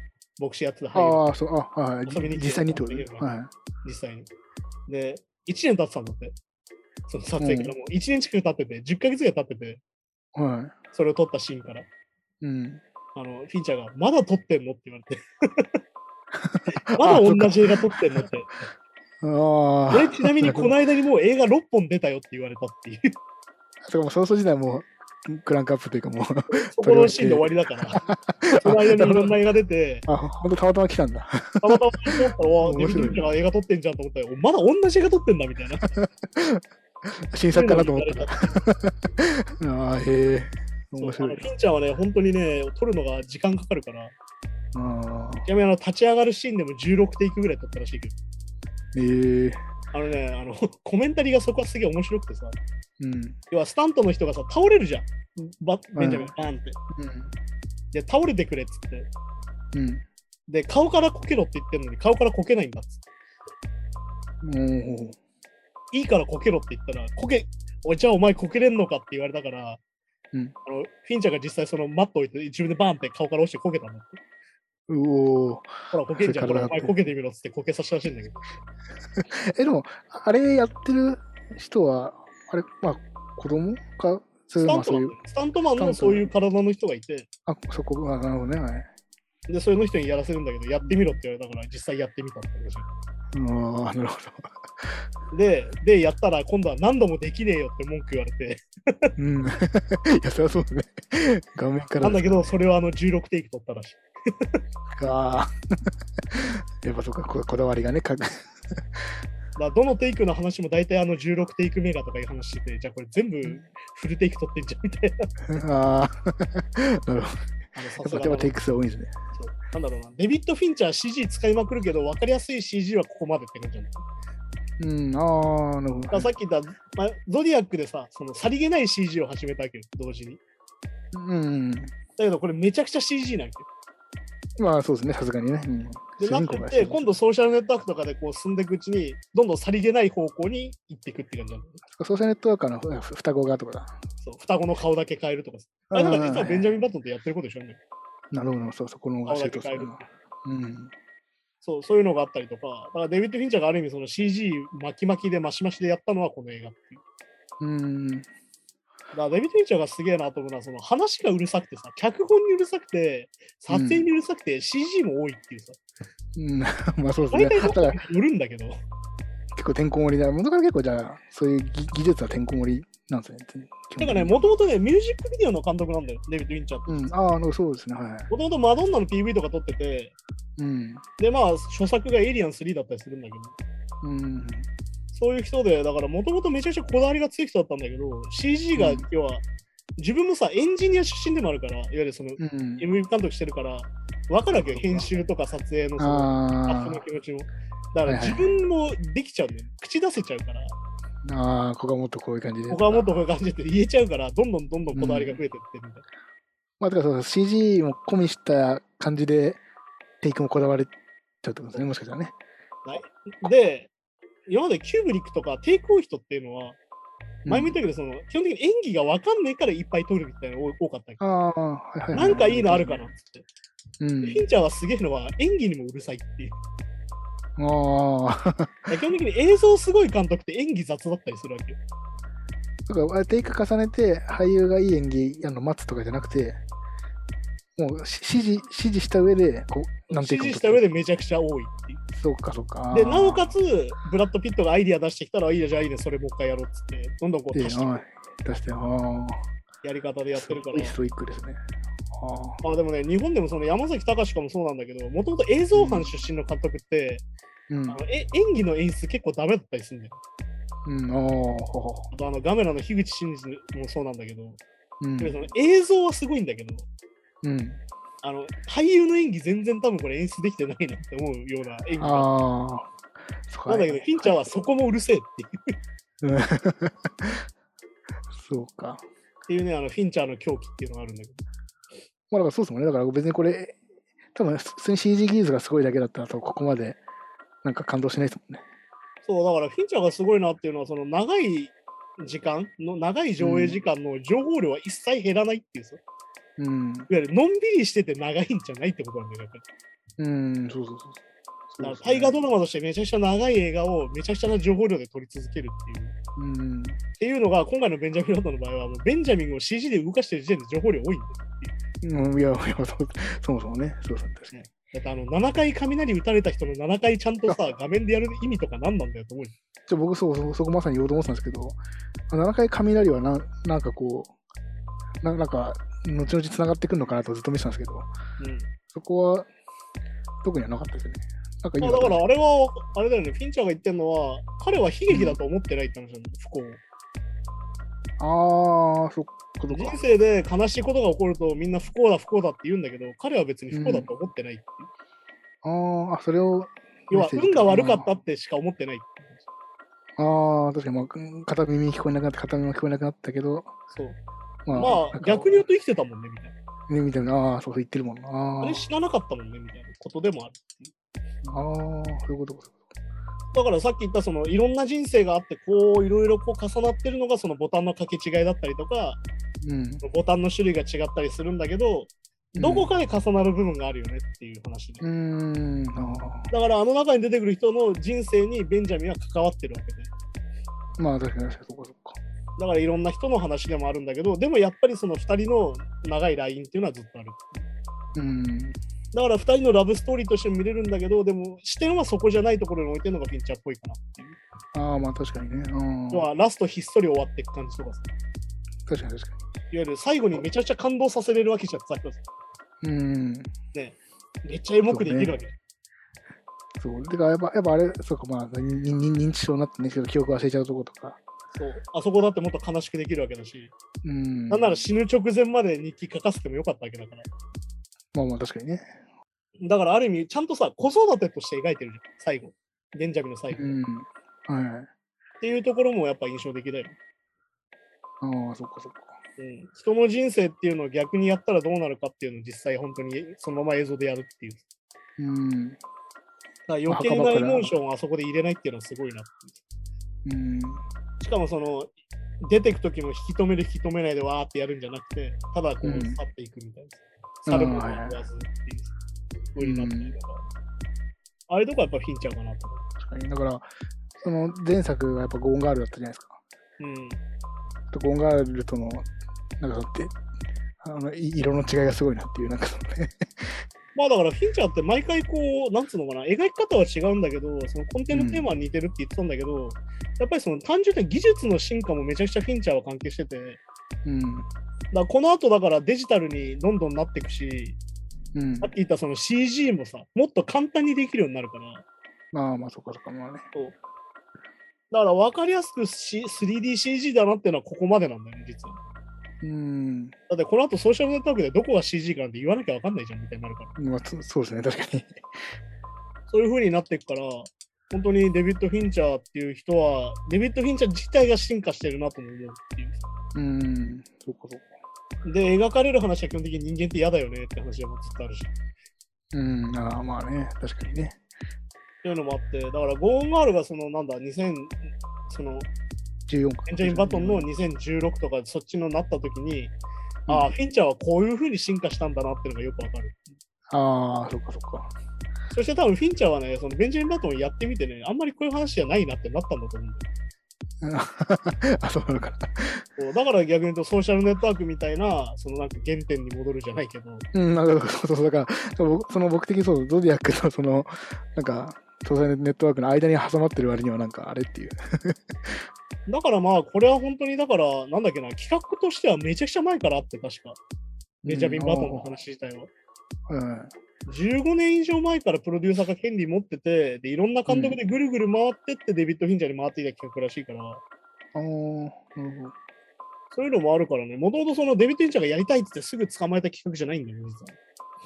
[SPEAKER 2] 牧師やってた俳優が
[SPEAKER 3] ああ、そう、あはいはい。
[SPEAKER 2] 遊びに来て
[SPEAKER 3] 実際にってことね
[SPEAKER 2] 遊びに来て
[SPEAKER 3] はい。
[SPEAKER 2] 実際に。で、1年経ってたんだって、その撮影からもう1年近く経ってて、10ヶ月ぐらい経ってて、
[SPEAKER 3] は
[SPEAKER 2] それを撮ったシーンから、
[SPEAKER 3] い。うん。
[SPEAKER 2] あのフィンチャーがまだ撮ってんのって言わ
[SPEAKER 3] *laughs*
[SPEAKER 2] れて。まだ同じ映画撮ってんのって。
[SPEAKER 3] *laughs* ああ。
[SPEAKER 2] 俺ちなみにこの間にもう映画6本出たよって言われたっていう。
[SPEAKER 3] そうかもうその人自体もうクランクアップというかもう。 *laughs*
[SPEAKER 2] そこのシーンで終わりだから。その間にいろんな映画出て、
[SPEAKER 3] あ、ほんとたまたま来たんだ。
[SPEAKER 2] たまたま撮ったら、わーデ
[SPEAKER 3] 面
[SPEAKER 2] ビ
[SPEAKER 3] 白い
[SPEAKER 2] ッド・フィンチャーが映画撮ってんじゃんと思ったら、おまだ同じ映画撮ってんだみたいな。
[SPEAKER 3] *laughs* 新作かなと思った
[SPEAKER 2] そういうのに言われた
[SPEAKER 3] ら。ああ、へえ。
[SPEAKER 2] そう
[SPEAKER 3] 面白
[SPEAKER 2] あの
[SPEAKER 3] い
[SPEAKER 2] フ。ィンチャーはね、本当にね、撮るのが時間かかるから、
[SPEAKER 3] ああ。
[SPEAKER 2] ちなみにあの立ち上がるシーンでも16テイクぐらい撮ったらしいけど、
[SPEAKER 3] ええ。
[SPEAKER 2] あのね、あのコメンタリーがそこはすげえ面白くてさ、
[SPEAKER 3] うん。
[SPEAKER 2] 要はスタントの人がさ、倒れるじゃん。バベンジャミン、バーンって。で、倒れてくれっつって。
[SPEAKER 3] うん。
[SPEAKER 2] で、顔からこけろって言ってるのに、顔からこけないんだっつっ
[SPEAKER 3] うん。おお。
[SPEAKER 2] て。いいからこけろって言ったら、こけ、おいじゃあお前こけれんのかって言われたから、
[SPEAKER 3] うん
[SPEAKER 2] あのフィンチャーが実際そのマット置いて自分でバーンって顔から落ちてこけたの。
[SPEAKER 3] うおー
[SPEAKER 2] ほら、こけんじゃん。
[SPEAKER 3] そ
[SPEAKER 2] ほ
[SPEAKER 3] れ
[SPEAKER 2] ら、
[SPEAKER 3] か
[SPEAKER 2] お
[SPEAKER 3] ら
[SPEAKER 2] 前こけてみろっつってこけさせたらしいんだけど。
[SPEAKER 3] え、でも、あれやってる人は、あれ、まあ、子供か、
[SPEAKER 2] ス
[SPEAKER 3] それ
[SPEAKER 2] タン
[SPEAKER 3] まあ
[SPEAKER 2] ト
[SPEAKER 3] そ
[SPEAKER 2] マ
[SPEAKER 3] うい
[SPEAKER 2] ン
[SPEAKER 3] う、
[SPEAKER 2] スタントマンのそういう体の人がいて、
[SPEAKER 3] あ、そこ、あ、なるほどね。はい、
[SPEAKER 2] で、それの人にやらせるんだけど、やってみろって言われたから、実際やってみたって話。
[SPEAKER 3] ああ、なるほ
[SPEAKER 2] で、で、やったら今度は何度もできねえよって文句言われて、
[SPEAKER 3] ど。うん。い *laughs* や、そりゃそうだね。画面から
[SPEAKER 2] なんだけど、それはあの16テイク取ったらしい。
[SPEAKER 3] か。 *laughs* やっぱそっか、ここだわりがね、か *laughs*
[SPEAKER 2] だからどのテイクの話も大体あの16テイクメガとかいう話してて、じゃあこれ全部フルテイク取ってんじゃんみたいな。
[SPEAKER 3] ああ、 *laughs* なるほ
[SPEAKER 2] あのさ
[SPEAKER 3] ど。や
[SPEAKER 2] す
[SPEAKER 3] っぱ
[SPEAKER 2] が
[SPEAKER 3] で
[SPEAKER 2] だ
[SPEAKER 3] も
[SPEAKER 2] な
[SPEAKER 3] テイクスが多いんですね。
[SPEAKER 2] そうなんだろうな。デビッド・フィンチャー CG 使いまくるけど、分かりやすい CG はここまでって感じなんだ。
[SPEAKER 3] うん、ああ、なるほ
[SPEAKER 2] だから
[SPEAKER 3] ど
[SPEAKER 2] さ。っき言った、まあ、ゾディアックでさ、そのさりげない CG を始めたわけよ、同時に。
[SPEAKER 3] うん。
[SPEAKER 2] だけどこれめちゃくちゃ CG なんけ
[SPEAKER 3] まあ、そうですね、さすがにね。うん、
[SPEAKER 2] でなってって、今
[SPEAKER 3] 度。
[SPEAKER 2] 度ソーシャルネットワークとかでこう進んでいくうちに、どんどんさりげない方向に行っていくって感じなんだよね。
[SPEAKER 3] ソーシャルネットワークのふ双子がとかだ。
[SPEAKER 2] そう双子の顔だけ変えるとかさ。あれなんか実はベンジャミン・バトンってやってることでしょ、ね、
[SPEAKER 3] なるほど、そうそう、この
[SPEAKER 2] 顔
[SPEAKER 3] 教
[SPEAKER 2] だけ
[SPEAKER 3] えてほし
[SPEAKER 2] 変え
[SPEAKER 3] い
[SPEAKER 2] る
[SPEAKER 3] な。うん。
[SPEAKER 2] そう、そういうのがあったりとか、だからデビッド・フィンチャーがある意味その CG 巻き巻きでマシマシでやったのはこの映画っていう。
[SPEAKER 3] うん。
[SPEAKER 2] だからデビッド・フィンチャーがすげえなと思うのは、その話がうるさくてさ、脚本にうるさくて、撮影にうるさくて、CG も多いっていうさ、
[SPEAKER 3] うん、まあそうです
[SPEAKER 2] 大
[SPEAKER 3] ね。
[SPEAKER 2] 体
[SPEAKER 3] た
[SPEAKER 2] どこ
[SPEAKER 3] だ
[SPEAKER 2] かによるんだけど、
[SPEAKER 3] 結構てんこ盛りだ。元から結構じゃあ、そういう技技術はてんこ盛りなんですね。基
[SPEAKER 2] て
[SPEAKER 3] 本
[SPEAKER 2] か
[SPEAKER 3] 的
[SPEAKER 2] ね、
[SPEAKER 3] に
[SPEAKER 2] もともとね、ミュージックビデオの監督なんだよ、デビッド・フィンチャーって。
[SPEAKER 3] うん、ああ、なんかそうですね。はい。
[SPEAKER 2] もともとマドンナの PV とか撮ってて、
[SPEAKER 3] うん。
[SPEAKER 2] で、まあ、初作がエイリアン3だったりするんだけど、
[SPEAKER 3] うん。
[SPEAKER 2] そういう人で、だからもともとめちゃくちゃこだわりが強い人だったんだけど、CG が
[SPEAKER 3] うん
[SPEAKER 2] 要は、自分もさ、エンジニア出身でもあるから、いわゆるその、
[SPEAKER 3] うん。
[SPEAKER 2] MV 監督してるから、分かるわけよ、編集とか撮影のその、スタッ
[SPEAKER 3] あ
[SPEAKER 2] フの気持ちも。だから
[SPEAKER 3] はいはい
[SPEAKER 2] 自分もできちゃうんだよね。口出せちゃうから、
[SPEAKER 3] あ、ああ、ここはもっとこういう感じで。
[SPEAKER 2] 他はもっとこういう感じでって言えちゃうから、どんどんどんどんこだわりが増えてってみたいな。
[SPEAKER 3] まあ、だからそうそう CG も込みした感じで、テイクもこだわれちゃうってことですね。もしかしたらね。
[SPEAKER 2] で、今までキューブリックとかテイク多い人っていうのは、前も言ったけど、その基本的に演技が分かんないからいっぱい撮るみたいなのが多多かったけ
[SPEAKER 3] あ
[SPEAKER 2] ど、
[SPEAKER 3] あ、はいはいは
[SPEAKER 2] な
[SPEAKER 3] い。
[SPEAKER 2] んかいいのあるかなっ。つって。
[SPEAKER 3] う
[SPEAKER 2] フ
[SPEAKER 3] ん
[SPEAKER 2] ィ。ンチャーはすげえのは演技にもうるさいっていう。
[SPEAKER 3] ああ。
[SPEAKER 2] 基本的に映像すごい監督って演技雑だったりするわけよ。
[SPEAKER 3] なんかあれテイク重ねて俳優がいい演技やるの待つとかじゃなくてもうし指示指示した上でこうなんてい
[SPEAKER 2] 指
[SPEAKER 3] う
[SPEAKER 2] 示
[SPEAKER 3] か
[SPEAKER 2] した上でめちゃくちゃ多いっていう。
[SPEAKER 3] そうかそうか
[SPEAKER 2] で、なおか
[SPEAKER 3] つ
[SPEAKER 2] つ、ブラッド・ピットがアイディア出してきたら、いいね、じゃあいいね、それもう一回やろうっつって、どんどんこう、
[SPEAKER 3] で
[SPEAKER 2] 足してい
[SPEAKER 3] はい出してああ
[SPEAKER 2] くやり方でやってるから
[SPEAKER 3] い。ストイックですねあ
[SPEAKER 2] まあでもね、日本でもその山崎隆とかもそうなんだけど、もともと映像班出身の監督って、
[SPEAKER 3] ー
[SPEAKER 2] あのえ演技の演出結構ダメだったりするんだよ。
[SPEAKER 3] うんうんああほほ
[SPEAKER 2] あとあのガメラの樋口真嗣もそうなんだけど、
[SPEAKER 3] うん
[SPEAKER 2] その映像はすごいんだけど、
[SPEAKER 3] うん
[SPEAKER 2] あの俳優の演技全然多分これ演出できてないなって思うような演技なん
[SPEAKER 3] ああそ
[SPEAKER 2] だ
[SPEAKER 3] う
[SPEAKER 2] けど、フィンチャーはそこもうるせえっていう
[SPEAKER 3] うん *laughs* そうか
[SPEAKER 2] っていうね、あのフィンチャーの狂気っていうのがあるんだけど。
[SPEAKER 3] まあだからそうですもんね。だから別にこれ、多分普通に CG 技術がすごいだけだったら、多分ここまでなんか感動しないですもんね。
[SPEAKER 2] そう、だからフィンチャーがすごいなっていうのは、その長い時間の、長い上映時間の情報量は一切減らないっていうさ、い
[SPEAKER 3] うん。
[SPEAKER 2] わゆるのんびりしてて長いんじゃないってことなんだよ、やっぱり。
[SPEAKER 3] うん、そうそうそうそう。
[SPEAKER 2] だから大河
[SPEAKER 3] ど
[SPEAKER 2] ドラマとしてめちゃくちゃ長い映画をめちゃくちゃな情報量で撮り続けるっていう。
[SPEAKER 3] うん。
[SPEAKER 2] っていうのが、今回のベンジャミン・ロッドの場合は、もうベンジャミンを CG で動かしてる時点で情報量
[SPEAKER 3] *laughs*
[SPEAKER 2] 多いんだよ。
[SPEAKER 3] うん、いや、いやそうそもそもね、そうそう、確かに。
[SPEAKER 2] だってあの7回雷打たれた人の7回ちゃんとさ、画面でやる意味とか何なんだよと思うよ。
[SPEAKER 3] じゃ僕そうそう、そこまさに言おうと思ってたんですけど、7回雷はななんかこう、ななんか、後々つながってくるのかなとずっと見てたんですけど、
[SPEAKER 2] うん
[SPEAKER 3] そこは特にはなかったですよね。なんか
[SPEAKER 2] ま
[SPEAKER 3] 今
[SPEAKER 2] あ、だからあれは、あれだよね、フィンチャーが言ってるのは、彼は悲劇だと思ってないって話なんだよ、不幸を。
[SPEAKER 3] あー、そっかそっ
[SPEAKER 2] 人
[SPEAKER 3] か。
[SPEAKER 2] 生で悲しいことが起こるとみんな不幸だ不幸だって言うんだけど彼は別に不幸だと思ってないっていう、
[SPEAKER 3] あーあ、それを。
[SPEAKER 2] 要は運が悪かったってしか思ってないっていう
[SPEAKER 3] ああ、確かに、まあうん、片耳聞こえなくなって、片耳も聞こえなくなったけど、
[SPEAKER 2] そう
[SPEAKER 3] ま
[SPEAKER 2] まあ逆に言うと生きてたもんねみたいな
[SPEAKER 3] に。ね、みたいな、ああー、そうそう言ってるもんな。あ
[SPEAKER 2] あ
[SPEAKER 3] ー
[SPEAKER 2] れ知らなかったもんねみたいなことでもある
[SPEAKER 3] あー、そういうことか。
[SPEAKER 2] だからさっき言ったそのいろんな人生があってこういろいろこう重なってるのがそのボタンの掛け違いだったりとか
[SPEAKER 3] うん、
[SPEAKER 2] ボタンの種類が違ったりするんだけど、どこかで重なる部分があるよねっていう話で。
[SPEAKER 3] うーん、あ
[SPEAKER 2] だからあの中に出てくる人の人生にベンジャミンは関わってるわけで。
[SPEAKER 3] ーまあ確かに確かにそこそこ。
[SPEAKER 2] だからいろんな人の話でもあるんだけど、でもやっぱりその2人の長いラインっていうのはずっとある。
[SPEAKER 3] うん、
[SPEAKER 2] だから2人のラブストーリーとしても見れるんだけど、でも視点はそこじゃないところに置いてるのがピンチャーっぽいかなっていう。
[SPEAKER 3] ああまあ確かにね。うん、
[SPEAKER 2] 要はラストひっそり終わっていく感じとかさ。
[SPEAKER 3] 確かに確か
[SPEAKER 2] いわゆる最後にめちゃくちゃ感動させれるわけじゃん、さっきの
[SPEAKER 3] に。うん、
[SPEAKER 2] めっちゃエモくできるわけ。
[SPEAKER 3] そう。てかやっぱやっぱあれ、そうかまあににに認知症になってね、ちょっと記憶忘れちゃうとことか。
[SPEAKER 2] そうあそこだってもっと悲しくできるわけだし、
[SPEAKER 3] うん、
[SPEAKER 2] なんなら死ぬ直前まで日記書かせてもよかったわけだから。
[SPEAKER 3] まあまあ確かにね。
[SPEAKER 2] だからある意味、ちゃんとさ、子育てとして描いてるじゃん、最後。ベンジャミンの最後。
[SPEAKER 3] う
[SPEAKER 2] っ
[SPEAKER 3] ん、はい。
[SPEAKER 2] ていうところもやっぱ印象的だよ。
[SPEAKER 3] ああ、そっかそっか。
[SPEAKER 2] うん、人の人生っていうのを逆にやったらどうなるかっていうのを実際本当にそのまま映像でやるっていう。
[SPEAKER 3] うん、
[SPEAKER 2] だから余計
[SPEAKER 3] ま
[SPEAKER 2] な
[SPEAKER 3] あ墓場
[SPEAKER 2] エ
[SPEAKER 3] から
[SPEAKER 2] モーションをあそこで入れないっていうのはすごいなって
[SPEAKER 3] うん、
[SPEAKER 2] しかもその、出てく時も引き止める引き止めないでわーってやるんじゃなくて、ただこう
[SPEAKER 3] うん
[SPEAKER 2] 去っていくみたいな。去るものを
[SPEAKER 3] あーはいはい
[SPEAKER 2] 言わずっていう風になってるから。あれとかやっぱフィンチャーかなと思
[SPEAKER 3] 確かに。だから、その前作がやっぱゴーンガールだったじゃないですか。
[SPEAKER 2] う。うん。
[SPEAKER 3] とゴーンガールとの、なんかだって、あのい色の違いがすごいなっていう、なんかそのね。
[SPEAKER 2] まあだからフィンチャーって毎回こう、なんつうのかな、描き方は違うんだけど、そのコンテンツテーマは似てるって言ってたんだけど、やっぱりその単純な技術の進化もめちゃくちゃフィンチャーは関係してて、だか
[SPEAKER 3] うん、
[SPEAKER 2] らこの後だからデジタルにどんどんなっていくし、
[SPEAKER 3] うん
[SPEAKER 2] さっ。き言ったその CG もさ、もっと簡単にできるようになるから、だ
[SPEAKER 3] まあまあそっかそっか、まあね。
[SPEAKER 2] から分かりやすくし 3DCG だなっていうのはここまでなんだよね、実は。
[SPEAKER 3] うん。
[SPEAKER 2] だってこの後ソーシャルネットワークでどこが CG かなんて言わなきゃ分かんないじゃんみたいになるから。
[SPEAKER 3] まあ、そそうですね、確かに。
[SPEAKER 2] そういう風になっていくから、本当にデビッド・フィンチャーっていう人は、デビッド・フィンチャー自体が進化してるなとも思うっていう。
[SPEAKER 3] うん、そっかそっか。
[SPEAKER 2] で、描かれる話は基本的に人間って嫌だよねって話はもうずっとあるし。っ
[SPEAKER 3] うん、ああまあね、確かにね。
[SPEAKER 2] ていうのもあって、だからゴーン・ガールがその、なんだ、2000、その、
[SPEAKER 3] 14か。
[SPEAKER 2] エンジェリン・バトンの2016とかそっちのなった時に、ああ、フィンチャーはこういう風に進化したんだなっていうのがよくわかる。
[SPEAKER 3] ああ、そっかそっか。 *laughs*
[SPEAKER 2] そして多分フィンチャーはね、そのベンジャミン・バトンやってみてね、あんまりこういう話じゃないなってなったんだと思うんだよ
[SPEAKER 3] あ、そうなのかな。
[SPEAKER 2] そうだから逆に言うとソーシャルネットワークみたいな、そのなんか原点に戻るじゃないけど、
[SPEAKER 3] うん、なんかそうそう、だから、僕その僕的にそう、ゾディアックのその、なんか、総裁ネットワークの間に挟まってる割には、なんか、あれっていう。
[SPEAKER 2] だからまあ、これは本当にだから、なんだっけな、企画としてはめちゃくちゃ前からあって、確か。ベンジャミン・バトンの話自体は。
[SPEAKER 3] うん。
[SPEAKER 2] 15年以上前からプロデューサーが権利持ってて、で、いろんな監督でぐるぐる回ってって、デビッド・フィンチャーに回ってきた企画らしいから、
[SPEAKER 3] あーなるほど
[SPEAKER 2] そういうのもあるからね、もともとそのデビッド・フィンチャーがやりたいって言ってすぐ捕まえた企画じゃないんだよね、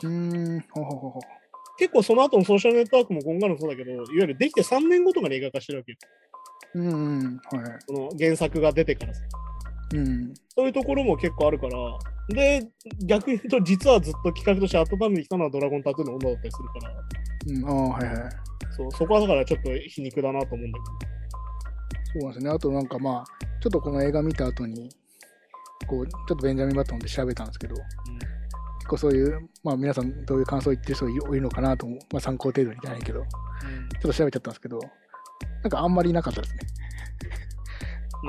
[SPEAKER 2] 実は。
[SPEAKER 3] うーん、ほうほうほうほ
[SPEAKER 2] 結構その後のソーシャルネットワークも今回のそうだけど、いわゆるできて3年後とかに映画化してるわけよ。
[SPEAKER 3] う。うん、うん、は
[SPEAKER 2] その原作が出てからさ。
[SPEAKER 3] い。うん。
[SPEAKER 2] そういうところも結構あるから、で、逆に言うと、実はずっと企画として温めてきたのはドラゴンタトゥーの女だったりするから、
[SPEAKER 3] うん、ああ、はいはい。
[SPEAKER 2] そうそこはだからちょっと皮肉だなと思うんだけ
[SPEAKER 3] そうなんですね。あと、なんかまあ、ちょっとこの映画見た後に、こう、ちょっとベンジャミン・バトンで調べたんですけど、結構そういう、まあ皆さんどういう感想を言ってる人が多いのかなと思う、まあ参考程度にじゃないけど、ちょ
[SPEAKER 2] ど、うん
[SPEAKER 3] っと調べちゃったんですけど、なんかあんまりなかったですね。
[SPEAKER 2] うん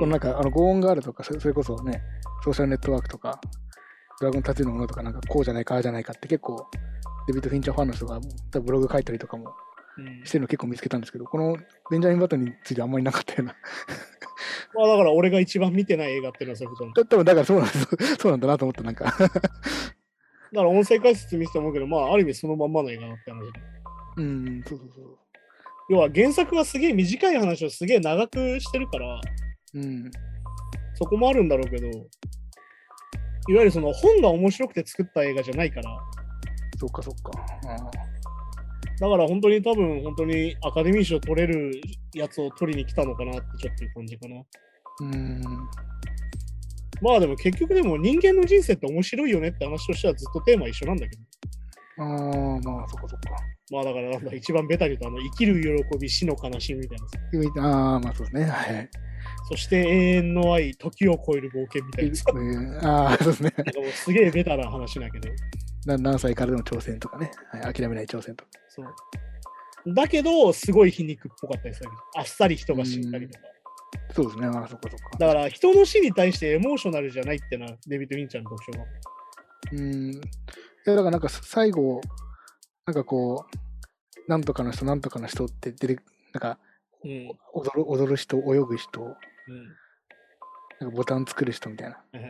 [SPEAKER 3] このなんか、あの、ゴーンガールとか、そそれこそね、ソーシャルネットワークとか、ドラゴンタトゥーのものとか、なんかこうじゃないか、ああじゃないかって結構、デビッド・フィンチャーファンの人が多分ブログ書いたりとかも
[SPEAKER 2] うん
[SPEAKER 3] してるの結構見つけたんですけど、このベンジャミン・バトンについてあんまりなかったような。 *laughs*
[SPEAKER 2] まあだから俺が一番見てない映画っていうのはそういうことなんだ。
[SPEAKER 3] だ多分だからそうなんです。そうなんだなと思った、なんか。
[SPEAKER 2] だから音声解説見せて思うけど、まあある意味そのまんまの映画だって話。
[SPEAKER 3] うん、そうそうそう。
[SPEAKER 2] 要は原作がすげえ短い話をすげえ長くしてるから、
[SPEAKER 3] うん。
[SPEAKER 2] そこもあるんだろうけど、いわゆるその本が面白くて作った映画じゃないから、
[SPEAKER 3] そっかそっか。あ
[SPEAKER 2] だから本当に多分本当にアカデミー賞取れるやつを取りに来たのかなってちょっという感じかな。
[SPEAKER 3] ーうん。
[SPEAKER 2] まあでも結局でも人間の人生って面白いよねって話としてはずっとテーマは一緒なんだけど。
[SPEAKER 3] ああ、まあそっかそっか。
[SPEAKER 2] まあだからなんだ一番ベタに言うとあの生きる喜び死の悲しみみたいなさ
[SPEAKER 3] ああ、まあそうですね。はい。
[SPEAKER 2] そして永遠の愛、時を超える冒険みたいな
[SPEAKER 3] *laughs*
[SPEAKER 2] さ。
[SPEAKER 3] うんああ、そうですね。
[SPEAKER 2] なんかもうすげえベタな話だけど。
[SPEAKER 3] な *laughs* 何歳からでも挑戦とかね、はい、諦めない挑戦とか。
[SPEAKER 2] そうだけど、すごい皮肉っぽかったりする。あっさり人が死んだりとか。
[SPEAKER 3] そうですね、ああ、そっかそっか。
[SPEAKER 2] だから人の死に対してエモーショナルじゃないってな、デビッド・ウィンちゃんの特徴が。
[SPEAKER 3] うん。いや、だからなんかさ最後、なんかこう、なんとかの人、なんとかの人って出て、なんか
[SPEAKER 2] うん。
[SPEAKER 3] 踊る踊る人、泳ぐ人、なんかボタン作る人みたいな。
[SPEAKER 2] うん。
[SPEAKER 3] な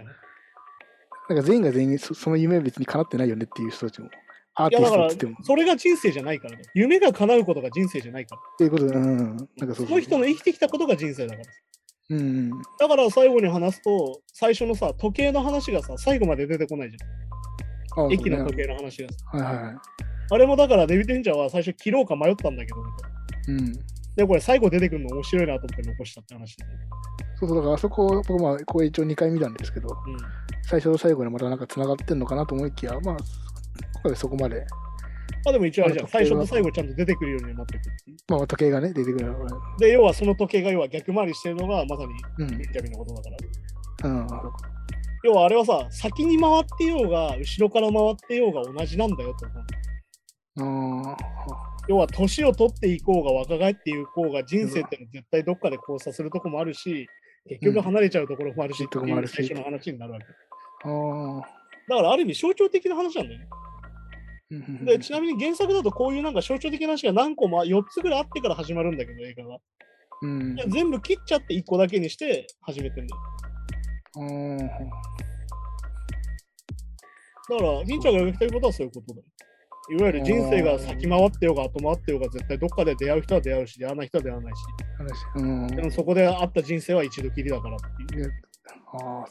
[SPEAKER 3] んか全員が全員そその夢は別に叶ってないよねっていう人たちも、アーティストって言っても。
[SPEAKER 2] それが人生じゃないからね。夢が叶うことが人生じゃないか
[SPEAKER 3] っていうことで、うん、うん。なん
[SPEAKER 2] ら。
[SPEAKER 3] か
[SPEAKER 2] そ
[SPEAKER 3] そう
[SPEAKER 2] の人の生きてきたことが人生だから。
[SPEAKER 3] うんうん。
[SPEAKER 2] だから最後に話すと、最初のさ、時計の話がさ、最後まで出てこないじゃ
[SPEAKER 3] ああ
[SPEAKER 2] ん。駅の
[SPEAKER 3] そう
[SPEAKER 2] 時
[SPEAKER 3] ね
[SPEAKER 2] 計の話がさ。
[SPEAKER 3] はいはいはい。
[SPEAKER 2] あれもだからデビッド・ウィンちゃんは最初切ろうか迷ったんだけど、みたいな。
[SPEAKER 3] うん。
[SPEAKER 2] で、これ最後出てくるの面白いなと思って残したって話だね。
[SPEAKER 3] そうそう、だからあそこ、僕、まあ、こう一応2回見たんですけど、
[SPEAKER 2] うん。
[SPEAKER 3] 最初と最後にまたなんか繋がってんのかなと思いきや、まあ、今回そこまで、
[SPEAKER 2] まあでも一応あれじゃん、
[SPEAKER 3] あれ
[SPEAKER 2] 最
[SPEAKER 3] 時計
[SPEAKER 2] 初
[SPEAKER 3] が
[SPEAKER 2] と最後ちゃんと出てくるようになってくるっていう。
[SPEAKER 3] まあ、時計がね、出てくるのが
[SPEAKER 2] で、要はその時計が要は逆回りしてるのがまさに
[SPEAKER 3] うん。うん
[SPEAKER 2] インタビューのことだから。。
[SPEAKER 3] そうか
[SPEAKER 2] 要はあれはさ、先に回ってようが、後ろから回ってようが同じなんだよってこと。
[SPEAKER 3] あー
[SPEAKER 2] 要は年を取っていこうが若返っていこうが人生ってのは絶対どっかで交差するとこもあるし、結局離れちゃうところもあるし、
[SPEAKER 3] うん
[SPEAKER 2] っていう最初の話になるわけ。
[SPEAKER 3] あー。
[SPEAKER 2] だからある意味象徴的な話なんだよね。
[SPEAKER 3] うんうんうん
[SPEAKER 2] でちなみに原作だとこういうなんか象徴的な話が何個も4つぐらいあってから始まるんだけど映画が。
[SPEAKER 3] うん
[SPEAKER 2] で全部切っちゃって1個だけにして始めてんだよ。
[SPEAKER 3] あー
[SPEAKER 2] だから、りんちゃんが描きたいことはそういうことだよ。いわゆる人生が先回ってようが後回ってようが絶対どっかで出会う人は出会うし、出会わない人は出会わないし、
[SPEAKER 3] 話うん。
[SPEAKER 2] でもそこで会った人生は一度きりだからっていう。
[SPEAKER 3] いやああ、そっ
[SPEAKER 2] だ
[SPEAKER 3] か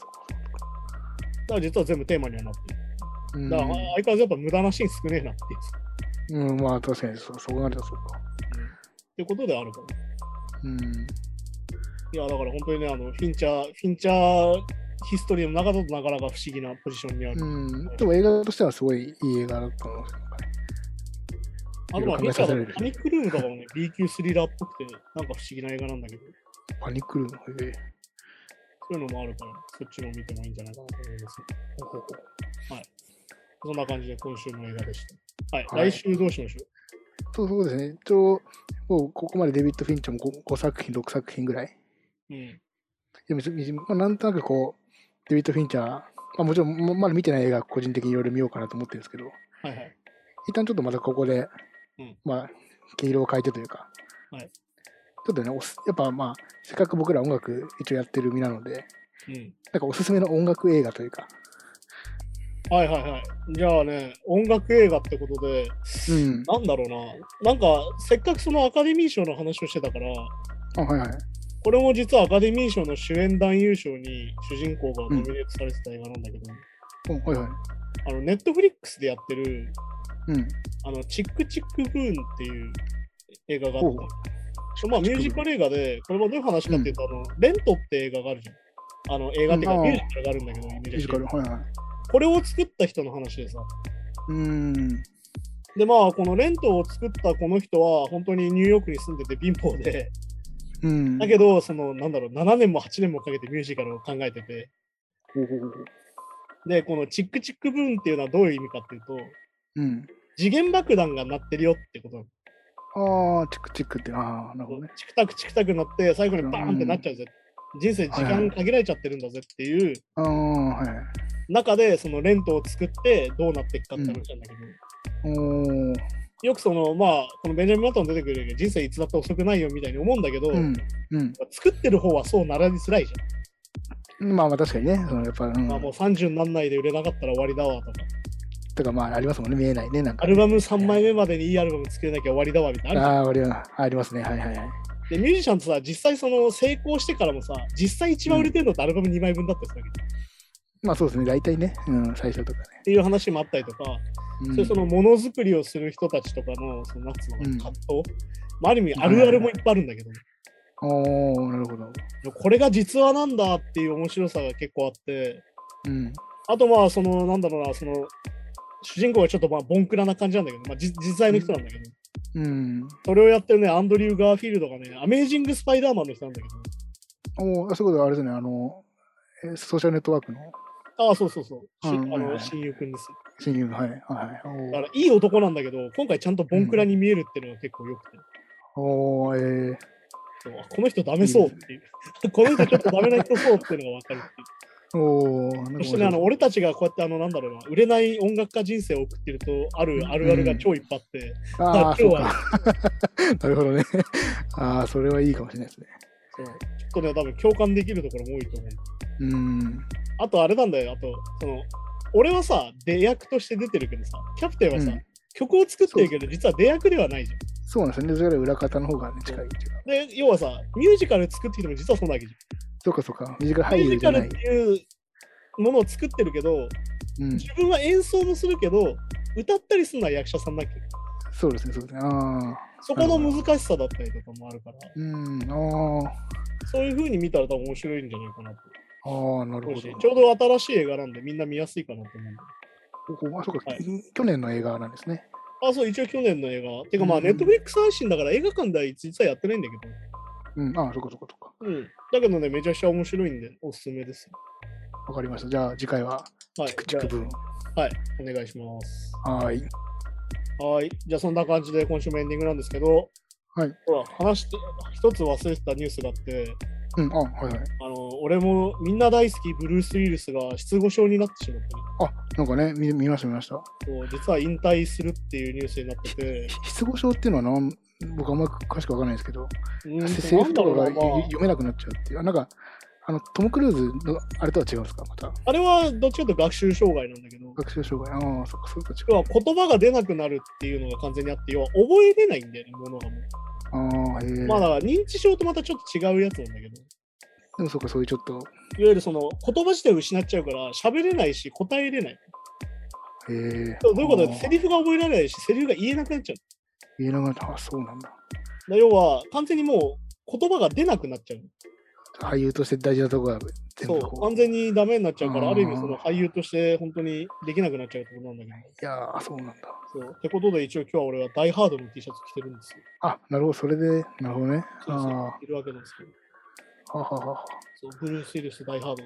[SPEAKER 2] から実は全部テーマにはなってる。
[SPEAKER 3] うん
[SPEAKER 2] だから相変わらずやっぱ無駄なシーン少ねえなっていう。
[SPEAKER 3] うん、まあ、確かにそう、そうなるとそうか。
[SPEAKER 2] ってことであるから。
[SPEAKER 3] うん。
[SPEAKER 2] いや、だから本当にね、あの、フィンチャー、フィンチャーヒストリーの中だとなかなか不思議なポジションにある。
[SPEAKER 3] うん、でも映画としてはすごいいい映画だと思うんですよ。
[SPEAKER 2] あとはフィ
[SPEAKER 3] いろいろ考え
[SPEAKER 2] ンチャ
[SPEAKER 3] させ
[SPEAKER 2] ーの
[SPEAKER 3] られる
[SPEAKER 2] パニックルームとかもね、B 級スリラーっぽくて、なんか不思議な映画なんだけど、
[SPEAKER 3] パニックルーム。え
[SPEAKER 2] そういうのもあるから、そっちも見てもいいんじゃないかなと思います。
[SPEAKER 3] えほうほうほう
[SPEAKER 2] そんな感じで今週の映画でした。はい、
[SPEAKER 3] はい
[SPEAKER 2] 来週どうしましょ
[SPEAKER 3] そうそうですね。一応、もうここまでデビッド・フィンチャーも 5, 作品、6作品ぐらい。
[SPEAKER 2] う。うん。
[SPEAKER 3] でも、みじまあ、なんとなくこう、デビッド・フィンチャー、まあ、もちろんままだ見てない映画、個人的にいろいろ見ようかなと思ってるんですけど、
[SPEAKER 2] はいはい。
[SPEAKER 3] 一旦ちょっとまたここで、
[SPEAKER 2] うん
[SPEAKER 3] まあ、毛色を変えてというか、
[SPEAKER 2] はい
[SPEAKER 3] ちょっとね、おすやっぱまあ、せっかく僕ら音楽一応やってる身なので、
[SPEAKER 2] うん。
[SPEAKER 3] なんかおすすめの音楽映画というか、
[SPEAKER 2] はいはいはい。じゃあね、音楽映画ってことで、
[SPEAKER 3] うん。
[SPEAKER 2] なんだろうな。なんか、せっかくそのアカデミー賞の話をしてたから、
[SPEAKER 3] あ、はいはい。
[SPEAKER 2] これも実はアカデミー賞の主演男優賞に主人公がノミネートされてた映画なんだけど、
[SPEAKER 3] おはいはい。
[SPEAKER 2] あの、ネットフリックスでやってる、
[SPEAKER 3] うん。
[SPEAKER 2] あの、チックチックブーンっていう映画があっ
[SPEAKER 3] ほ
[SPEAKER 2] て、まあ、ミュージカル映画で、これはどういう話かっていうと、あの、レントって映画があるじゃん。あの、映画っていうか
[SPEAKER 3] うん
[SPEAKER 2] ミュージカルがあるんだけど、イメ
[SPEAKER 3] ミュ
[SPEAKER 2] ー
[SPEAKER 3] ー
[SPEAKER 2] ジ
[SPEAKER 3] ジ
[SPEAKER 2] カ
[SPEAKER 3] カ
[SPEAKER 2] ル
[SPEAKER 3] ル、。はいはい。
[SPEAKER 2] これを作った人の話でさ。
[SPEAKER 3] うん。
[SPEAKER 2] でまあこのレントを作ったこの人は本当にニューヨークに住んでて貧乏で、
[SPEAKER 3] うん。
[SPEAKER 2] だけどそのなんだろう7年も8年もかけてミュージカルを考えてて、
[SPEAKER 3] ほうほうほうほう
[SPEAKER 2] でこのチックチックブーンっていうのはどういう意味かっていうと、
[SPEAKER 3] うん。
[SPEAKER 2] 次元爆弾が鳴ってるよってことなの
[SPEAKER 3] ああ、チクチクって、ああ、なるほどね。
[SPEAKER 2] チクタクチクタク鳴って最後にバーンってなっちゃうぜ。人生時間限られちゃってるんだぜっていう
[SPEAKER 3] ああ、はい。
[SPEAKER 2] 中でそのレントを作ってどうなっていくかって話なんだけど、
[SPEAKER 3] おお。
[SPEAKER 2] よくそのまあこのベンジャミン・マトン出てくるけど人生いつだって遅くないよみたいに思うんだけど、
[SPEAKER 3] うん。うん。
[SPEAKER 2] 作ってる方はそうならにづらいじゃん。
[SPEAKER 3] まあまあ確かにね、そのやっぱ、うん。
[SPEAKER 2] まあもう30になんないで売れなかったら終わりだわとか、
[SPEAKER 3] とかまあありますもんね、見えないね、なんか。
[SPEAKER 2] アルバム3枚目までにいいアルバム作れなきゃ終わりだわみたいなのある
[SPEAKER 3] ああ、ありますありますね、はいはいはい。
[SPEAKER 2] じゃん。で、ミュージシャンってさ、実際その成功してからもさ、実際一番売れてるのってアルバム2枚分だったりするわけ、
[SPEAKER 3] まあそうですね、大体ね、うん、最初とかね。
[SPEAKER 2] っていう話もあったりとか、
[SPEAKER 3] うん、
[SPEAKER 2] そういうそのものづくりをする人たちとかの、そのなんつうのか
[SPEAKER 3] うん
[SPEAKER 2] な葛藤、まあ、ある意味あるあるもいっぱいあるんだけど、
[SPEAKER 3] おおなるほど。
[SPEAKER 2] これが実話なんだっていう面白さが結構あって、
[SPEAKER 3] うん。
[SPEAKER 2] あとまあ、その、なんだろうな、その、主人公はちょっとまあ、ボンクラな感じなんだけど、まあ、じ実在の人なんだけど、
[SPEAKER 3] うん。
[SPEAKER 2] それをやってるね、アンドリュー・ガーフィールドがね、アメージング・スパイダーマンの人なんだけど、
[SPEAKER 3] おーあそういうことはあれですね、あの、えーソーシャルネットワークの
[SPEAKER 2] ああ、そうそうそう。し
[SPEAKER 3] う
[SPEAKER 2] あ
[SPEAKER 3] ん
[SPEAKER 2] の親友くんです。
[SPEAKER 3] 親友の、はい、はいはい。おー
[SPEAKER 2] だからいい男なんだけど、今回ちゃんとボンクラに見えるっていうのが結構よくて、
[SPEAKER 3] おーえー
[SPEAKER 2] そうあこの人ダメそうって
[SPEAKER 3] *laughs*
[SPEAKER 2] いう。この人ちょっとダメな人そうっていうのが分かるっていう。
[SPEAKER 3] おーなんか
[SPEAKER 2] そ
[SPEAKER 3] 面
[SPEAKER 2] して
[SPEAKER 3] 白い
[SPEAKER 2] ね、あの俺たちがこうやってあのなんだろうな売れない音楽家人生を送ってるとあるあるあるが超いっぱいあって、
[SPEAKER 3] あ
[SPEAKER 2] あ
[SPEAKER 3] あ、そう
[SPEAKER 2] 今
[SPEAKER 3] か。 *laughs* なるほどね。ああ、それはいいかもしれないですね。
[SPEAKER 2] そう結構ね多分共感できるところも多いと思う
[SPEAKER 3] うーん。
[SPEAKER 2] あとあれなんだよあとその俺はさ出役として出てるけどさキャプテンはさ、
[SPEAKER 3] うん
[SPEAKER 2] 曲を作ってるけど実は出役ではないじゃん
[SPEAKER 3] そうなんですよね。それより裏方の方が、ね、近いっていうか。
[SPEAKER 2] で要はさミュージカル作ってきても実はそんなわけじ
[SPEAKER 3] そうかそうか。短い
[SPEAKER 2] ゃん、
[SPEAKER 3] 俳
[SPEAKER 2] ミュー
[SPEAKER 3] 優
[SPEAKER 2] ジ
[SPEAKER 3] じゃ
[SPEAKER 2] カル
[SPEAKER 3] ない
[SPEAKER 2] って。いうものを作ってるけど
[SPEAKER 3] うん。
[SPEAKER 2] 自分は演奏もするけど歌ったりするのは役者さんだっけ
[SPEAKER 3] そうですね、そうですね。ああ。
[SPEAKER 2] そこの難しさだったりとかもあるから
[SPEAKER 3] うん。あ
[SPEAKER 2] そういう風に見たら多分面白いんじゃないかなと
[SPEAKER 3] あ。ああ、な
[SPEAKER 2] 思
[SPEAKER 3] るほ
[SPEAKER 2] う
[SPEAKER 3] ど。
[SPEAKER 2] しちょうど新しい映画なんでみんな見やすいかなと思うんで
[SPEAKER 3] おあ、そうか、
[SPEAKER 2] はい
[SPEAKER 3] き去年の映画なんですね。
[SPEAKER 2] あ、そう、一応去年の映画。てかまあ、
[SPEAKER 3] うん
[SPEAKER 2] ネットフリックス配信だから映画館では実はやってないんだけ
[SPEAKER 3] うん。ああ、そうかそうかそうか。
[SPEAKER 2] ど。うん。だけどね、めちゃくちゃ面白いんで、おすすめです。
[SPEAKER 3] わかりました。じゃあ次回は、
[SPEAKER 2] はい
[SPEAKER 3] チ。クチク分。
[SPEAKER 2] はい。お願いします。
[SPEAKER 3] はーい。
[SPEAKER 2] はい。じゃあ、そんな感じで今週もエンディングなんですけど、
[SPEAKER 3] はい。
[SPEAKER 2] ほら、話して、一つ忘れてたニュースがあって、
[SPEAKER 3] うん。あはいはい。
[SPEAKER 2] あの、俺もみんな大好き、ブルース・ウィルスが失語症になってしまってね、
[SPEAKER 3] あなんかね、見見ました見ました。
[SPEAKER 2] そう実は引退するっていうニュースになってて、
[SPEAKER 3] *laughs* 失語症っていうのはなん、僕あんま詳しくわかんないですけど、
[SPEAKER 2] うん
[SPEAKER 3] セリフとかが
[SPEAKER 2] なんだろうなまあ
[SPEAKER 3] 読めなくなっちゃうっていう、あなんかあのトム・クルーズのあれとは違うんですか、また
[SPEAKER 2] あれはどっちかというと学習障害なんだけど、
[SPEAKER 3] 学習障害、ああ、そっか、そうと違
[SPEAKER 2] 要
[SPEAKER 3] う
[SPEAKER 2] は。言葉が出なくなるっていうのが完全にあって、要は覚えれないんだよね、ものがもう。
[SPEAKER 3] ああ、へえ、
[SPEAKER 2] まあだから認知症とまたちょっと違うやつなんだけど、
[SPEAKER 3] でもそうか、そういうちょっと、
[SPEAKER 2] いわゆるその言葉自体を失っちゃうから喋れないし答えれない。
[SPEAKER 3] へえ。
[SPEAKER 2] どういうことだ
[SPEAKER 3] あ
[SPEAKER 2] っ
[SPEAKER 3] あ
[SPEAKER 2] てセリフが覚えられないし、セリフが言えなくなっちゃう。
[SPEAKER 3] 言えなかった、あそうなん
[SPEAKER 2] だ
[SPEAKER 3] だ。
[SPEAKER 2] から要は完全にもう言葉が出なくなっちゃう。
[SPEAKER 3] 俳優として大事なとこが全
[SPEAKER 2] そ
[SPEAKER 3] 部
[SPEAKER 2] う
[SPEAKER 3] こう。
[SPEAKER 2] 完全にダメになっちゃうか
[SPEAKER 3] あ
[SPEAKER 2] ら、
[SPEAKER 3] あ
[SPEAKER 2] ある意味その俳優として本当にできなくなっちゃうってことなんだけ
[SPEAKER 3] いやー、そうなんだ。
[SPEAKER 2] ど。そうってことで一応今日は俺はダイハードの T シャツ着てるんですよ。
[SPEAKER 3] あなるほど、それで、なるほどね。あ
[SPEAKER 2] そうそういるわけなんですけど。
[SPEAKER 3] あ、はははは。
[SPEAKER 2] そうブルース・ウィルス・ダイハー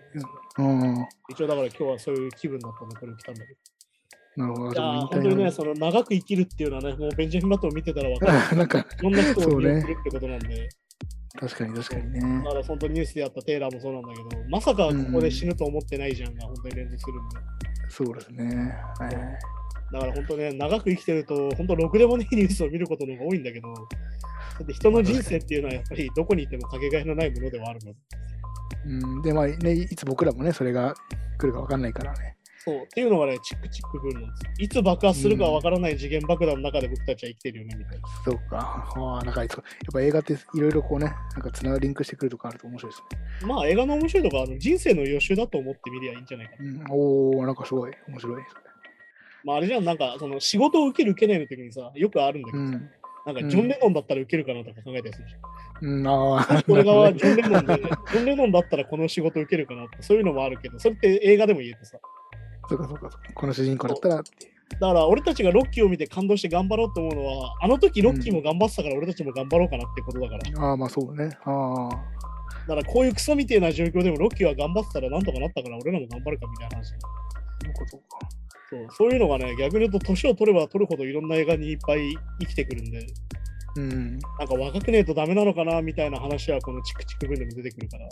[SPEAKER 2] ド。
[SPEAKER 3] うん、
[SPEAKER 2] 一応だから今日はそういう気分だったんでこれ来たんだけど。
[SPEAKER 3] なるほど。
[SPEAKER 2] いやー本
[SPEAKER 3] で
[SPEAKER 2] 当
[SPEAKER 3] も
[SPEAKER 2] に
[SPEAKER 3] 引
[SPEAKER 2] ね、
[SPEAKER 3] 退
[SPEAKER 2] その長く生きるっていうのはね、もうベンジャミン・バトンを見てたら分か
[SPEAKER 3] *laughs*
[SPEAKER 2] る。
[SPEAKER 3] のなんか、
[SPEAKER 2] いろんな人
[SPEAKER 3] そ
[SPEAKER 2] を
[SPEAKER 3] う
[SPEAKER 2] 利用
[SPEAKER 3] ね
[SPEAKER 2] するってことなんで、
[SPEAKER 3] 確かに確かにね
[SPEAKER 2] だ。から本当にニュースでやったテイラーもそうなんだけど、まさかここで死ぬと思ってないじゃんが本当に連続するんで、
[SPEAKER 3] そうですね。はいはい。
[SPEAKER 2] だから本当ね、長く生きてると、本当ろくでもないニュースを見ることの方が多いんだけど、だって人の人生っていうのはやっぱりどこにいてもかけがえのないものではあるので。
[SPEAKER 3] うん、で、まあね、いつ僕らもね、それが来るかわかんないからね。
[SPEAKER 2] そうっていうのがね、チックチックブルーなんですよ。いつ爆発するかわからない次元爆弾の中で僕たちは生きてるよねみたいな。
[SPEAKER 3] そうか。ああ、なんかいつか、やっぱ映画っていろいろこうね、なんかつながリンクしてくるとかあると面白いです
[SPEAKER 2] まあ映画の面白いとこはあの人生の予習だと思ってみりゃいいんじゃないかな。
[SPEAKER 3] ね。うん、おおなんかすごい、面白い。
[SPEAKER 2] まああれじゃん、なんかその仕事を受ける受けないの時にさ、よくあるんだけ
[SPEAKER 3] う
[SPEAKER 2] どさ、
[SPEAKER 3] ん。
[SPEAKER 2] なんかジョン・レノンだったら受けるかなとか考えたりするじゃん。
[SPEAKER 3] うん、ああ、
[SPEAKER 2] 俺側は
[SPEAKER 3] なる
[SPEAKER 2] ジョン・レノンで、ジョン・レノンだったらこの仕事受けるかなとか、そういうのもあるけど、それって映画でも言えてさ。
[SPEAKER 3] ほどそうかそうかそうか。この主人公だったらっていう。
[SPEAKER 2] だから俺たちがロッキーを見て感動して頑張ろうと思うのは、あの時ロッキーも頑張ってたから俺たちも頑張ろうかなってことだから。だ
[SPEAKER 3] ああ、まあそうね。ああ。
[SPEAKER 2] からこういうクソみたいな状況でもロッキーは頑張ってたらなんとかなったから俺らも頑張るかみたいな話。
[SPEAKER 3] そうかそうか。
[SPEAKER 2] そうそういうのがね、逆に言うと年を取れば取るほどいろんな映画にいっぱい生きてくるんで、
[SPEAKER 3] うん。
[SPEAKER 2] なんか若くねえとダメなのかなみたいな話はこのチクチク分でも出てくるから。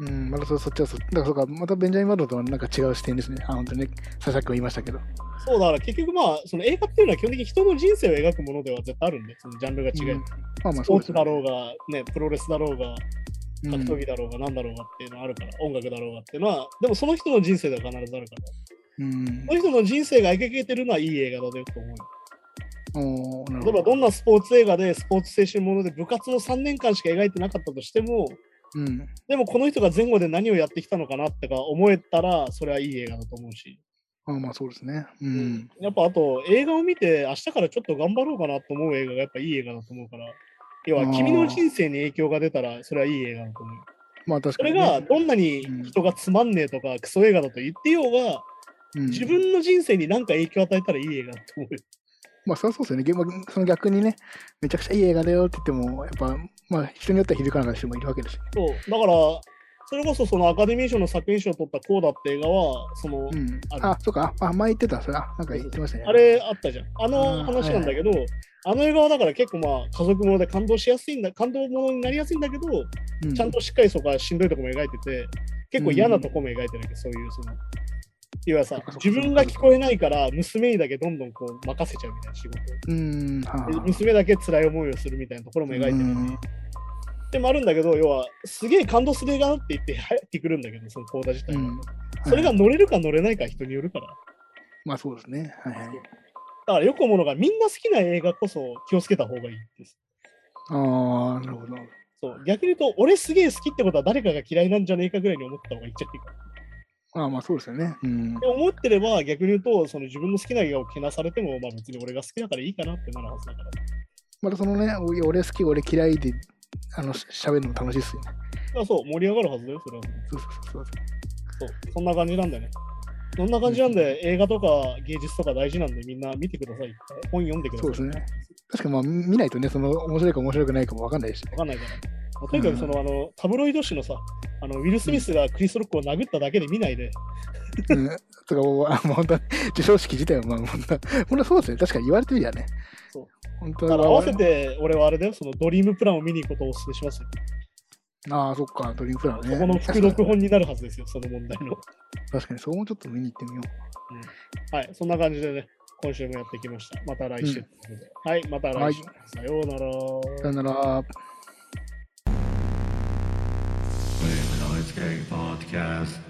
[SPEAKER 3] うん、またそそっちはそだからそうか、またベンジャミン・バトンとはなんか違う視点ですね。あ、本当にね、ささっきも言いましたけど。
[SPEAKER 2] そうだから結局まあその映画っていうのは基本的に人の人生を描くものでは絶対あるんで、そのジャンルが違い、
[SPEAKER 3] うんまあまあ
[SPEAKER 2] ス
[SPEAKER 3] そ
[SPEAKER 2] ポ
[SPEAKER 3] う
[SPEAKER 2] ー
[SPEAKER 3] です
[SPEAKER 2] ツ
[SPEAKER 3] ね
[SPEAKER 2] だろうが、ね、プロレスだろうが、
[SPEAKER 3] う
[SPEAKER 2] 格
[SPEAKER 3] ん
[SPEAKER 2] 闘技だろうが、なんだろうがっていうのはあるから、音楽だろうがっていうのは、でもその人の人生では必ずあるから、
[SPEAKER 3] うん
[SPEAKER 2] その人の人生が描けてるのはいい映画だねと思う。
[SPEAKER 3] おーなる
[SPEAKER 2] 例
[SPEAKER 3] ほ
[SPEAKER 2] えばど
[SPEAKER 3] ど。
[SPEAKER 2] んなスポーツ映画でスポーツ青春もので部活の3年間しか描いてなかったとしても、
[SPEAKER 3] うん。
[SPEAKER 2] でもこの人が前後で何をやってきたのかなってか思えたら、それはいい映画だと思うし、
[SPEAKER 3] まあまあそうですね。うん。
[SPEAKER 2] やっぱあと映画を見て、明日からちょっと頑張ろうかなと思う映画がやっぱいい映画だと思うから、要は君の人生に影響が出たら、それはいい映画だと思う。
[SPEAKER 3] まあ確
[SPEAKER 2] そ
[SPEAKER 3] かに
[SPEAKER 2] れ
[SPEAKER 3] ね、
[SPEAKER 2] がどんなに人がつまんねえとか、クソ映画だと言ってようが、
[SPEAKER 3] うん
[SPEAKER 2] 自分の人生に何か影響を与えたらいい映画だと思う。
[SPEAKER 3] まあそりゃそうですよね。現場その逆にね、めちゃくちゃいい映画だよって言っても、やっぱ、まあ人によっては響かない人もいるわけですよね。
[SPEAKER 2] そうだからそれこそそのアカデミー賞の作品賞を取ったコーダって映画は、その、
[SPEAKER 3] うん、
[SPEAKER 2] あの
[SPEAKER 3] あ、そうか、あ、前言ってた、それ、あなんか言ってましたね。
[SPEAKER 2] あれあったじゃん。あ
[SPEAKER 3] あー
[SPEAKER 2] の話なんだけど、あの映画はだから結構まあ家族もので感動しやすいんだ、感動ものになりやすいんだけど、
[SPEAKER 3] う
[SPEAKER 2] ちゃんとしっかりそこはしんどいとこも描いてて、結構嫌なとこも描いてるわけ、そういうその。いわゆるさ
[SPEAKER 3] そっかそっか
[SPEAKER 2] 自分が聞こえないから娘にだけどんどんこう任せちゃうみたいな仕事
[SPEAKER 3] うん、はあ
[SPEAKER 2] で娘だけ辛い思いをするみたいなところも描いてる
[SPEAKER 3] うん
[SPEAKER 2] でもあるんだけど要はすげえ感動する映画だって言って *laughs* 入ってくるんだけどその講座自体は、
[SPEAKER 3] うん
[SPEAKER 2] それが
[SPEAKER 3] はい
[SPEAKER 2] 乗れるか乗れないかは人によるから
[SPEAKER 3] まあそうですね。はいはい。
[SPEAKER 2] だからよく思うのがみんな好きな映画こそ気をつけた方がいいです
[SPEAKER 3] ああ、なるほど。
[SPEAKER 2] そう逆に言うと俺すげえ好きってことは誰かが嫌いなんじゃねえかぐらいに思った方がいいんじゃねえか
[SPEAKER 3] ああ、まあそうですよね。うん
[SPEAKER 2] で。思ってれば逆に言うとその自分の好きな映画をけなされてもまあ別に俺が好きだからいいかなってなるはずだから
[SPEAKER 3] またそのね、おい俺好き、俺嫌いで、あの、ししゃべるのも楽しいっすよね。
[SPEAKER 2] だからそう盛り上がるはずだよそれは
[SPEAKER 3] そうそうそうそう。
[SPEAKER 2] そうそんな感じなんだよねそんな感じなんで、映画とか芸術とか大事なんでみんな見てください本読んでくださ
[SPEAKER 3] そ
[SPEAKER 2] いう
[SPEAKER 3] ですね。確かにまあ見ないとね、その面白いか面白くないかもわかんないしね
[SPEAKER 2] わ。かんないから。まあとにかくその、あのタブロイド紙のさあの、ウィル・スミスがクリス・ロックを殴っただけで見ないで、
[SPEAKER 3] うん。とか、もうあもう本当に、授賞式自体はまあ本当、本当そうですね。確かに言われてみりゃね。
[SPEAKER 2] そう。
[SPEAKER 3] 本当
[SPEAKER 2] だから合わせ。て俺はあれだよ、そのドリームプランを見に行くことをお勧めしますよ。
[SPEAKER 3] ああ、そっか、ドリンクプラン
[SPEAKER 2] そ
[SPEAKER 3] ね。
[SPEAKER 2] この副読本になるはずですよ、その問題の。
[SPEAKER 3] 確かに、そこもちょっと見に行ってみよ
[SPEAKER 2] はい、そんな感じでね、今週もやってきました。また来週ということで、はい、また来週。さようなら
[SPEAKER 3] う。さ。よな
[SPEAKER 1] Wave
[SPEAKER 3] ら。
[SPEAKER 1] Noise Gang Podcast.